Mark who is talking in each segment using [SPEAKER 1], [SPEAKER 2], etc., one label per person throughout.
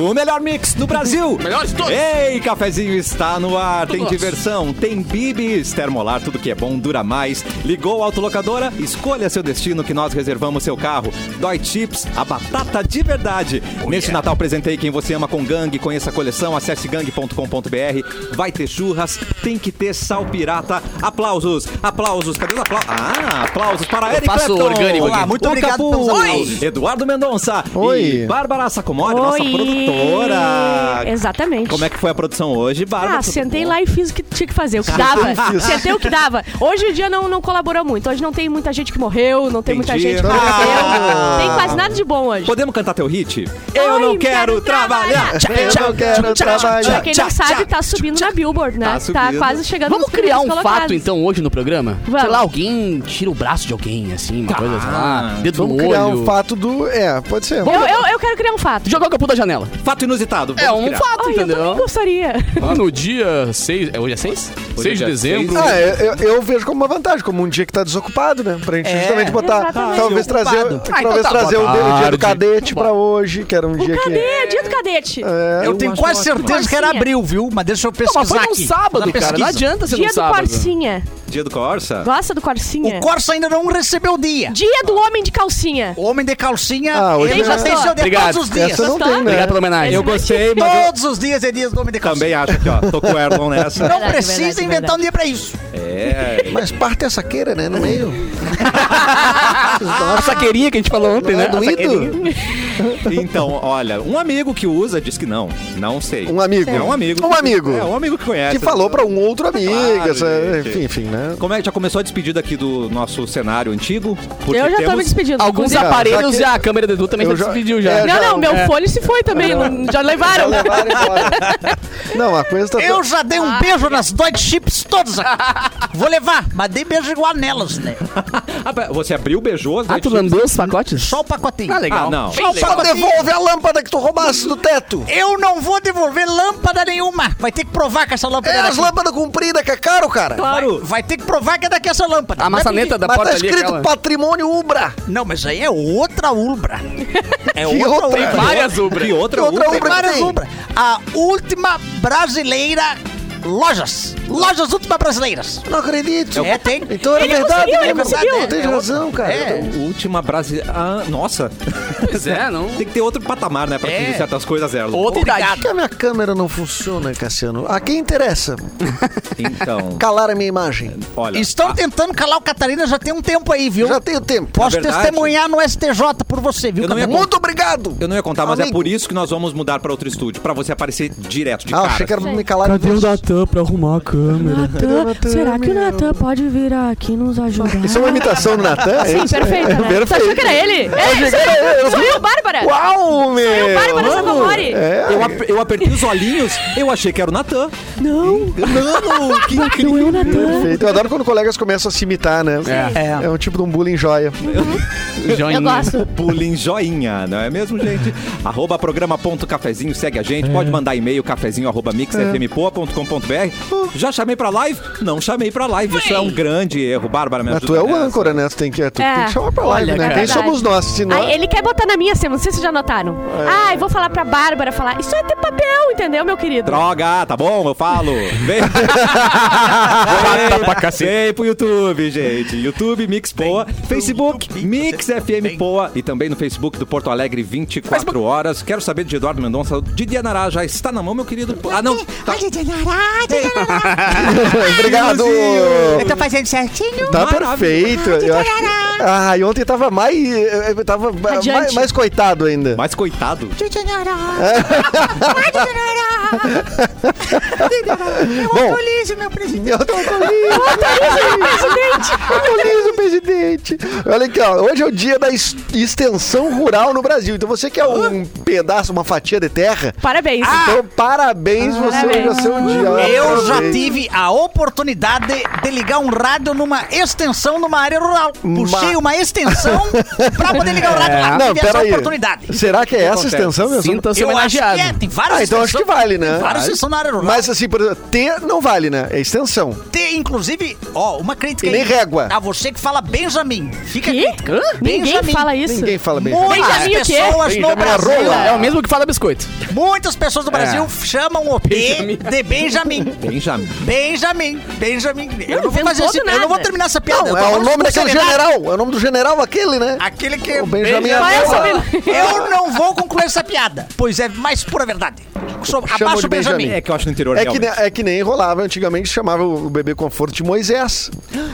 [SPEAKER 1] O melhor mix do Brasil.
[SPEAKER 2] Melhor de todos.
[SPEAKER 1] Ei, cafezinho está no ar. Tem
[SPEAKER 2] gosto.
[SPEAKER 1] diversão, tem bibis, termolar, tudo que é bom dura mais. Ligou a autolocadora? Escolha seu destino que nós reservamos seu carro. Dói Chips, a batata de verdade. Neste Natal presentei quem você ama com gangue. Conheça a coleção, acesse gangue.com.br. Vai ter churras, tem que ter sal pirata. Aplausos, aplausos. Cadê os aplausos? Ah, aplausos para Eric
[SPEAKER 2] faço
[SPEAKER 1] Clapton.
[SPEAKER 2] orgânico
[SPEAKER 1] Olá,
[SPEAKER 2] aqui.
[SPEAKER 1] muito
[SPEAKER 3] Muito
[SPEAKER 1] obrigado
[SPEAKER 3] obrigado
[SPEAKER 1] pelos
[SPEAKER 3] pelos
[SPEAKER 1] aplausos. Eduardo Mendonça
[SPEAKER 3] Oi.
[SPEAKER 1] e Bárbara Sacomori, nossa
[SPEAKER 4] Oi!
[SPEAKER 1] produtora.
[SPEAKER 4] Exatamente.
[SPEAKER 1] Como é que foi a produção hoje, Bárbara?
[SPEAKER 4] Ah, sentei lá e fiz o que tinha que fazer, o que dava. Sentei o que dava. Hoje o dia não, não colaborou muito. Hoje não tem muita gente que morreu, não tem muita
[SPEAKER 1] Entendi.
[SPEAKER 4] gente que
[SPEAKER 1] Ah.
[SPEAKER 4] morreu. Tem quase nada de bom hoje.
[SPEAKER 1] Podemos cantar teu hit?
[SPEAKER 4] Eu não quero trabalhar.
[SPEAKER 3] Eu não quero
[SPEAKER 4] Pra
[SPEAKER 3] trabalhar.
[SPEAKER 4] quem não sabe, tá subindo na Billboard, né?
[SPEAKER 1] Tá
[SPEAKER 4] Tá
[SPEAKER 1] subindo.
[SPEAKER 4] quase chegando
[SPEAKER 2] Vamos
[SPEAKER 4] nos
[SPEAKER 2] criar um
[SPEAKER 4] primeiros
[SPEAKER 2] fato,
[SPEAKER 4] colocados.
[SPEAKER 2] então, hoje no programa? Sei
[SPEAKER 4] Vamos.
[SPEAKER 2] lá, alguém tira o braço de alguém, assim, uma coisa, sei lá, dedo
[SPEAKER 3] Vamos
[SPEAKER 2] no olho.
[SPEAKER 3] criar um fato do. É, pode ser.
[SPEAKER 4] Eu, eu, eu quero criar um fato.
[SPEAKER 2] Jogar o capô da janela.
[SPEAKER 1] Fato inusitado.
[SPEAKER 2] É
[SPEAKER 1] vamos
[SPEAKER 2] um
[SPEAKER 1] criar.
[SPEAKER 2] fato,
[SPEAKER 4] Ai, eu também
[SPEAKER 2] entendeu?
[SPEAKER 4] gostaria.
[SPEAKER 5] No dia 6. É, hoje é 6?
[SPEAKER 1] é
[SPEAKER 5] 6 de
[SPEAKER 1] dia
[SPEAKER 5] dezembro.
[SPEAKER 1] seis.
[SPEAKER 3] Ah, eu, eu- eu vejo como uma vantagem, como um dia que tá desocupado, né? Pra gente justamente botar.
[SPEAKER 4] exatamente.
[SPEAKER 3] Talvez trazer,
[SPEAKER 2] Ocupado. É. Ah, então
[SPEAKER 3] talvez
[SPEAKER 2] tá,
[SPEAKER 3] trazer
[SPEAKER 5] boa
[SPEAKER 3] o dele, o dia
[SPEAKER 5] tarde.
[SPEAKER 3] do cadete pra hoje, que era um dia que.
[SPEAKER 4] Cadê? Dia do cadete.
[SPEAKER 3] É,
[SPEAKER 6] Eu, tenho
[SPEAKER 1] acho
[SPEAKER 6] quase
[SPEAKER 1] ótimo.
[SPEAKER 6] certeza que era
[SPEAKER 4] Marcinha.
[SPEAKER 6] abril, viu? Mas deixa eu
[SPEAKER 2] Pô,
[SPEAKER 6] pesquisar
[SPEAKER 2] mas foi num
[SPEAKER 6] aqui.
[SPEAKER 2] sábado, cara.
[SPEAKER 6] Na
[SPEAKER 2] Não
[SPEAKER 6] pesquisa.
[SPEAKER 2] adianta ser
[SPEAKER 4] Dia
[SPEAKER 2] num
[SPEAKER 4] do
[SPEAKER 2] sábado.
[SPEAKER 4] Corsinha.
[SPEAKER 1] Dia do Corsa?
[SPEAKER 4] Gosta do Corsinha?
[SPEAKER 6] O Corsa ainda não recebeu o dia.
[SPEAKER 4] Dia do homem de calcinha.
[SPEAKER 6] O homem de calcinha,
[SPEAKER 3] Ah, hoje
[SPEAKER 6] ele
[SPEAKER 4] não
[SPEAKER 6] já
[SPEAKER 4] é.
[SPEAKER 6] tem seu de
[SPEAKER 2] Obrigado.
[SPEAKER 6] todos os dias.
[SPEAKER 3] Essa não
[SPEAKER 4] Gostou?
[SPEAKER 3] tem, né?
[SPEAKER 2] Obrigado pela homenagem.
[SPEAKER 1] Eu gostei, mas eu
[SPEAKER 6] Todos os dias é dia do homem de calcinha.
[SPEAKER 1] também acho que, ó, tô com o Erlon nessa.
[SPEAKER 6] Não
[SPEAKER 4] Verdade,
[SPEAKER 6] precisa
[SPEAKER 4] verdade,
[SPEAKER 6] inventar
[SPEAKER 4] verdade.
[SPEAKER 6] um dia pra isso.
[SPEAKER 1] É.
[SPEAKER 3] Mas parte é saqueira, né? No meio.
[SPEAKER 2] A saqueirinha que a gente falou ontem,
[SPEAKER 3] Não
[SPEAKER 2] né?
[SPEAKER 3] é
[SPEAKER 2] A saqueirinha.
[SPEAKER 3] doído?
[SPEAKER 1] Então, olha, um amigo que usa diz que não. Não sei.
[SPEAKER 3] Um amigo.
[SPEAKER 1] É um amigo.
[SPEAKER 3] Um amigo.
[SPEAKER 1] É um amigo que conhece.
[SPEAKER 3] Que falou pra um outro amigo.
[SPEAKER 1] Claro,
[SPEAKER 3] essa-
[SPEAKER 1] gente.
[SPEAKER 3] enfim, enfim, né?
[SPEAKER 1] Como é que já começou a despedida aqui do nosso cenário antigo? Porque
[SPEAKER 4] Eu já tô me
[SPEAKER 1] temos-
[SPEAKER 4] despedindo.
[SPEAKER 2] Alguns
[SPEAKER 4] Inclusive-
[SPEAKER 3] já
[SPEAKER 2] aparelhos
[SPEAKER 3] que-
[SPEAKER 2] já, a câmera do Edu também
[SPEAKER 3] Eu
[SPEAKER 2] já
[SPEAKER 3] já-
[SPEAKER 2] despediu já.
[SPEAKER 3] é,
[SPEAKER 4] Não, não, meu
[SPEAKER 2] É.
[SPEAKER 4] fone se foi também. não- já levaram.
[SPEAKER 3] Levaram embora. Não, a coisa tá.
[SPEAKER 6] Eu já dei um
[SPEAKER 4] Ah.
[SPEAKER 6] beijo nas Deutsche Chips todas aqui. Vou levar, mas dei beijo igual nelas, né?
[SPEAKER 1] Ah, pera, você abriu, beijou. as
[SPEAKER 2] Ah,
[SPEAKER 1] duas
[SPEAKER 2] tu lambeu os pacotes?
[SPEAKER 6] Só o pacotinho.
[SPEAKER 2] Ah, legal.
[SPEAKER 1] Ah, não.
[SPEAKER 2] Só o
[SPEAKER 3] Só
[SPEAKER 2] pacote-
[SPEAKER 3] devolve a lâmpada que tu roubasse do teto.
[SPEAKER 6] Eu não vou devolver lâmpada nenhuma. Vai ter que provar que essa lâmpada
[SPEAKER 3] É,
[SPEAKER 6] é
[SPEAKER 3] as
[SPEAKER 6] daqui.
[SPEAKER 3] lâmpadas compridas que é caro, cara.
[SPEAKER 1] Claro.
[SPEAKER 6] Vai ter que provar que é daqui essa lâmpada.
[SPEAKER 2] A
[SPEAKER 6] Vai
[SPEAKER 2] maçaneta
[SPEAKER 6] pedir.
[SPEAKER 2] da
[SPEAKER 3] Mas
[SPEAKER 2] porta
[SPEAKER 5] é
[SPEAKER 3] tá
[SPEAKER 2] ali, é
[SPEAKER 3] escrito
[SPEAKER 2] aquela-
[SPEAKER 3] patrimônio Ubra.
[SPEAKER 6] Não, mas aí é outra Umbra. É
[SPEAKER 3] Que
[SPEAKER 6] outra
[SPEAKER 3] outra?
[SPEAKER 6] Umbra.
[SPEAKER 2] Várias Ubra.
[SPEAKER 1] Que outra,
[SPEAKER 3] Outra
[SPEAKER 1] outra
[SPEAKER 3] Ubra.
[SPEAKER 6] Tem várias
[SPEAKER 3] tem.
[SPEAKER 6] Umbra. A última brasileira lojas. Lojas última brasileiras.
[SPEAKER 3] Não acredito.
[SPEAKER 6] É, tem.
[SPEAKER 3] Então era
[SPEAKER 4] Ele
[SPEAKER 3] verdade,
[SPEAKER 4] conseguiu,
[SPEAKER 3] né?
[SPEAKER 4] ele conseguiu.
[SPEAKER 3] É, Tem
[SPEAKER 6] É
[SPEAKER 3] razão, cara.
[SPEAKER 6] É.
[SPEAKER 1] Última brasileira. Ah, nossa.
[SPEAKER 2] Pois é, não.
[SPEAKER 1] Tem que ter outro patamar, né? Pra
[SPEAKER 6] É.
[SPEAKER 1] pedir certas coisas, Erlon.
[SPEAKER 2] Outra
[SPEAKER 3] Por
[SPEAKER 2] idade.
[SPEAKER 3] que a minha câmera não funciona, Cassiano? A quem interessa
[SPEAKER 1] Então,
[SPEAKER 3] calar a minha imagem?
[SPEAKER 1] olha. ah.
[SPEAKER 6] Estão
[SPEAKER 3] tá.
[SPEAKER 6] tentando calar o Catarina já tem um tempo aí, viu?
[SPEAKER 3] Já tenho tempo.
[SPEAKER 6] Posso
[SPEAKER 1] Na verdade-
[SPEAKER 6] testemunhar no STJ por você, viu,
[SPEAKER 1] Eu não ia
[SPEAKER 6] Catarina?
[SPEAKER 3] Muito obrigado.
[SPEAKER 1] Eu não ia contar, mas é
[SPEAKER 3] Amigo.
[SPEAKER 1] por isso que nós vamos mudar pra outro estúdio. Pra você aparecer direto de
[SPEAKER 3] Ah,
[SPEAKER 1] cara.
[SPEAKER 3] achei que era pra
[SPEAKER 4] Sim.
[SPEAKER 3] me calar.
[SPEAKER 7] Cadê o Natan pra arrumar a câmera?
[SPEAKER 4] Natan, será que o Natan pode vir aqui nos ajudar?
[SPEAKER 3] Isso é uma imitação do Natan? É,
[SPEAKER 4] Sim, perfeito, né? Você achou que era ele? É, sou eu, sou eu, Bárbara.
[SPEAKER 3] Uau, meu!
[SPEAKER 4] Sou eu, Bárbara Sacomori.
[SPEAKER 3] É.
[SPEAKER 1] Eu, ap- eu apertei os olhinhos, eu achei que era o Natan.
[SPEAKER 4] Não,
[SPEAKER 1] Mano, que
[SPEAKER 4] não é o Natan.
[SPEAKER 3] Perfeito. Eu adoro quando colegas começam a se imitar, né?
[SPEAKER 6] É.
[SPEAKER 3] É um tipo de um bullying joia.
[SPEAKER 2] Joinha.
[SPEAKER 4] Eu gosto.
[SPEAKER 1] bullying joinha, não é mesmo, gente? arroba programa.cafezinho, segue a gente. Pode mandar e-mail, cafezinho, arroba mixfmpoa.com.br. Já chamei pra live? Não chamei pra live. Isso é um grande erro. Bárbara, me
[SPEAKER 3] Mas
[SPEAKER 1] ajuda
[SPEAKER 3] tu é o
[SPEAKER 1] nessa.
[SPEAKER 3] âncora, né? Tu tem que, tu
[SPEAKER 4] É.
[SPEAKER 3] tem que chamar pra live,
[SPEAKER 2] Olha,
[SPEAKER 3] né?
[SPEAKER 2] cara.
[SPEAKER 3] Quem
[SPEAKER 4] Verdade.
[SPEAKER 3] somos nós? Se nós...
[SPEAKER 4] Ai, ele quer botar na minha cena, não sei se vocês já notaram. Ai, vou falar pra Bárbara falar. Isso é ter papel, entendeu, meu querido?
[SPEAKER 1] Droga, tá bom? Eu falo. Vem. Vem, Vem pro YouTube, gente. YouTube Mix Poa, Facebook Mix FM Poa e também no Facebook do Porto Alegre 24 horas. Quero saber de Eduardo Mendonça. Didi Anará já está na mão, meu querido. Ah, não. Tá.
[SPEAKER 3] É,
[SPEAKER 4] é
[SPEAKER 3] Obrigado!
[SPEAKER 1] Luzinho.
[SPEAKER 6] Eu tô fazendo certinho.
[SPEAKER 3] Tá
[SPEAKER 1] Maravilhoso.
[SPEAKER 3] perfeito. Eu acho que... Ah, e ontem tava mais. eu Tava
[SPEAKER 4] Radiante.
[SPEAKER 3] mais, mais coitado ainda.
[SPEAKER 1] Mas coitado.
[SPEAKER 3] Bom,
[SPEAKER 6] Feliz, meu presidente.
[SPEAKER 3] eu tô Autoriza o presidente! Olha aqui, ó. Hoje é o dia da es- extensão rural no Brasil. Então você quer um pedaço, uma fatia de terra?
[SPEAKER 4] Parabéns.
[SPEAKER 3] Então parabéns, você hoje é o seu dia.
[SPEAKER 6] Eu já
[SPEAKER 3] Parabéns.
[SPEAKER 6] tive a oportunidade de ligar um rádio numa extensão numa área rural. Puxei comprei uma extensão pra poder ligar o rádio lá.
[SPEAKER 3] Não,
[SPEAKER 6] tive essa
[SPEAKER 3] peraí.
[SPEAKER 6] oportunidade.
[SPEAKER 3] Será que é essa
[SPEAKER 1] acontece?
[SPEAKER 3] extensão, meu?
[SPEAKER 5] Sinta-se
[SPEAKER 6] Eu acho que
[SPEAKER 5] homenageado.
[SPEAKER 6] é, tem vários
[SPEAKER 3] Ah, então acho que vale, né?
[SPEAKER 6] Vários
[SPEAKER 3] Vale.
[SPEAKER 6] estacionários rurais.
[SPEAKER 3] Mas assim, por exemplo, T não vale, né? É extensão.
[SPEAKER 6] Tem, inclusive, ó, uma crítica
[SPEAKER 3] E nem
[SPEAKER 6] aí.
[SPEAKER 3] régua.
[SPEAKER 6] A você que fala Benjamin. Fica
[SPEAKER 4] Quê?
[SPEAKER 6] a crítica.
[SPEAKER 4] Ninguém
[SPEAKER 6] Benjamin.
[SPEAKER 4] fala isso.
[SPEAKER 3] Ninguém fala bem.
[SPEAKER 6] Muitas
[SPEAKER 4] Benjamin o quê?
[SPEAKER 6] pessoas no
[SPEAKER 3] Benjamin é
[SPEAKER 6] Brasil,
[SPEAKER 3] rola. É.
[SPEAKER 5] É o mesmo que fala biscoito.
[SPEAKER 6] muitas pessoas do Brasil chamam o P
[SPEAKER 5] Benjamin.
[SPEAKER 6] de Benjamin.
[SPEAKER 1] Benjamin.
[SPEAKER 6] Benjamin, Benjamin. Eu não vou
[SPEAKER 4] inventou
[SPEAKER 6] fazer esse,
[SPEAKER 4] do
[SPEAKER 6] eu não vou
[SPEAKER 4] um nada.
[SPEAKER 6] terminar essa piada.
[SPEAKER 3] Não,
[SPEAKER 6] eu tô
[SPEAKER 3] é o
[SPEAKER 6] falando
[SPEAKER 3] nome
[SPEAKER 6] com
[SPEAKER 3] daquele
[SPEAKER 6] seriedade.
[SPEAKER 3] general. É o nome do general aquele, né?
[SPEAKER 6] Aquele que
[SPEAKER 3] O Benjamin
[SPEAKER 4] Qual é
[SPEAKER 3] Adela.
[SPEAKER 4] essa menina?
[SPEAKER 6] Eu não vou concluir essa piada. Pois é, mais pura verdade. Sobre,
[SPEAKER 3] Chama
[SPEAKER 6] abaixo
[SPEAKER 3] de
[SPEAKER 6] o Benjamin.
[SPEAKER 3] Benjamin.
[SPEAKER 1] É que eu acho no interior
[SPEAKER 3] É que,
[SPEAKER 1] realmente.
[SPEAKER 3] ne- é que nem rolava antigamente, chamava o bebê conforto de Moisés.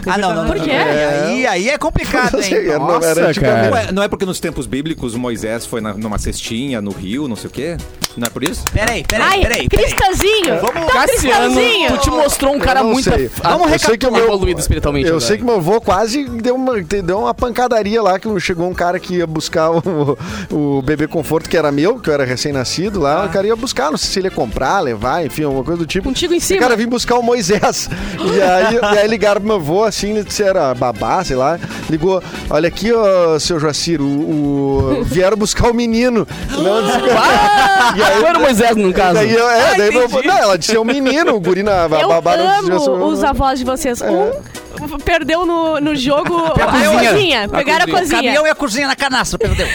[SPEAKER 6] Ah, não, não.
[SPEAKER 4] É, Por
[SPEAKER 6] não,
[SPEAKER 4] quê?
[SPEAKER 6] não. Aí, aí é complicado, hein?
[SPEAKER 3] Era- era
[SPEAKER 5] Nossa,
[SPEAKER 3] antigamente.
[SPEAKER 1] Não é, não é porque nos tempos bíblicos o Moisés foi na- numa cestinha no rio, não sei o quê? Não é por isso?
[SPEAKER 6] Peraí, peraí,
[SPEAKER 4] Ai,
[SPEAKER 6] peraí. peraí.
[SPEAKER 4] Cristãzinho.
[SPEAKER 6] Vamos-
[SPEAKER 4] tá
[SPEAKER 5] Cassiano,
[SPEAKER 4] Cristãzinho.
[SPEAKER 5] tu te mostrou um cara
[SPEAKER 3] Eu não
[SPEAKER 5] muito
[SPEAKER 3] sei.
[SPEAKER 5] a-
[SPEAKER 3] Vamos
[SPEAKER 5] eu sei que o meu- evoluído espiritualmente. né?
[SPEAKER 3] Eu
[SPEAKER 2] né?
[SPEAKER 5] agora.
[SPEAKER 3] sei que meu avô quase deu uma, te- deu uma pancadaria lá, que chegou um cara que ia buscar o, o bebê conforto, que era meu, que eu era recém-nascido lá. O cara ia buscar, não sei se ele ia comprar, levar, enfim, alguma coisa do tipo.
[SPEAKER 4] Contigo em
[SPEAKER 3] E O
[SPEAKER 4] cima?
[SPEAKER 3] cara vinha buscar o Moisés. E aí, e aí ligaram pro meu avô, assim, disseram, babá, sei lá. Ligou, olha aqui, ó, seu Joacir, o, o- vieram buscar o menino. Não, e aí,
[SPEAKER 5] Eu era o Moisés, no caso.
[SPEAKER 3] daí, eu- é, daí meu,
[SPEAKER 5] Ah, entendi.
[SPEAKER 3] não, ela disse, é um menino, o guri na a
[SPEAKER 4] Eu
[SPEAKER 3] babá. não disse, "Eu
[SPEAKER 4] amo
[SPEAKER 3] sou-
[SPEAKER 4] os avós de vocês. Um perdeu no, no jogo a cozinha. Pegaram a
[SPEAKER 6] O caminhão
[SPEAKER 4] cozinha.
[SPEAKER 6] e a cozinha na canastra, perdeu.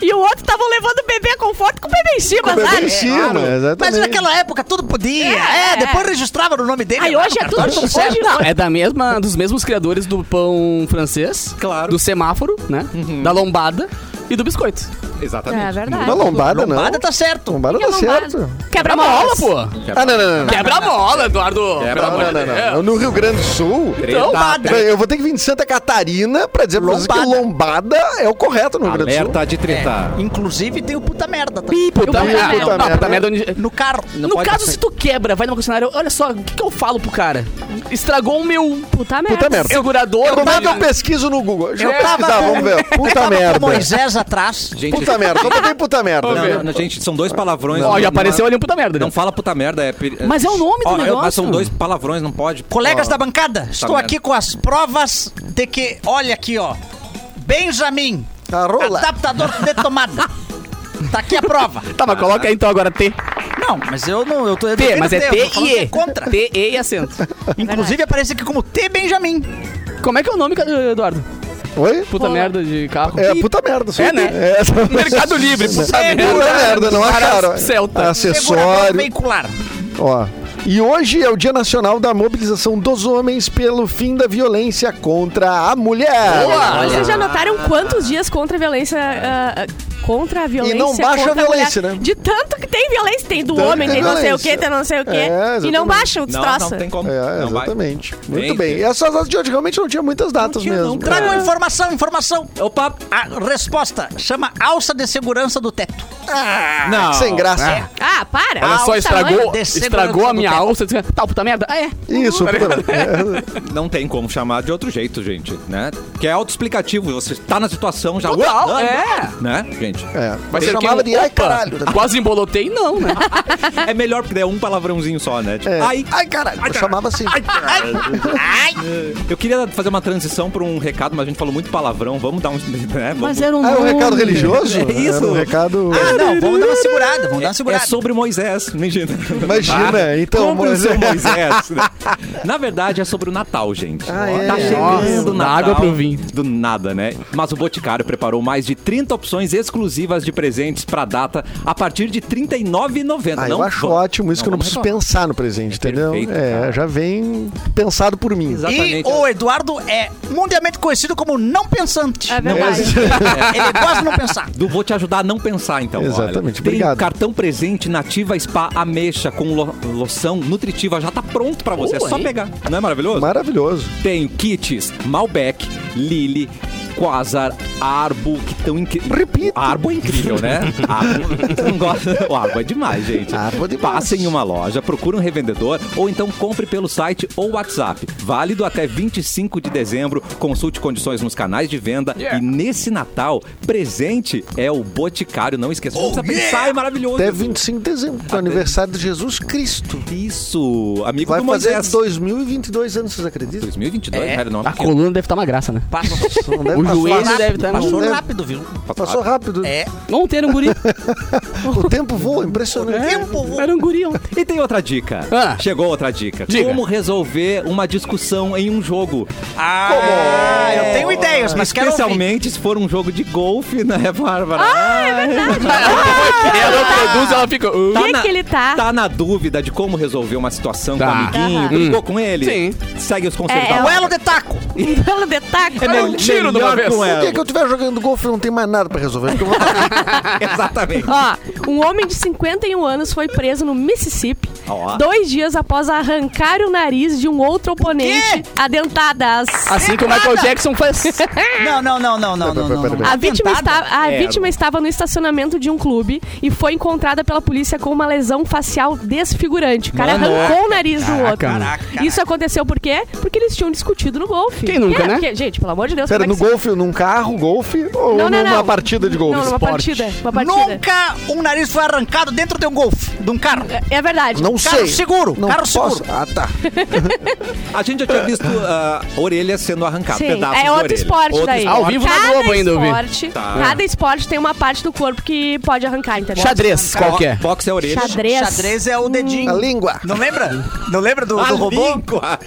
[SPEAKER 4] E o outro estavam levando o bebê com forte com o bebê em cima,
[SPEAKER 3] Bebê
[SPEAKER 4] sabe?
[SPEAKER 3] em cima,
[SPEAKER 6] Mas
[SPEAKER 3] exatamente.
[SPEAKER 6] naquela época tudo podia. É,
[SPEAKER 4] É, é.
[SPEAKER 6] depois registrava no nome dele.
[SPEAKER 4] Aí
[SPEAKER 6] lá
[SPEAKER 4] hoje
[SPEAKER 6] no
[SPEAKER 3] Ah,
[SPEAKER 4] é tudo.
[SPEAKER 6] cartório, tudo certo.
[SPEAKER 4] Hoje
[SPEAKER 2] Não, é da mesma, dos mesmos criadores do pão francês,
[SPEAKER 1] Claro.
[SPEAKER 2] do semáforo, né? Da lombada e do biscoito.
[SPEAKER 1] Exatamente.
[SPEAKER 4] É verdade.
[SPEAKER 3] Na lombada, não.
[SPEAKER 6] Lombada tá certo.
[SPEAKER 3] Lombada
[SPEAKER 4] Que é
[SPEAKER 3] tá
[SPEAKER 4] lombada.
[SPEAKER 3] certo.
[SPEAKER 4] Quebra
[SPEAKER 2] Mola,
[SPEAKER 4] molas.
[SPEAKER 2] pô!
[SPEAKER 3] Ah, não, não, não. não.
[SPEAKER 5] É,
[SPEAKER 2] Quebra a mola, Eduardo!
[SPEAKER 1] Quebra
[SPEAKER 2] Pelo
[SPEAKER 1] a
[SPEAKER 2] amor
[SPEAKER 1] mola,
[SPEAKER 2] de
[SPEAKER 3] Não, não,
[SPEAKER 2] Deus.
[SPEAKER 3] não. No Rio Grande do Sul.
[SPEAKER 1] Treta,
[SPEAKER 6] Lombada.
[SPEAKER 1] treta.
[SPEAKER 3] Eu vou ter que vir de Santa Catarina pra dizer pra vocês que
[SPEAKER 6] Lombada.
[SPEAKER 3] lombada é o correto no Rio Grande do Sul.
[SPEAKER 1] Alerta de
[SPEAKER 3] Tá.
[SPEAKER 1] treta.
[SPEAKER 6] É, Inclusive tem o puta merda. Tá?
[SPEAKER 2] Puta
[SPEAKER 4] Eu-
[SPEAKER 2] merda.
[SPEAKER 4] Puta
[SPEAKER 2] Não,
[SPEAKER 3] merda.
[SPEAKER 2] puta tá, merda onde-
[SPEAKER 6] No carro.
[SPEAKER 2] no
[SPEAKER 1] pode
[SPEAKER 2] caso,
[SPEAKER 1] ser.
[SPEAKER 2] se tu quebra, vai numa concessionária, olha só, o que, que eu falo pro cara? Estragou o meu
[SPEAKER 4] Puta merda.
[SPEAKER 3] Puta merda.
[SPEAKER 2] segurador. tá
[SPEAKER 3] Como é que eu
[SPEAKER 2] velho.
[SPEAKER 3] pesquiso no Google? Deixa eu
[SPEAKER 6] Eu tava
[SPEAKER 3] pesquisar,
[SPEAKER 6] com-
[SPEAKER 3] vamos ver. Puta
[SPEAKER 6] Tava
[SPEAKER 3] merda.
[SPEAKER 6] com Moisés atrás.
[SPEAKER 1] Gente,
[SPEAKER 3] Puta merda. Só botei puta merda.
[SPEAKER 1] Não, não, não, gente, são dois palavrões.
[SPEAKER 2] Ó,
[SPEAKER 1] não-
[SPEAKER 2] já
[SPEAKER 1] não
[SPEAKER 2] apareceu
[SPEAKER 1] é-
[SPEAKER 2] ali um puta merda.
[SPEAKER 1] Não
[SPEAKER 2] Não,
[SPEAKER 1] fala puta merda, é. peri-
[SPEAKER 4] Mas é o nome do
[SPEAKER 1] Ó, é- Mas
[SPEAKER 4] negócio.
[SPEAKER 1] são dois palavrões, não pode.
[SPEAKER 6] Colegas
[SPEAKER 1] Ó,
[SPEAKER 6] da bancada, estou
[SPEAKER 1] merda.
[SPEAKER 6] aqui com as provas de que, olha aqui, ó. Benjamin,
[SPEAKER 3] A rola.
[SPEAKER 6] adaptador de tomada. Tá aqui a prova.
[SPEAKER 2] tá, mas coloca aí então agora T.
[SPEAKER 6] Não, mas eu não, eu tô eu
[SPEAKER 2] T,
[SPEAKER 6] defendo
[SPEAKER 2] mas é
[SPEAKER 6] eu tô
[SPEAKER 2] T
[SPEAKER 6] falando
[SPEAKER 2] e
[SPEAKER 6] que é
[SPEAKER 2] E.
[SPEAKER 6] contra.
[SPEAKER 2] T, E e acento.
[SPEAKER 6] Inclusive aparece aqui como T Benjamin.
[SPEAKER 2] Como é que é o nome, Eduardo?
[SPEAKER 3] Oi?
[SPEAKER 2] Puta merda de carro.
[SPEAKER 3] É puta merda. só.
[SPEAKER 2] É, né?
[SPEAKER 3] É.
[SPEAKER 2] Mercado Livre, puta
[SPEAKER 3] Puta merda, não acharam.
[SPEAKER 2] Celta.
[SPEAKER 6] Segurador
[SPEAKER 3] Acessório.
[SPEAKER 6] veicular.
[SPEAKER 3] Ó. E hoje é o Dia Nacional da Mobilização dos Homens pelo Fim da Violência contra a Mulher.
[SPEAKER 4] Vocês já notaram quantos dias contra a violência. ah, ah, contra a violência.
[SPEAKER 3] não baixa
[SPEAKER 4] contra
[SPEAKER 3] a violência,
[SPEAKER 4] mulher?
[SPEAKER 3] né?
[SPEAKER 4] De tanto que tem violência, tem do
[SPEAKER 3] Tanto
[SPEAKER 4] homem,
[SPEAKER 3] que
[SPEAKER 4] tem
[SPEAKER 3] tem
[SPEAKER 4] não sei o
[SPEAKER 3] violência.
[SPEAKER 4] que, tem não sei o que.
[SPEAKER 3] É,
[SPEAKER 4] e
[SPEAKER 3] exatamente.
[SPEAKER 4] não baixa,
[SPEAKER 1] Não,
[SPEAKER 4] o destroça.
[SPEAKER 1] não tem como.
[SPEAKER 3] É,
[SPEAKER 1] Não vai.
[SPEAKER 3] exatamente. Muito
[SPEAKER 1] Tem,
[SPEAKER 3] bem.
[SPEAKER 1] tem.
[SPEAKER 3] E essas datas de hoje realmente não tinha muitas datas
[SPEAKER 1] tinha,
[SPEAKER 3] mesmo.
[SPEAKER 1] não.
[SPEAKER 6] Trago informação, informação.
[SPEAKER 1] Opa!
[SPEAKER 6] A resposta chama alça de segurança do teto. Ah,
[SPEAKER 1] Não.
[SPEAKER 3] É, Sem graça.
[SPEAKER 4] Ah, para!
[SPEAKER 2] Ela
[SPEAKER 4] Ah,
[SPEAKER 2] só
[SPEAKER 4] o
[SPEAKER 2] estragou,
[SPEAKER 4] tamanho-
[SPEAKER 6] de
[SPEAKER 2] estragou
[SPEAKER 6] segurança
[SPEAKER 2] a minha
[SPEAKER 6] do teto.
[SPEAKER 2] alça. disse, Tá, puta merda. Ah, é.
[SPEAKER 3] Isso, puta-
[SPEAKER 1] né, Não tem como chamar de outro jeito, gente, né? Que é autoexplicativo, você tá na situação já.
[SPEAKER 2] Total, é.
[SPEAKER 1] Né, gente?
[SPEAKER 3] é. é.
[SPEAKER 2] Vai
[SPEAKER 3] Eu
[SPEAKER 2] ser o quê?
[SPEAKER 3] chamava de ai
[SPEAKER 2] Opa,
[SPEAKER 3] caralho.
[SPEAKER 2] Quase embolotei, não, né?
[SPEAKER 1] É melhor porque é um palavrãozinho só, né? Tipo,
[SPEAKER 3] É.
[SPEAKER 1] ai,
[SPEAKER 3] Ai, caralho. Eu chamava assim.
[SPEAKER 1] eu queria fazer uma transição pra um recado, mas a gente falou muito palavrão, vamos dar um. Né? Vamos...
[SPEAKER 2] Mas era um
[SPEAKER 3] Ah, é um recado religioso?
[SPEAKER 1] É isso.
[SPEAKER 3] Era um recado.
[SPEAKER 6] Ah, não, vamos dar uma segurada, vamos dar uma
[SPEAKER 1] É
[SPEAKER 6] segurada.
[SPEAKER 1] sobre Moisés, imagina.
[SPEAKER 3] Imagina, então,
[SPEAKER 1] Compre o seu
[SPEAKER 3] Moisés.
[SPEAKER 1] Moisés. né? Na verdade, é sobre o Natal, gente.
[SPEAKER 3] Ah, é?
[SPEAKER 1] Tá chegando
[SPEAKER 2] Nossa,
[SPEAKER 1] o
[SPEAKER 2] da
[SPEAKER 1] Natal.
[SPEAKER 2] água pro vinho.
[SPEAKER 1] Do nada, né? Mas o Boticário preparou mais de 30 opções exclusivas de presentes pra data a partir de R$ 39,90.
[SPEAKER 3] Ah,
[SPEAKER 1] não
[SPEAKER 3] eu acho
[SPEAKER 1] vamos-
[SPEAKER 3] ótimo isso que eu não
[SPEAKER 1] vamos
[SPEAKER 3] preciso
[SPEAKER 1] reclamar.
[SPEAKER 3] pensar no presente, entendeu?
[SPEAKER 1] perfeito,
[SPEAKER 3] é,
[SPEAKER 1] cara.
[SPEAKER 3] já vem pensado por mim.
[SPEAKER 6] E
[SPEAKER 1] Exatamente.
[SPEAKER 6] o Eduardo é mundialmente conhecido como não pensante.
[SPEAKER 4] É verdade.
[SPEAKER 6] Ele gosta de não pensar.
[SPEAKER 1] Do Vou Te Ajudar a Não Pensar, então. olha.
[SPEAKER 3] Exatamente,
[SPEAKER 1] Tem
[SPEAKER 3] obrigado.
[SPEAKER 1] cartão presente Nativa Spa Ameixa com lo- loção nutritiva. Já tá pronto pra você. é só pegar. Não é maravilhoso?
[SPEAKER 3] Maravilhoso.
[SPEAKER 1] Tenho kits Malbec, Lily, Quasar, Arbo, que tão incrível.
[SPEAKER 3] Repita.
[SPEAKER 1] Arbo é incrível, né? Arbo, tu não gosta? O Arbo é demais, gente.
[SPEAKER 3] Arbo é demais.
[SPEAKER 1] Passe em uma loja, procure um revendedor ou então compre pelo site ou WhatsApp. Válido até 25 de dezembro. Consulte condições nos canais de venda. E nesse Natal, presente é o Boticário. Não
[SPEAKER 3] Oh,
[SPEAKER 1] esqueça. Vamos pensar, é maravilhoso.
[SPEAKER 3] Até 25 de dezembro, que é o aniversário de Jesus Cristo.
[SPEAKER 1] Isso, amigo
[SPEAKER 3] Vai
[SPEAKER 1] do
[SPEAKER 3] fazer Tá
[SPEAKER 1] Moisés.
[SPEAKER 3] 2022 anos, vocês acreditam?
[SPEAKER 1] 2022,
[SPEAKER 6] É.
[SPEAKER 1] velho, não é
[SPEAKER 2] A
[SPEAKER 1] pequeno.
[SPEAKER 5] tá
[SPEAKER 2] coluna deve estar uma graça, né?
[SPEAKER 6] Passa.
[SPEAKER 3] Não deve
[SPEAKER 2] O O joelho
[SPEAKER 6] rápido,
[SPEAKER 2] deve estar no-
[SPEAKER 6] Passou
[SPEAKER 3] É.
[SPEAKER 6] rápido, viu?
[SPEAKER 3] Passou rápido.
[SPEAKER 6] É.
[SPEAKER 2] Ontem era um guri.
[SPEAKER 3] O tempo voa, impressionante.
[SPEAKER 6] Tempo voa.
[SPEAKER 2] Era um guri ontem.
[SPEAKER 1] E tem outra dica.
[SPEAKER 2] Ah.
[SPEAKER 1] Chegou outra dica.
[SPEAKER 2] Diga.
[SPEAKER 1] Como resolver uma discussão em um jogo.
[SPEAKER 6] Ah, eu tenho ideias, mas quero ouvir.
[SPEAKER 1] Especialmente se for um jogo de golfe, né, Bárbara?
[SPEAKER 4] Ah,
[SPEAKER 1] Ah,
[SPEAKER 4] é
[SPEAKER 5] Ela produz, ela fica. "Uh".
[SPEAKER 4] Que que ele tá?
[SPEAKER 1] Tá na dúvida de como resolver uma situação
[SPEAKER 5] Tá.
[SPEAKER 1] com o amiguinho,
[SPEAKER 4] Aham.
[SPEAKER 1] brigou com ele,
[SPEAKER 5] Sim.
[SPEAKER 1] segue os conselhos
[SPEAKER 4] É,
[SPEAKER 1] da
[SPEAKER 4] é o-
[SPEAKER 6] O elo de taco.
[SPEAKER 4] Pelo detalhe.
[SPEAKER 1] É
[SPEAKER 5] um tiro de uma
[SPEAKER 1] melhor
[SPEAKER 5] vez.
[SPEAKER 1] com
[SPEAKER 3] O
[SPEAKER 1] ela.
[SPEAKER 3] dia que eu estiver jogando golfe, não tem mais nada pra resolver. porque eu vou-
[SPEAKER 1] Exatamente.
[SPEAKER 4] Ó, um homem de 51 anos foi preso no Mississippi
[SPEAKER 1] Ó.
[SPEAKER 4] dois dias após arrancar o nariz de um outro oponente a dentadas.
[SPEAKER 5] Assim que o Michael Jackson faz.
[SPEAKER 6] Não, não, não, não, não, não, não.
[SPEAKER 3] pera,
[SPEAKER 6] não.
[SPEAKER 3] pera.
[SPEAKER 4] A vítima,
[SPEAKER 6] Dentada?
[SPEAKER 4] está, a
[SPEAKER 1] É.
[SPEAKER 4] vítima estava no estacionamento de um clube e foi encontrada pela polícia com uma lesão facial desfigurante. O cara
[SPEAKER 5] Mano.
[SPEAKER 4] arrancou o nariz do outro.
[SPEAKER 5] caraca,
[SPEAKER 4] Isso aconteceu por quê? Porque eles tinham discutido no golfe.
[SPEAKER 5] Quem nunca,
[SPEAKER 4] É,
[SPEAKER 5] né?
[SPEAKER 4] porque, gente, pelo amor de Deus,
[SPEAKER 3] Pera,
[SPEAKER 4] como
[SPEAKER 3] no
[SPEAKER 4] é que se-
[SPEAKER 3] golfe, num carro, golfe ou
[SPEAKER 4] Não, não,
[SPEAKER 3] numa
[SPEAKER 4] não.
[SPEAKER 3] partida de golfe?
[SPEAKER 4] Não, numa
[SPEAKER 3] Esporte.
[SPEAKER 4] partida. Uma partida.
[SPEAKER 6] Nunca um nariz foi arrancado dentro de um golfe, de um carro.
[SPEAKER 4] É verdade.
[SPEAKER 3] Não sei.
[SPEAKER 6] Carro seguro,
[SPEAKER 3] Não
[SPEAKER 6] carro
[SPEAKER 3] posso.
[SPEAKER 6] seguro.
[SPEAKER 3] Ah, tá.
[SPEAKER 1] A gente já tinha visto ah, orelhas sendo arrancadas,
[SPEAKER 4] Sim,
[SPEAKER 1] Tá, pedaços de
[SPEAKER 4] é outro
[SPEAKER 1] orelha.
[SPEAKER 4] esporte
[SPEAKER 1] Outro
[SPEAKER 4] daí.
[SPEAKER 5] esporte. Ao vivo na
[SPEAKER 4] cada
[SPEAKER 5] Globo ainda eu vi.
[SPEAKER 4] esporte,
[SPEAKER 1] Tá.
[SPEAKER 4] Cada esporte tem uma parte do corpo que pode arrancar, entendeu?
[SPEAKER 5] Xadrez,
[SPEAKER 1] esporte.
[SPEAKER 5] qualquer.
[SPEAKER 1] Boxe é a orelha.
[SPEAKER 4] Xadrez.
[SPEAKER 6] Xadrez é o dedinho.
[SPEAKER 3] A língua
[SPEAKER 6] Não lembra? Não lembra do,
[SPEAKER 1] A
[SPEAKER 6] do robô?
[SPEAKER 1] língua.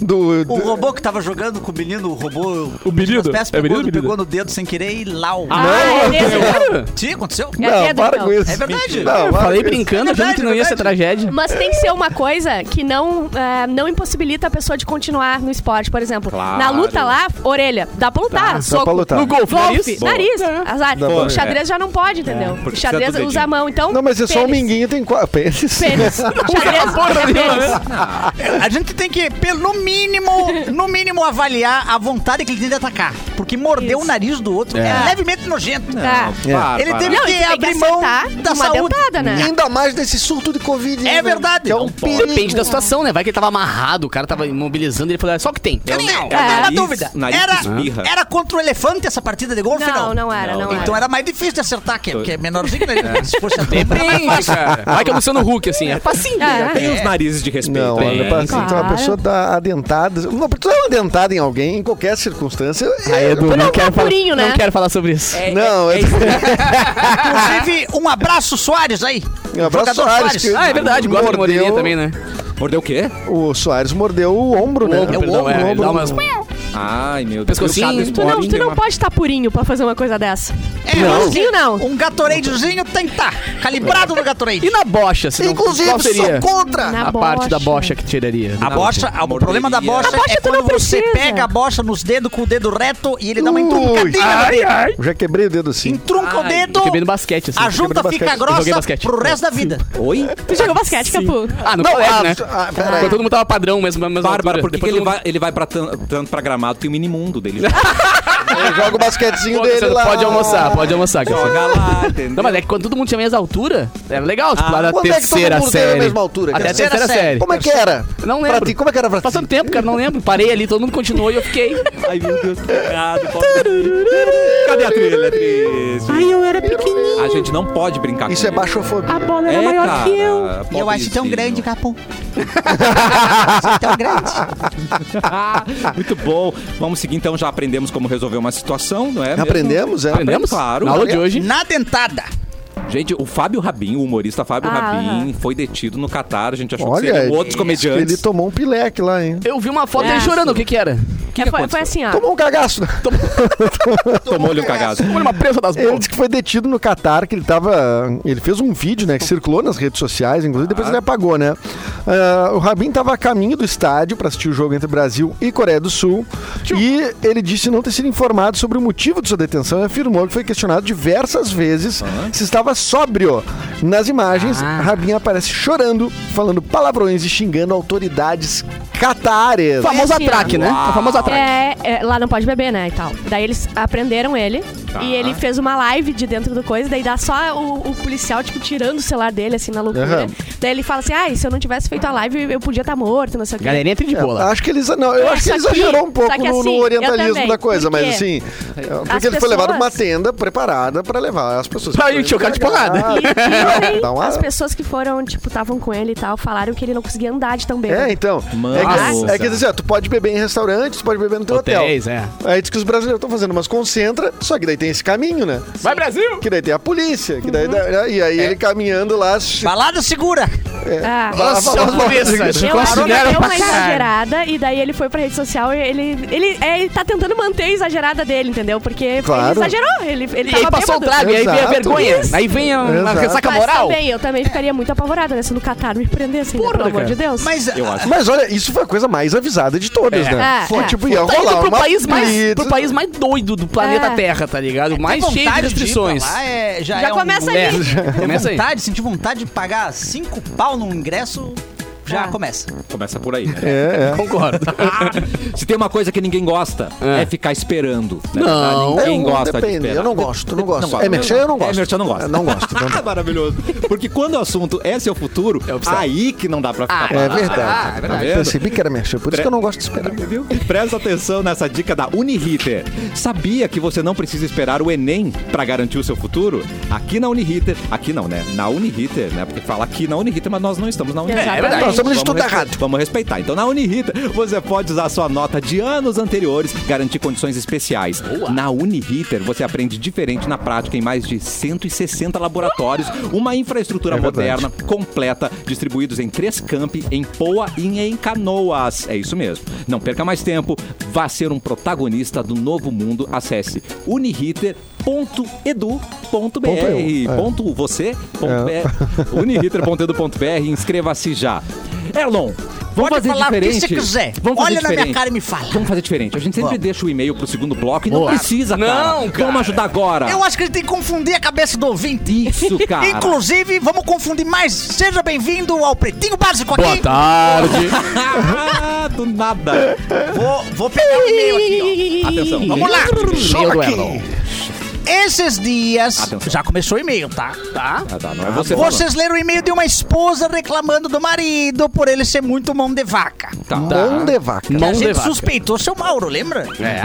[SPEAKER 3] do...
[SPEAKER 6] O
[SPEAKER 3] do-
[SPEAKER 6] robô que tava jogando com o menino, o robô.
[SPEAKER 5] O
[SPEAKER 6] As
[SPEAKER 5] belido?
[SPEAKER 6] peças
[SPEAKER 5] É
[SPEAKER 6] pegou,
[SPEAKER 5] belido, belido?
[SPEAKER 6] pegou no dedo sem querer e lau.
[SPEAKER 4] Ah, é dedo, então.
[SPEAKER 6] Sim, aconteceu?
[SPEAKER 4] É
[SPEAKER 3] Não,
[SPEAKER 4] dedo,
[SPEAKER 3] para
[SPEAKER 4] então.
[SPEAKER 3] com isso.
[SPEAKER 6] É verdade.
[SPEAKER 3] Não,
[SPEAKER 5] Eu
[SPEAKER 3] para
[SPEAKER 5] falei
[SPEAKER 3] com isso.
[SPEAKER 5] brincando, achando que não ia ser tragédia.
[SPEAKER 4] Mas tem que ser uma coisa que não, é, não impossibilita a pessoa de continuar no esporte, por exemplo.
[SPEAKER 1] Claro.
[SPEAKER 4] Na luta lá, orelha, dá pra lutar.
[SPEAKER 3] Dá
[SPEAKER 4] soco.
[SPEAKER 3] pra lutar.
[SPEAKER 5] No golfe,
[SPEAKER 4] Golfe,
[SPEAKER 5] nariz.
[SPEAKER 4] nariz, azar.
[SPEAKER 3] Dá
[SPEAKER 4] O
[SPEAKER 3] pra
[SPEAKER 1] lutar.
[SPEAKER 4] xadrez já não pode, entendeu?
[SPEAKER 1] porque
[SPEAKER 4] O xadrez
[SPEAKER 1] precisa do
[SPEAKER 4] usa a mão, então.
[SPEAKER 3] Não, mas é só o
[SPEAKER 4] pênis.
[SPEAKER 3] minguinho tem quatro. Pênis.
[SPEAKER 4] Pênis. Xadrez, é pênis.
[SPEAKER 6] A gente tem que, pelo no mínimo, no mínimo, avaliar a vontade que ele tem de atacar. Porque morder
[SPEAKER 4] Isso.
[SPEAKER 6] o nariz do outro é, levemente nojento.
[SPEAKER 1] Ah,
[SPEAKER 4] Tá.
[SPEAKER 1] para,
[SPEAKER 6] Ele
[SPEAKER 1] para.
[SPEAKER 6] teve-
[SPEAKER 4] Não, e tu
[SPEAKER 6] Tem que
[SPEAKER 4] tem que
[SPEAKER 6] abrir mão
[SPEAKER 4] acertar
[SPEAKER 6] da
[SPEAKER 4] uma
[SPEAKER 6] saúde.
[SPEAKER 4] dentada, né?
[SPEAKER 3] Ainda mais nesse surto de Covid.
[SPEAKER 6] É
[SPEAKER 3] né,
[SPEAKER 6] verdade.
[SPEAKER 3] Que é um
[SPEAKER 6] Não
[SPEAKER 3] perigo.
[SPEAKER 5] Depende da situação, né? Vai que ele tava amarrado, o cara tava imobilizando, ele falou, é só o que tem.
[SPEAKER 6] Eu, eu,
[SPEAKER 4] É.
[SPEAKER 6] tenho uma
[SPEAKER 1] Nariz-
[SPEAKER 6] dúvida.
[SPEAKER 1] nariz que espirra.
[SPEAKER 6] Era, era contra o elefante essa partida de golfe?
[SPEAKER 4] Não,
[SPEAKER 6] Não,
[SPEAKER 4] não era, não,
[SPEAKER 6] Então
[SPEAKER 4] era.
[SPEAKER 6] era mais difícil de acertar, que é, que é menorzinho que ele- se fosse a dobra.
[SPEAKER 5] Depende, cara. Vai que é o Luciano Huck, assim. É facinho.
[SPEAKER 4] É.
[SPEAKER 1] Tem os narizes de respeito.
[SPEAKER 3] Não,
[SPEAKER 1] hein?
[SPEAKER 5] né?
[SPEAKER 3] olha, pra, assim, então
[SPEAKER 4] Claro.
[SPEAKER 3] a pessoa dá a dentada. Não, tu dá uma dentada em alguém, em qualquer circunstância.
[SPEAKER 5] Aí, é Edu,
[SPEAKER 4] Foi
[SPEAKER 5] não
[SPEAKER 4] um
[SPEAKER 5] quero, falar,
[SPEAKER 4] vaporinho, né?
[SPEAKER 5] não quero falar sobre isso.
[SPEAKER 3] Não, é.
[SPEAKER 6] Inclusive, um abraço Soares aí.
[SPEAKER 3] Um abraço,
[SPEAKER 6] Jogador
[SPEAKER 3] Soares. que-
[SPEAKER 5] Ah, é verdade, gosta de
[SPEAKER 3] mordeu-
[SPEAKER 5] moreninha também, né?
[SPEAKER 1] Mordeu o quê?
[SPEAKER 3] O Soares mordeu o ombro, né?
[SPEAKER 5] ombro,
[SPEAKER 3] É
[SPEAKER 5] perdão, é, ele dá umas-
[SPEAKER 1] Ai, meu Deus.
[SPEAKER 5] Pescocinho.
[SPEAKER 1] Cada
[SPEAKER 4] Tu
[SPEAKER 1] esporte
[SPEAKER 4] não, tu
[SPEAKER 1] tem
[SPEAKER 4] não
[SPEAKER 1] uma-
[SPEAKER 4] pode estar purinho pra fazer uma coisa dessa.
[SPEAKER 6] É,
[SPEAKER 4] Não.
[SPEAKER 6] um-
[SPEAKER 4] Sim, não.
[SPEAKER 6] Um Gatoradezinho tem que estar calibrado no Gatorade.
[SPEAKER 5] E na bocha, se não, Então, qual
[SPEAKER 3] Inclusive,
[SPEAKER 5] seria
[SPEAKER 3] sou contra.
[SPEAKER 4] Na
[SPEAKER 5] a parte da bocha que tiraria?
[SPEAKER 6] A bocha, o problema da bocha,
[SPEAKER 1] A
[SPEAKER 4] bocha
[SPEAKER 6] é
[SPEAKER 4] tu não
[SPEAKER 6] quando você
[SPEAKER 4] precisa.
[SPEAKER 6] pega a bocha nos dedos com o dedo reto e ele dá uma
[SPEAKER 3] Ui.
[SPEAKER 6] entroncadinha no dedo.
[SPEAKER 3] Eu Já quebrei o dedo assim.
[SPEAKER 6] Entrunca o dedo,
[SPEAKER 5] Eu Fiquei bem no basquete, assim.
[SPEAKER 6] a junta
[SPEAKER 3] basquete.
[SPEAKER 6] fica
[SPEAKER 3] Eu joguei
[SPEAKER 6] grossa
[SPEAKER 5] basquete.
[SPEAKER 6] pro resto da vida.
[SPEAKER 1] Oi?
[SPEAKER 4] Tu jogou basquete, Capu?
[SPEAKER 5] Ah, no
[SPEAKER 3] Não,
[SPEAKER 5] colégio,
[SPEAKER 3] ah,
[SPEAKER 5] né?
[SPEAKER 3] ah, peraí.
[SPEAKER 5] Quando todo mundo tava padrão, mesmo, mesma
[SPEAKER 1] Bárbara,
[SPEAKER 5] altura.
[SPEAKER 1] por que, que
[SPEAKER 5] Depois
[SPEAKER 1] ele,
[SPEAKER 5] todo
[SPEAKER 1] vai, ele vai pra tan- tanto pra gramado? Tem o minimundo dele.
[SPEAKER 3] Eu jogo o basquetezinho
[SPEAKER 5] mundo-
[SPEAKER 3] dele lá.
[SPEAKER 5] Pode almoçar, pode almoçar. Cara.
[SPEAKER 1] Joga lá, entendeu?
[SPEAKER 5] Não, mas é que quando todo mundo tinha a mesma altura, era legal, tipo, lá na
[SPEAKER 3] Quando é que todo
[SPEAKER 5] terceira
[SPEAKER 3] mundo tem a
[SPEAKER 5] série.
[SPEAKER 3] mesma altura,
[SPEAKER 5] Até a
[SPEAKER 3] cara?
[SPEAKER 5] terceira
[SPEAKER 6] Terceira
[SPEAKER 5] série.
[SPEAKER 3] Como é que era?
[SPEAKER 5] Não
[SPEAKER 3] Pra
[SPEAKER 5] lembro.
[SPEAKER 3] ti, como é que era pra ti?
[SPEAKER 5] Passando tempo, cara, não lembro. Parei ali, todo mundo continuou e eu fiquei.
[SPEAKER 1] Ai, meu Deus, que pecado. Cadê a trilha, Triste?
[SPEAKER 7] Ai, eu era pequenininho.
[SPEAKER 1] A gente não pode brincar
[SPEAKER 3] Isso
[SPEAKER 1] com É,
[SPEAKER 3] é baixofobia.
[SPEAKER 7] A bola era maior
[SPEAKER 1] cara,
[SPEAKER 7] que eu.
[SPEAKER 1] pobrezinho.
[SPEAKER 6] E eu acho tão grande, Capu. Eu acho tão grande.
[SPEAKER 1] Muito bom. Vamos seguir, então. Já aprendemos como resolver uma situação, não é? mesmo?
[SPEAKER 3] Aprendemos, é?
[SPEAKER 5] Aprendemos?
[SPEAKER 1] Claro.
[SPEAKER 5] Na aula de hoje.
[SPEAKER 6] Na dentada.
[SPEAKER 1] Gente, o Fábio Rabin, o humorista Fábio
[SPEAKER 4] Ah,
[SPEAKER 1] Rabin, foi detido no Catar. A gente achou
[SPEAKER 3] Olha,
[SPEAKER 1] que um seriam outros
[SPEAKER 3] ele-
[SPEAKER 1] comediantes.
[SPEAKER 3] Ele tomou um pileque lá, hein?
[SPEAKER 5] Eu vi uma foto dele
[SPEAKER 4] É.
[SPEAKER 5] chorando, o que que era?
[SPEAKER 4] É, foi, foi assim, ó.
[SPEAKER 3] Tomou um cagaço. né?
[SPEAKER 1] Tomou-lhe o cagado.
[SPEAKER 5] Olha uma prensa das
[SPEAKER 3] Ele
[SPEAKER 5] bolas.
[SPEAKER 3] disse que foi detido no Catar, que ele tava. Ele fez um vídeo, né? Que circulou nas redes sociais, inclusive, depois ele apagou, né? Ah, o Rabin tava a caminho do estádio para assistir o jogo entre Brasil e Coreia do Sul. E ele disse não ter sido informado sobre o motivo de sua detenção e afirmou que foi questionado diversas vezes se estava sóbrio. Nas imagens, Rabin aparece chorando, falando palavrões e xingando autoridades catares.
[SPEAKER 5] O famoso
[SPEAKER 4] assim, ó.
[SPEAKER 5] atraque, né? O famoso atraque.
[SPEAKER 4] É, é, lá não pode beber, né, e tal. Daí eles aprenderam ele E ele fez uma live de dentro do coisa, daí dá só o, o policial, tipo, tirando o celular dele, assim, na loucura.
[SPEAKER 3] Aham.
[SPEAKER 4] Daí ele fala assim, ah, e se eu não tivesse feito a live, eu podia estar morto, não sei o quê.
[SPEAKER 5] Galerinha entra de
[SPEAKER 3] É,
[SPEAKER 5] bola.
[SPEAKER 3] acho que ele, exa- não, eu
[SPEAKER 4] É,
[SPEAKER 3] acho que
[SPEAKER 4] só
[SPEAKER 3] ele
[SPEAKER 4] que-
[SPEAKER 3] exagerou um pouco
[SPEAKER 4] só que
[SPEAKER 3] no-
[SPEAKER 4] assim,
[SPEAKER 3] no
[SPEAKER 4] eu
[SPEAKER 3] orientalismo
[SPEAKER 4] também,
[SPEAKER 3] da coisa,
[SPEAKER 4] porque
[SPEAKER 3] mas assim. é, Porque ele foi
[SPEAKER 4] pessoas-
[SPEAKER 3] levado pra uma tenda preparada pra levar as pessoas.
[SPEAKER 5] Pra ir chocar de porrada.
[SPEAKER 3] Ah,
[SPEAKER 4] E dizem
[SPEAKER 3] dá um uma-
[SPEAKER 4] as pessoas que foram, tipo, estavam com ele e tal, falaram que ele não conseguia andar de tão bem.
[SPEAKER 3] É, então.
[SPEAKER 1] Mano.
[SPEAKER 3] É que, é que
[SPEAKER 1] Nossa.
[SPEAKER 3] assim, ó, tu pode beber em restaurante, tu pode beber no teu
[SPEAKER 5] Hotéis,
[SPEAKER 3] hotel.
[SPEAKER 5] é.
[SPEAKER 3] Aí diz que os brasileiros estão fazendo, mas concentra, só que daí tem esse caminho, né?
[SPEAKER 5] Vai, Brasil!
[SPEAKER 3] Que daí tem a polícia, que
[SPEAKER 4] Uhum.
[SPEAKER 3] daí, né? e
[SPEAKER 5] É.
[SPEAKER 3] aí ele caminhando lá.
[SPEAKER 6] Balada segura.
[SPEAKER 4] Ah.
[SPEAKER 5] Nossa,
[SPEAKER 3] Nossa,
[SPEAKER 5] polícia.
[SPEAKER 4] Eu acho que ele
[SPEAKER 5] Considera
[SPEAKER 4] deu
[SPEAKER 5] pra
[SPEAKER 4] é uma
[SPEAKER 5] caralho.
[SPEAKER 4] exagerada e daí ele foi pra rede social e ele, ele, é, ele tá tentando manter a exagerada dele, entendeu? Porque ele
[SPEAKER 3] Claro.
[SPEAKER 4] exagerou, ele, ele
[SPEAKER 5] E
[SPEAKER 4] tava
[SPEAKER 5] aí passou o
[SPEAKER 4] bêbado.
[SPEAKER 5] trago, e aí vem a
[SPEAKER 3] Exato.
[SPEAKER 5] vergonha. Aí vem a, a
[SPEAKER 3] Exato.
[SPEAKER 5] ressaca
[SPEAKER 4] Mas
[SPEAKER 5] moral.
[SPEAKER 4] também, eu também ficaria muito apavorada, né? Se no Catar me prendessem, né,
[SPEAKER 5] Porra,
[SPEAKER 4] pelo amor
[SPEAKER 5] cara.
[SPEAKER 4] de Deus.
[SPEAKER 6] Mas ah,
[SPEAKER 1] Eu acho.
[SPEAKER 3] Mas olha, isso foi a coisa mais avisada de todas,
[SPEAKER 5] É.
[SPEAKER 3] né?
[SPEAKER 4] É,
[SPEAKER 3] foi
[SPEAKER 4] é.
[SPEAKER 3] tipo, ia
[SPEAKER 5] tá indo
[SPEAKER 3] rolar
[SPEAKER 5] pro
[SPEAKER 3] uma
[SPEAKER 5] país, mais,
[SPEAKER 3] blitz.
[SPEAKER 5] pro país mais doido do planeta
[SPEAKER 4] É.
[SPEAKER 5] Terra, tá ligado? Mais cheio
[SPEAKER 6] ter
[SPEAKER 5] de
[SPEAKER 6] vontade ir pra
[SPEAKER 5] restrições.
[SPEAKER 6] lá é- já
[SPEAKER 4] Já
[SPEAKER 6] é um-
[SPEAKER 4] começa
[SPEAKER 5] É,
[SPEAKER 4] ali.
[SPEAKER 5] começa aí.
[SPEAKER 6] vontade, sentir vontade de pagar cinco pau num ingresso, já
[SPEAKER 4] Ah.
[SPEAKER 6] começa.
[SPEAKER 1] Começa por aí, né?
[SPEAKER 3] É, é.
[SPEAKER 5] Concordo.
[SPEAKER 1] Se tem uma coisa que ninguém gosta,
[SPEAKER 5] É.
[SPEAKER 1] é, ficar esperando. né?
[SPEAKER 5] Não.
[SPEAKER 1] ninguém gosta de
[SPEAKER 3] depende,
[SPEAKER 1] esperar.
[SPEAKER 3] eu não gosto, não gosto. é merchan, eu não gosto.
[SPEAKER 1] É merchan, eu não gosto.
[SPEAKER 3] Eu não gosto. não dá.
[SPEAKER 1] Maravilhoso. Porque quando o assunto é seu futuro,
[SPEAKER 5] É opção.
[SPEAKER 1] aí que não dá pra ficar
[SPEAKER 3] É
[SPEAKER 1] parado. Tá
[SPEAKER 3] verdade.
[SPEAKER 1] vendo?
[SPEAKER 3] Eu Percebi que era merchan, por isso que eu não gosto de esperar.
[SPEAKER 1] Viu? Presta atenção nessa dica da Uniriter. Sabia que você não precisa esperar o Enem para garantir o seu futuro? Aqui na Uniriter, aqui não, né? Na Uniriter, né? Porque fala aqui na Uniriter, mas nós não estamos na Uniriter.
[SPEAKER 4] Exatamente. É verdade.
[SPEAKER 3] Nós estamos no
[SPEAKER 1] Vamos
[SPEAKER 3] Estudo da
[SPEAKER 1] respe-
[SPEAKER 3] Rádio.
[SPEAKER 1] Vamos respeitar. Então, na Uniriter, você pode usar sua nota de anos anteriores, garantir condições especiais. Na Uniriter, você aprende diferente na prática em mais de 160 laboratórios, uma infraestrutura
[SPEAKER 3] É verdade.
[SPEAKER 1] moderna, completa, distribuídos em três campi, em Poa e em Canoas. É isso mesmo. Não perca mais tempo, vá ser um protagonista do novo mundo. Acesse uniriter.edu.br.
[SPEAKER 3] É.
[SPEAKER 1] Ponto você, ponto br. Uniriter.edu.br, inscreva-se já. Erlon, vamos
[SPEAKER 6] Pode
[SPEAKER 1] fazer
[SPEAKER 6] falar o que
[SPEAKER 1] diferente.
[SPEAKER 6] você quiser.
[SPEAKER 1] Vamos fazer
[SPEAKER 6] Olha na minha
[SPEAKER 1] diferente.
[SPEAKER 6] cara e me fala.
[SPEAKER 1] Vamos fazer diferente. A gente sempre
[SPEAKER 6] Vamos.
[SPEAKER 1] deixa o e-mail pro segundo bloco e não
[SPEAKER 5] Boa.
[SPEAKER 1] precisa, cara.
[SPEAKER 5] Não, cara.
[SPEAKER 1] Vamos ajudar
[SPEAKER 5] Ah.
[SPEAKER 1] agora.
[SPEAKER 6] Eu acho que a gente tem que confundir a cabeça do ouvinte.
[SPEAKER 1] Isso, cara.
[SPEAKER 6] Inclusive, vamos confundir mais. Seja bem-vindo ao Pretinho Básico aqui.
[SPEAKER 5] Boa tarde.
[SPEAKER 1] Ah, do nada.
[SPEAKER 6] Vou, vou pegar o e-mail aqui,
[SPEAKER 1] Atenção.
[SPEAKER 6] ó. Vamos lá.
[SPEAKER 5] Meu do Erlon.
[SPEAKER 6] Esses dias...
[SPEAKER 1] Atenção.
[SPEAKER 6] Já começou o e-mail, tá? Tá.
[SPEAKER 1] Ah, tá, não é você.
[SPEAKER 6] Vocês leram o e-mail de uma esposa reclamando do marido por ele ser muito mão de vaca.
[SPEAKER 1] Tá.
[SPEAKER 3] Mão de vaca.
[SPEAKER 6] a
[SPEAKER 5] Mão de
[SPEAKER 6] gente
[SPEAKER 5] vaca.
[SPEAKER 6] suspeitou seu Mauro, lembra?
[SPEAKER 5] É.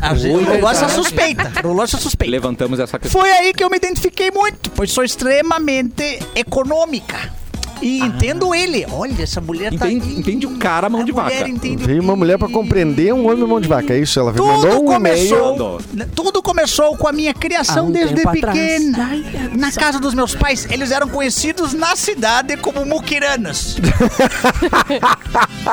[SPEAKER 6] A gente rolou essa suspeita. Rolou essa suspeita.
[SPEAKER 1] Levantamos essa questão.
[SPEAKER 6] Foi aí que eu me identifiquei muito, pois sou extremamente econômica. E entendo ele. Olha, essa mulher tá.
[SPEAKER 1] Ah. Entende- entende o cara mão
[SPEAKER 6] A
[SPEAKER 1] de
[SPEAKER 6] mulher
[SPEAKER 1] vaca.
[SPEAKER 6] entende-
[SPEAKER 3] Veio uma mulher pra compreender um homem mão de vaca. É isso, ela mandou
[SPEAKER 6] Tudo
[SPEAKER 3] um e-mail.
[SPEAKER 6] começou, tudo começou com a minha criação
[SPEAKER 5] um
[SPEAKER 6] desde pequena. Na casa dos meus pais, eles eram conhecidos na cidade como muquiranas.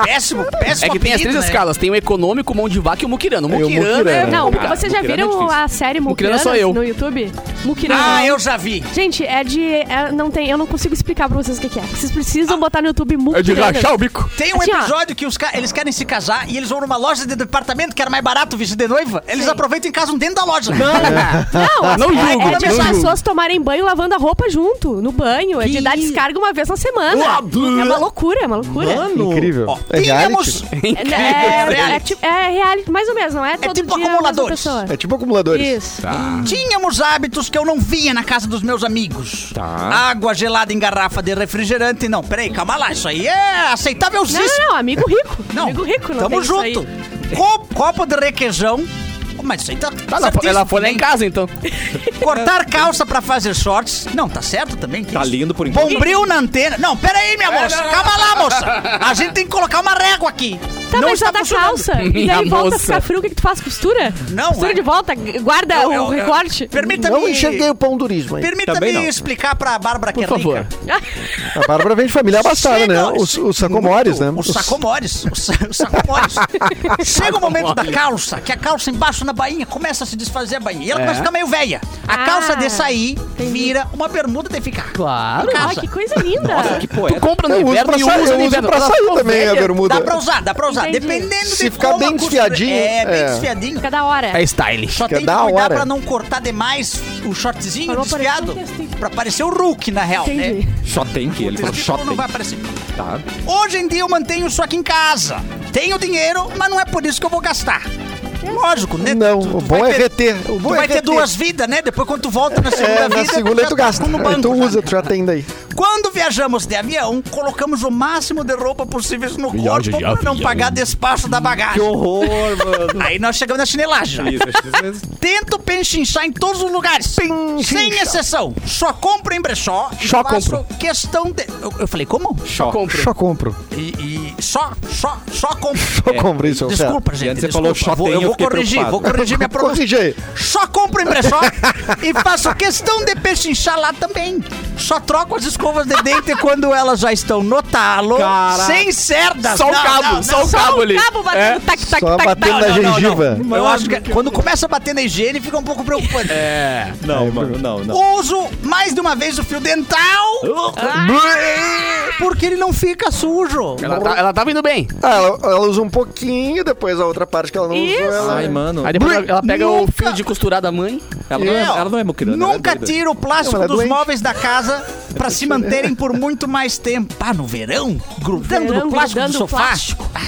[SPEAKER 6] péssimo, péssimo.
[SPEAKER 5] É que tem as três
[SPEAKER 6] apelido, né?
[SPEAKER 5] escalas. Tem o econômico, o mão de vaca e o muquirano. O
[SPEAKER 3] É, o
[SPEAKER 5] muquirano é...
[SPEAKER 3] muquirano.
[SPEAKER 4] Não,
[SPEAKER 1] Complicado.
[SPEAKER 4] vocês já
[SPEAKER 1] Muquirana é
[SPEAKER 4] viram
[SPEAKER 1] difícil.
[SPEAKER 4] a série
[SPEAKER 5] Muquirana
[SPEAKER 4] Muquiranas
[SPEAKER 5] sou eu.
[SPEAKER 4] no YouTube? Muquirana.
[SPEAKER 6] Ah, eu já vi.
[SPEAKER 4] Gente, é de... é- não tem, eu não consigo explicar pra vocês o que que é. Vocês precisam botar no YouTube
[SPEAKER 5] É de
[SPEAKER 4] Muquiranas.
[SPEAKER 5] rachar o bico.
[SPEAKER 6] Tem um
[SPEAKER 4] Assim, ó.
[SPEAKER 6] episódio que os ca- eles querem se casar e eles vão numa loja de departamento que era mais barato vestir de noiva. Eles aproveitam e casam dentro da loja.
[SPEAKER 4] Não, as-
[SPEAKER 5] Não
[SPEAKER 4] é,
[SPEAKER 5] julgo,
[SPEAKER 4] é de
[SPEAKER 5] não
[SPEAKER 4] as
[SPEAKER 5] julgo.
[SPEAKER 4] pessoas tomarem banho lavando a roupa junto, no banho. É de dar descarga uma vez na semana.
[SPEAKER 5] Uá, blá.
[SPEAKER 4] É uma loucura, é uma loucura.
[SPEAKER 3] Incrível.
[SPEAKER 6] Ó,
[SPEAKER 3] é
[SPEAKER 6] tínhamos
[SPEAKER 3] reality.
[SPEAKER 4] É, é, é,
[SPEAKER 6] Reality.
[SPEAKER 4] tipo- é reality, mais ou menos, não é, todo
[SPEAKER 6] tipo
[SPEAKER 4] dia a mesma
[SPEAKER 6] acumuladores. Tá.
[SPEAKER 4] pessoa.
[SPEAKER 3] É tipo acumuladores.
[SPEAKER 4] Isso.
[SPEAKER 6] Tínhamos hábitos que eu não via na casa dos meus amigos.
[SPEAKER 1] Tá.
[SPEAKER 6] Água gelada em garrafa de refrigerante. Não, peraí, calma lá. Isso aí é aceitável
[SPEAKER 4] Não, não, não, amigo rico. amigo rico, não
[SPEAKER 6] Tamo
[SPEAKER 4] tem isso aí.
[SPEAKER 6] junto. Co- copo de requeijão. Oh, Mas isso aí tá.
[SPEAKER 5] Ah, ela, foi, ela foi lá em
[SPEAKER 6] certíssimo.
[SPEAKER 5] casa, então.
[SPEAKER 6] Cortar calça pra fazer shorts. Não, tá certo também. que
[SPEAKER 1] Tá
[SPEAKER 6] isso?
[SPEAKER 1] lindo por enquanto.
[SPEAKER 6] Bombril na antena. Não, pera aí, minha moça. Calma lá, moça. A gente tem que colocar uma régua aqui.
[SPEAKER 4] Tá,
[SPEAKER 6] não
[SPEAKER 4] mas já
[SPEAKER 6] está
[SPEAKER 4] da
[SPEAKER 6] funcionando.
[SPEAKER 4] calça. E
[SPEAKER 5] Minha
[SPEAKER 4] daí volta
[SPEAKER 5] moça.
[SPEAKER 4] a ficar frio, o que, que tu faz? Costura?
[SPEAKER 6] Não,
[SPEAKER 4] Costura
[SPEAKER 6] é.
[SPEAKER 4] de volta, guarda
[SPEAKER 6] Eu- eu-
[SPEAKER 4] o recorte.
[SPEAKER 6] Permita-me.
[SPEAKER 3] Não enxerguei o pão durismo aí.
[SPEAKER 1] Também não.
[SPEAKER 6] Permita-me explicar pra Bárbara que
[SPEAKER 5] Por
[SPEAKER 6] é rica.
[SPEAKER 5] favor.
[SPEAKER 3] A Bárbara vem de família abastada, né?
[SPEAKER 6] Chega-
[SPEAKER 3] Os, os sacomores, né?
[SPEAKER 6] Muito. Os sacomores. Os sa- os sacomores. Chega o momento da calça, que a calça embaixo na bainha começa a se desfazer a bainha. E
[SPEAKER 3] É.
[SPEAKER 6] ela começa a ficar meio velha. A
[SPEAKER 4] Ah,
[SPEAKER 6] calça de sair vira uma bermuda de ficar.
[SPEAKER 5] Claro.
[SPEAKER 4] Ai, que coisa linda.
[SPEAKER 1] Que
[SPEAKER 5] Tu
[SPEAKER 1] poeta.
[SPEAKER 5] compra no
[SPEAKER 3] Eu uso
[SPEAKER 5] inverno
[SPEAKER 3] pra
[SPEAKER 5] e
[SPEAKER 3] sair,
[SPEAKER 5] usa
[SPEAKER 3] eu
[SPEAKER 5] no
[SPEAKER 3] uso
[SPEAKER 5] inverno.
[SPEAKER 3] pra
[SPEAKER 5] Ela
[SPEAKER 3] sair
[SPEAKER 5] ficou
[SPEAKER 3] também a
[SPEAKER 5] velha.
[SPEAKER 3] bermuda.
[SPEAKER 6] Dá pra usar, dá pra usar.
[SPEAKER 4] Entendi.
[SPEAKER 6] Dependendo
[SPEAKER 3] Se
[SPEAKER 6] de
[SPEAKER 3] ficar
[SPEAKER 6] como
[SPEAKER 3] bem
[SPEAKER 6] a costura-
[SPEAKER 3] desfiadinho,
[SPEAKER 6] É, bem
[SPEAKER 3] é.
[SPEAKER 6] desfiadinho.
[SPEAKER 4] Cada hora.
[SPEAKER 5] É style.
[SPEAKER 6] Só
[SPEAKER 3] Fica
[SPEAKER 6] tem que
[SPEAKER 3] da
[SPEAKER 6] cuidar
[SPEAKER 3] hora.
[SPEAKER 6] pra não cortar demais o shortzinho
[SPEAKER 4] Falou,
[SPEAKER 6] desfiado.
[SPEAKER 4] parece um tecido.
[SPEAKER 6] Pra parecer o Hulk, na real,
[SPEAKER 4] Entendi.
[SPEAKER 6] né?
[SPEAKER 1] Shot tem que ele
[SPEAKER 6] O
[SPEAKER 1] falou shot
[SPEAKER 6] testículo não
[SPEAKER 1] tem.
[SPEAKER 6] vai aparecer.
[SPEAKER 1] Tá.
[SPEAKER 6] Hoje em dia eu mantenho isso aqui em casa. Tenho dinheiro, mas não é por isso que eu vou gastar. Lógico, né?
[SPEAKER 3] Não,
[SPEAKER 6] Tu- tu
[SPEAKER 3] o bom
[SPEAKER 6] vai
[SPEAKER 3] é
[SPEAKER 6] ter-
[SPEAKER 3] reter. O
[SPEAKER 6] Tu
[SPEAKER 3] bom é
[SPEAKER 6] vai ter
[SPEAKER 3] reter.
[SPEAKER 6] duas vidas, né? Depois quando tu volta na segunda
[SPEAKER 3] É,
[SPEAKER 6] vida,
[SPEAKER 3] na segunda
[SPEAKER 6] já
[SPEAKER 3] tu
[SPEAKER 6] tá
[SPEAKER 3] gasta.
[SPEAKER 6] com No banco,
[SPEAKER 3] Aí tu
[SPEAKER 6] já.
[SPEAKER 3] usa, tu já tem daí.
[SPEAKER 6] Quando viajamos de avião, colocamos o máximo de roupa possível no corpo
[SPEAKER 5] de
[SPEAKER 6] para não
[SPEAKER 5] avião.
[SPEAKER 6] pagar despacho da
[SPEAKER 1] Que
[SPEAKER 6] bagagem.
[SPEAKER 1] horror, mano.
[SPEAKER 6] Aí nós chegamos na chinelagem.
[SPEAKER 1] Isso, isso, isso.
[SPEAKER 6] Tento penchinchar em todos os lugares. Sem exceção. Só compro em brechó. e
[SPEAKER 5] Só
[SPEAKER 6] faço
[SPEAKER 5] compro.
[SPEAKER 6] questão de. Eu, eu falei, como?
[SPEAKER 1] Choque.
[SPEAKER 5] Compro.
[SPEAKER 3] Só compro.
[SPEAKER 6] E, e só, só, só compro.
[SPEAKER 3] Só
[SPEAKER 5] É.
[SPEAKER 3] compro isso.
[SPEAKER 6] Desculpa, gente.
[SPEAKER 1] antes você
[SPEAKER 6] desculpa.
[SPEAKER 1] falou só
[SPEAKER 6] vou,
[SPEAKER 1] tem,
[SPEAKER 6] eu
[SPEAKER 1] eu
[SPEAKER 6] vou
[SPEAKER 1] fiquei
[SPEAKER 6] corrigir,
[SPEAKER 1] preocupado.
[SPEAKER 6] vou corrigir minha pronúncia.
[SPEAKER 3] Corrige aí.
[SPEAKER 6] Só compro em brechó e faço questão de pechinchar lá também. Só troco as escovas de dente quando elas já estão no talo,
[SPEAKER 1] Caraca.
[SPEAKER 6] sem cerdas.
[SPEAKER 5] Só o
[SPEAKER 6] Não,
[SPEAKER 5] cabo,
[SPEAKER 6] não,
[SPEAKER 5] só
[SPEAKER 6] não,
[SPEAKER 5] o cabo ali.
[SPEAKER 4] Cabo
[SPEAKER 5] É.
[SPEAKER 4] batendo, tac, tac,
[SPEAKER 3] Só
[SPEAKER 4] tac, tac.
[SPEAKER 3] batendo na gengiva.
[SPEAKER 6] Eu acho que quando começa a bater na higiene, fica um pouco preocupante.
[SPEAKER 5] É.
[SPEAKER 1] Não, mano, não, não.
[SPEAKER 6] Uso mais de uma vez o fio dental porque ele não fica sujo.
[SPEAKER 5] É. Ela, tá, ela tava indo bem.
[SPEAKER 3] Ah, ela, ela usa um pouquinho, depois a outra parte que ela não
[SPEAKER 4] Isso.
[SPEAKER 3] usou, ela...
[SPEAKER 1] Ai, mano.
[SPEAKER 5] Aí depois ela, ela pega o
[SPEAKER 6] Nunca-
[SPEAKER 5] fio de costurar da mãe.
[SPEAKER 1] Ela não é, ela não é muquirana, ela é
[SPEAKER 6] Nunca
[SPEAKER 1] doida.
[SPEAKER 6] tira o plástico
[SPEAKER 3] Ela é
[SPEAKER 6] dos
[SPEAKER 3] doente.
[SPEAKER 6] móveis da casa pra se manterem por muito mais tempo. Ah, no verão, grudando
[SPEAKER 4] Verão,
[SPEAKER 6] no plástico do
[SPEAKER 4] grudando no
[SPEAKER 6] sofá.
[SPEAKER 4] plástico.
[SPEAKER 6] Ah,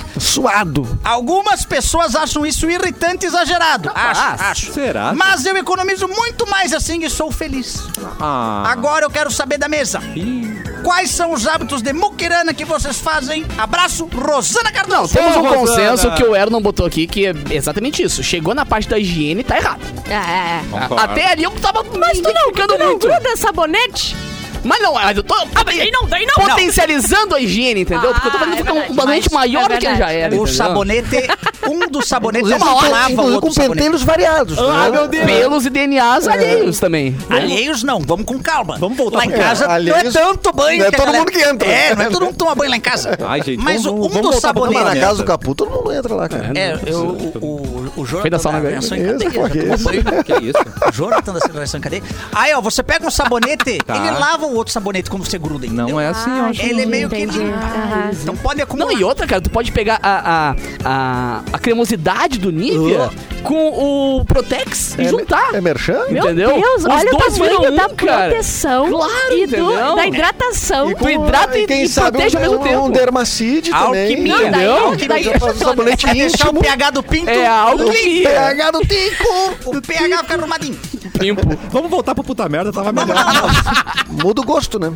[SPEAKER 6] Suado. Algumas pessoas acham isso irritante e exagerado. Acho, acho.
[SPEAKER 1] Ah, Será?
[SPEAKER 6] Mas eu economizo muito mais assim e sou feliz.
[SPEAKER 1] Ah.
[SPEAKER 6] Agora eu quero saber da mesa.
[SPEAKER 1] Ih.
[SPEAKER 6] Quais são os hábitos de muquirana que vocês fazem? Abraço, Rosana Cardoso.
[SPEAKER 5] Temos um
[SPEAKER 1] Rosana.
[SPEAKER 5] consenso que o Ero não botou aqui, que é exatamente isso. Chegou na parte da higiene, tá errado.
[SPEAKER 4] É, é.
[SPEAKER 1] Concordo.
[SPEAKER 5] Até ali eu tava mas
[SPEAKER 4] Tu não, tu não
[SPEAKER 5] muito.
[SPEAKER 4] gruda sabonete?
[SPEAKER 5] Mas não, mas eu tô
[SPEAKER 4] Daí não, daí não.
[SPEAKER 5] potencializando a higiene, entendeu? Porque eu tô
[SPEAKER 4] Ah,
[SPEAKER 5] fazendo
[SPEAKER 4] é
[SPEAKER 5] ficar um
[SPEAKER 4] verdade,
[SPEAKER 5] banante
[SPEAKER 4] mas-
[SPEAKER 5] maior
[SPEAKER 4] é
[SPEAKER 5] do que ele já
[SPEAKER 4] verdade, é
[SPEAKER 5] era.
[SPEAKER 6] O
[SPEAKER 5] entendeu?
[SPEAKER 6] sabonete, um dos sabonetes
[SPEAKER 5] Inclusive com-
[SPEAKER 6] lava o
[SPEAKER 3] Inclusive
[SPEAKER 6] outro
[SPEAKER 3] com
[SPEAKER 6] sabonete.
[SPEAKER 3] pentelhos variados.
[SPEAKER 5] Ah,
[SPEAKER 3] né?
[SPEAKER 5] meu Deus. Pelos e DNAs alheios também.
[SPEAKER 6] Alheios não, vamos com calma.
[SPEAKER 1] Vamos voltar
[SPEAKER 6] Lá em
[SPEAKER 1] pro-
[SPEAKER 6] casa
[SPEAKER 3] É, alheios-
[SPEAKER 6] não é tanto banho.
[SPEAKER 3] não é
[SPEAKER 6] a
[SPEAKER 3] todo mundo que entra.
[SPEAKER 6] É, não é todo mundo que toma banho lá em casa.
[SPEAKER 1] Ai, gente,
[SPEAKER 6] Mas
[SPEAKER 1] vamos-
[SPEAKER 6] um
[SPEAKER 1] vamos
[SPEAKER 6] dos
[SPEAKER 1] voltar pra né?
[SPEAKER 3] Mas
[SPEAKER 1] Planeta.
[SPEAKER 3] na
[SPEAKER 6] sabonetes...
[SPEAKER 3] casa do Capu, Tá todo mundo entra lá, cara.
[SPEAKER 6] É, eu, o, o, o Jonathan
[SPEAKER 5] Foi da sauna
[SPEAKER 6] da
[SPEAKER 5] mesmo.
[SPEAKER 6] reação em
[SPEAKER 3] Isso,
[SPEAKER 6] cadeia,
[SPEAKER 3] porra,
[SPEAKER 6] já tomou
[SPEAKER 3] isso.
[SPEAKER 6] banho.
[SPEAKER 1] Que isso?
[SPEAKER 6] O Jonathan da reação em cadeia. Aí, ó, você pega um sabonete,
[SPEAKER 1] Tá.
[SPEAKER 6] ele lava o outro sabonete quando você gruda, entendeu?
[SPEAKER 1] Não é assim, eu acho.
[SPEAKER 6] Ele é meio que...
[SPEAKER 4] Entendi. Aham.
[SPEAKER 6] Então pode
[SPEAKER 5] Não,
[SPEAKER 6] acumular.
[SPEAKER 5] e outra, cara, tu pode pegar a, a, a, a cremosidade do Nivea com o Protex e juntar.
[SPEAKER 3] É merchan?
[SPEAKER 5] Meu
[SPEAKER 4] Meu
[SPEAKER 5] entendeu?
[SPEAKER 4] Deus,
[SPEAKER 5] Os
[SPEAKER 4] olha o
[SPEAKER 5] dois
[SPEAKER 4] tamanho
[SPEAKER 5] viram um,
[SPEAKER 4] da
[SPEAKER 5] cara.
[SPEAKER 4] proteção
[SPEAKER 5] Claro,
[SPEAKER 4] e do,
[SPEAKER 5] entendeu?
[SPEAKER 4] da hidratação.
[SPEAKER 5] E com- hidrata e-
[SPEAKER 3] quem
[SPEAKER 5] e
[SPEAKER 3] sabe
[SPEAKER 5] protege
[SPEAKER 3] um,
[SPEAKER 5] ao mesmo
[SPEAKER 3] um
[SPEAKER 5] tempo.
[SPEAKER 3] dermacide também.
[SPEAKER 6] Alquimia.
[SPEAKER 3] entendeu?
[SPEAKER 5] Entendeu?
[SPEAKER 4] Daí, daí,
[SPEAKER 3] Já faz um sabonete
[SPEAKER 6] Vai deixar o
[SPEAKER 3] íntimo.
[SPEAKER 6] pH do pinto
[SPEAKER 5] É algo que
[SPEAKER 3] PH do Tico.
[SPEAKER 6] O pH fica arrumadinho.
[SPEAKER 5] limpo.
[SPEAKER 1] Vamos voltar pro puta merda, tava melhor.
[SPEAKER 6] Tá.
[SPEAKER 3] Muda o gosto, né?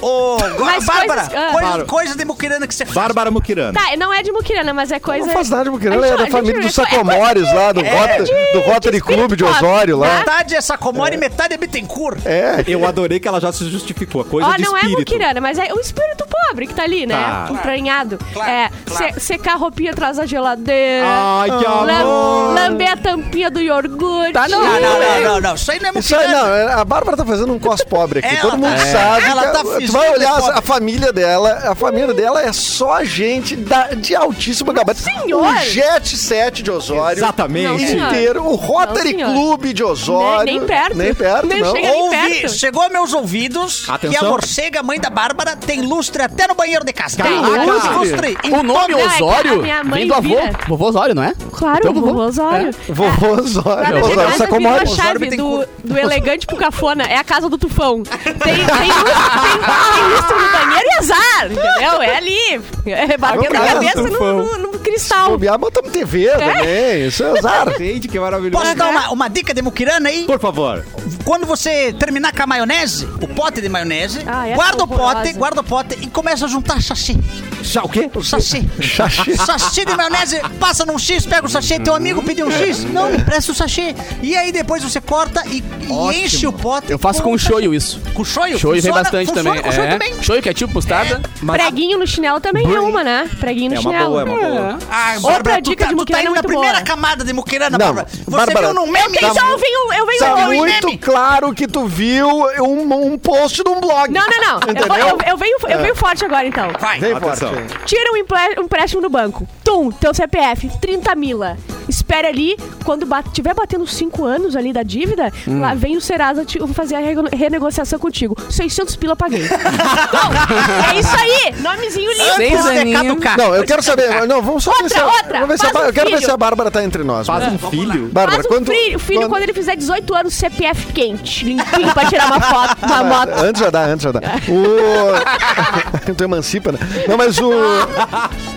[SPEAKER 6] Ô, agora,
[SPEAKER 4] Mas
[SPEAKER 6] Bárbara,
[SPEAKER 4] coisas- ah.
[SPEAKER 6] coisa, coisa de muquirana que você faz.
[SPEAKER 1] Bárbara Muquirana.
[SPEAKER 4] Tá, não é de muquirana, mas é coisa...
[SPEAKER 3] Não faz nada, porque ela
[SPEAKER 4] A
[SPEAKER 3] é
[SPEAKER 4] gente-
[SPEAKER 3] da
[SPEAKER 4] a
[SPEAKER 3] família
[SPEAKER 4] gente-
[SPEAKER 3] dos
[SPEAKER 4] é coisa
[SPEAKER 3] Sacomores lá, do,
[SPEAKER 4] de-
[SPEAKER 3] Rota,
[SPEAKER 4] de-
[SPEAKER 3] do Rotary
[SPEAKER 4] de
[SPEAKER 3] Clube de
[SPEAKER 4] espírito
[SPEAKER 3] Osório lá.
[SPEAKER 6] Metade é Sacomore e metade é Bittencourt.
[SPEAKER 3] É.
[SPEAKER 1] Eu adorei que ela já se justificou. Coisa
[SPEAKER 4] Ó,
[SPEAKER 1] de
[SPEAKER 4] não é
[SPEAKER 1] espírito.
[SPEAKER 4] muquirana, mas é o espírito pobre que tá ali, né?
[SPEAKER 1] Tá.
[SPEAKER 4] Entranhado.
[SPEAKER 6] Claro,
[SPEAKER 4] é,
[SPEAKER 6] claro.
[SPEAKER 4] se- secar a roupinha atrás da geladeira.
[SPEAKER 1] Ai, que
[SPEAKER 4] lam-
[SPEAKER 1] amor.
[SPEAKER 4] Lamber a tampinha do iogurte.
[SPEAKER 5] Tá, não,
[SPEAKER 6] Não, não, não, não, não. Isso aí não é
[SPEAKER 3] Isso aí,
[SPEAKER 6] muquirana.
[SPEAKER 3] não, a Bárbara tá fazendo um cos pobre aqui.
[SPEAKER 6] Ela
[SPEAKER 3] Todo mundo
[SPEAKER 6] tá- é.
[SPEAKER 3] sabe.
[SPEAKER 6] Ela
[SPEAKER 3] cara.
[SPEAKER 6] tá
[SPEAKER 3] tu
[SPEAKER 6] fingindo
[SPEAKER 3] vai olhar
[SPEAKER 6] de pobre.
[SPEAKER 3] a família dela, a família dela é só gente da- de altíssimo gabarito.
[SPEAKER 4] senhor.
[SPEAKER 3] O Jet 7 de Osório.
[SPEAKER 4] Não,
[SPEAKER 1] Exatamente.
[SPEAKER 4] senhor.
[SPEAKER 3] Inteiro, o Rotary
[SPEAKER 4] senhor.
[SPEAKER 3] Clube de Osório.
[SPEAKER 4] Nem- nem perto.
[SPEAKER 3] Nem perto,
[SPEAKER 4] Nem
[SPEAKER 3] não.
[SPEAKER 4] chega- nem
[SPEAKER 6] Ouvi,
[SPEAKER 4] perto.
[SPEAKER 6] chegou aos meus ouvidos que a
[SPEAKER 1] Atenção.
[SPEAKER 6] morcega, mãe da Bárbara, tem lustre até no banheiro de casa.
[SPEAKER 1] Tem
[SPEAKER 6] Tem
[SPEAKER 1] lustre?
[SPEAKER 6] lustre.
[SPEAKER 5] O nome
[SPEAKER 4] Não, é que a
[SPEAKER 5] Osório
[SPEAKER 4] minha mãe
[SPEAKER 5] vem do avô.
[SPEAKER 4] vira.
[SPEAKER 5] Vovô Osório, não é?
[SPEAKER 4] Claro,
[SPEAKER 5] Então,
[SPEAKER 4] o vovô Osório.
[SPEAKER 3] Vovô
[SPEAKER 4] Lá Ah, na
[SPEAKER 3] Osório.
[SPEAKER 4] minha
[SPEAKER 3] Osório
[SPEAKER 4] casa virou a
[SPEAKER 3] Sacomori.
[SPEAKER 4] chave do, do elegante pro cafona. É a casa do tufão. Tem, tem, luz- tem, tem lustro no banheiro e azar, entendeu? É ali. É batendo a
[SPEAKER 3] Vamos lá,
[SPEAKER 4] cabeça no,
[SPEAKER 1] tufão.
[SPEAKER 4] no- no cristal.
[SPEAKER 3] Bobear, botamos TV também. Isso é azar.
[SPEAKER 1] Gente, que maravilhoso.
[SPEAKER 6] Posso dar uma, uma dica de muquirana aí?
[SPEAKER 1] Por favor.
[SPEAKER 6] Quando você terminar com a maionese, o pote de maionese,
[SPEAKER 4] Ah, essa
[SPEAKER 6] guarda o
[SPEAKER 4] horrorosa.
[SPEAKER 6] pote, guarda o pote e começa a juntar chassi.
[SPEAKER 1] Já o quê?
[SPEAKER 6] O sachê. sachê de maionese, passa num X, pega o sachê, teu amigo pediu um X, não, me empresta o sachê. E aí depois você corta e, e enche o pote.
[SPEAKER 5] Eu faço com o shoyu isso.
[SPEAKER 6] Com um shoyu?
[SPEAKER 5] Shoyu vem
[SPEAKER 6] Funciona-
[SPEAKER 5] bastante
[SPEAKER 6] funciona
[SPEAKER 5] também.
[SPEAKER 6] com shoyu
[SPEAKER 5] é.
[SPEAKER 6] também?
[SPEAKER 5] Shoyu, que é tipo mostarda.
[SPEAKER 4] Preguinho no chinelo também é uma, né? Preguinho no
[SPEAKER 1] É uma
[SPEAKER 4] chinelo.
[SPEAKER 1] boa, é uma boa.
[SPEAKER 6] Ah,
[SPEAKER 4] Outra
[SPEAKER 6] Bárbara, tu
[SPEAKER 4] dica
[SPEAKER 6] tá,
[SPEAKER 4] de
[SPEAKER 6] tu tá
[SPEAKER 4] muquirana
[SPEAKER 6] indo na
[SPEAKER 4] muito
[SPEAKER 6] primeira Tá
[SPEAKER 4] boa.
[SPEAKER 6] camada de muquirana,
[SPEAKER 3] Não,
[SPEAKER 6] Bárbara. Você
[SPEAKER 3] Bárbara,
[SPEAKER 6] viu num meme?
[SPEAKER 4] Então eu venho, eu venho
[SPEAKER 3] Tá
[SPEAKER 4] eu venho-
[SPEAKER 3] muito claro que tu viu um, um post de um blog.
[SPEAKER 4] Não, não, não. Eu, vou-
[SPEAKER 3] Entendeu?
[SPEAKER 4] eu- eu venho,
[SPEAKER 6] É.
[SPEAKER 4] eu venho forte agora, então.
[SPEAKER 6] Vai.
[SPEAKER 3] Vem
[SPEAKER 1] Atenção.
[SPEAKER 3] forte.
[SPEAKER 4] Tira um emple- um empréstimo no banco. Tum, teu CPF, 30 mila. Espere ali, quando bat- tiver batendo 5 anos ali da dívida, lá vem o Serasa te- fazer a rego- renegociação contigo. 600 pila paguei. Bom, é isso aí. Nomezinho lindo.
[SPEAKER 5] Seis
[SPEAKER 6] Antes de
[SPEAKER 5] aninhos.
[SPEAKER 6] caducar.
[SPEAKER 3] Não, eu quero saber. Não, vamos só ver
[SPEAKER 4] Outra,
[SPEAKER 3] se a,
[SPEAKER 4] outra,
[SPEAKER 3] vamos ver se a
[SPEAKER 4] faz
[SPEAKER 3] Bá-
[SPEAKER 4] um
[SPEAKER 3] eu quero ver
[SPEAKER 4] filho.
[SPEAKER 3] se a Bárbara tá entre nós.
[SPEAKER 6] É,
[SPEAKER 1] Faz
[SPEAKER 3] Bárbara.
[SPEAKER 1] um filho.
[SPEAKER 3] Bárbara,
[SPEAKER 4] Faz o
[SPEAKER 3] quando,
[SPEAKER 4] filho, o filho quando... ele fizer 18 anos, CPF quente, limpinho, pra tirar uma foto, uma moto.
[SPEAKER 3] Antes já dá, antes já dá. Então O... tu emancipa, né? Não, mas o...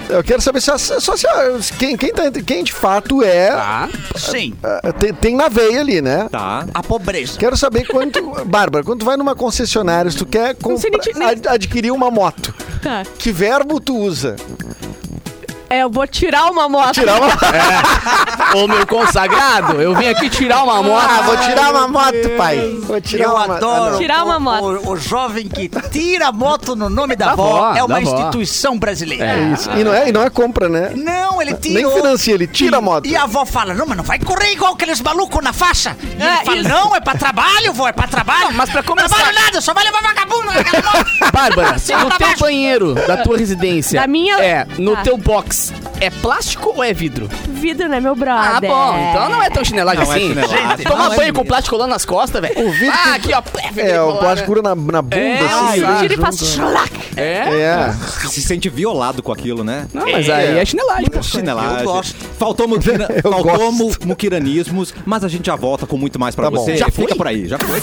[SPEAKER 3] Eu quero saber se a, só se ó, quem, quem, tá- quem de fato é.
[SPEAKER 5] Tá.
[SPEAKER 6] Sim,
[SPEAKER 3] ah, Tem, tem na veia ali, né?
[SPEAKER 1] Tá.
[SPEAKER 6] a pobreza.
[SPEAKER 3] Quero saber quanto. Bárbara, quando tu vai numa concessionária, se tu quer
[SPEAKER 4] Não sei nem
[SPEAKER 3] comprar-
[SPEAKER 4] te- nem-
[SPEAKER 3] ad- adquirir uma moto,
[SPEAKER 4] Tá.
[SPEAKER 3] que verbo tu usa?
[SPEAKER 4] É, eu vou tirar uma moto.
[SPEAKER 3] Tirar uma.
[SPEAKER 5] Ô, meu consagrado, eu vim aqui tirar uma
[SPEAKER 3] Ah,
[SPEAKER 5] moto.
[SPEAKER 3] vou tirar uma moto, pai. Vou tirar
[SPEAKER 6] Eu
[SPEAKER 3] uma Ah, moto.
[SPEAKER 5] ah,
[SPEAKER 6] adoro
[SPEAKER 4] Tirar uma
[SPEAKER 6] o-
[SPEAKER 4] moto.
[SPEAKER 6] O, o jovem que tira a moto no nome da
[SPEAKER 5] Da
[SPEAKER 6] avó
[SPEAKER 5] avó,
[SPEAKER 6] é uma
[SPEAKER 5] da avó.
[SPEAKER 6] instituição brasileira.
[SPEAKER 5] É
[SPEAKER 3] Isso. E não é, e não é compra, né?
[SPEAKER 6] Não, ele tira.
[SPEAKER 3] Nem financia, ele tira a moto.
[SPEAKER 6] E a avó fala: Não, mas não vai correr igual aqueles malucos na faixa. E
[SPEAKER 4] É,
[SPEAKER 6] ele fala:
[SPEAKER 4] isso.
[SPEAKER 6] Não, é pra trabalho, vó, é pra trabalho.
[SPEAKER 5] Não, mas pra começar-
[SPEAKER 6] Trabalho nada, só vai levar vagabundo naquela moto.
[SPEAKER 5] Bárbara,
[SPEAKER 6] Sim, pra
[SPEAKER 5] no teu
[SPEAKER 6] baixo.
[SPEAKER 5] banheiro tá da tua residência.
[SPEAKER 4] Da minha?
[SPEAKER 5] É, no
[SPEAKER 4] Tá.
[SPEAKER 5] teu box. É plástico ou é vidro?
[SPEAKER 4] Vidro, né, meu
[SPEAKER 5] Ah,
[SPEAKER 4] brother?
[SPEAKER 5] bom, então não é tão chinelagem
[SPEAKER 1] Não é
[SPEAKER 5] assim.
[SPEAKER 1] chinelagem,
[SPEAKER 5] Gente, Toma
[SPEAKER 1] não é
[SPEAKER 5] banho com
[SPEAKER 1] mesmo.
[SPEAKER 5] plástico colando nas costas, velho.
[SPEAKER 3] O vidro
[SPEAKER 5] Ah,
[SPEAKER 3] que-
[SPEAKER 5] aqui, ó. plé, fica
[SPEAKER 3] É, o
[SPEAKER 5] colando.
[SPEAKER 3] plástico cura na, na bunda,
[SPEAKER 5] É,
[SPEAKER 3] assim.
[SPEAKER 4] Eu
[SPEAKER 5] isso,
[SPEAKER 3] sai
[SPEAKER 4] tiro e
[SPEAKER 3] junto.
[SPEAKER 5] né?
[SPEAKER 4] faço shlac.
[SPEAKER 5] É?
[SPEAKER 3] É.
[SPEAKER 1] Se sente violado com aquilo, né?
[SPEAKER 5] Não, mas aí é chinelagem, pô.
[SPEAKER 1] Chinelagem.
[SPEAKER 6] Eu gosto.
[SPEAKER 1] Faltou, muquira...
[SPEAKER 3] Eu
[SPEAKER 1] Faltou mu-
[SPEAKER 3] gosto.
[SPEAKER 1] muquiranismos, mas a gente já volta com muito mais pra
[SPEAKER 3] Tá bom.
[SPEAKER 1] você.
[SPEAKER 5] Já
[SPEAKER 1] Fica
[SPEAKER 5] foi?
[SPEAKER 1] por aí, já foi.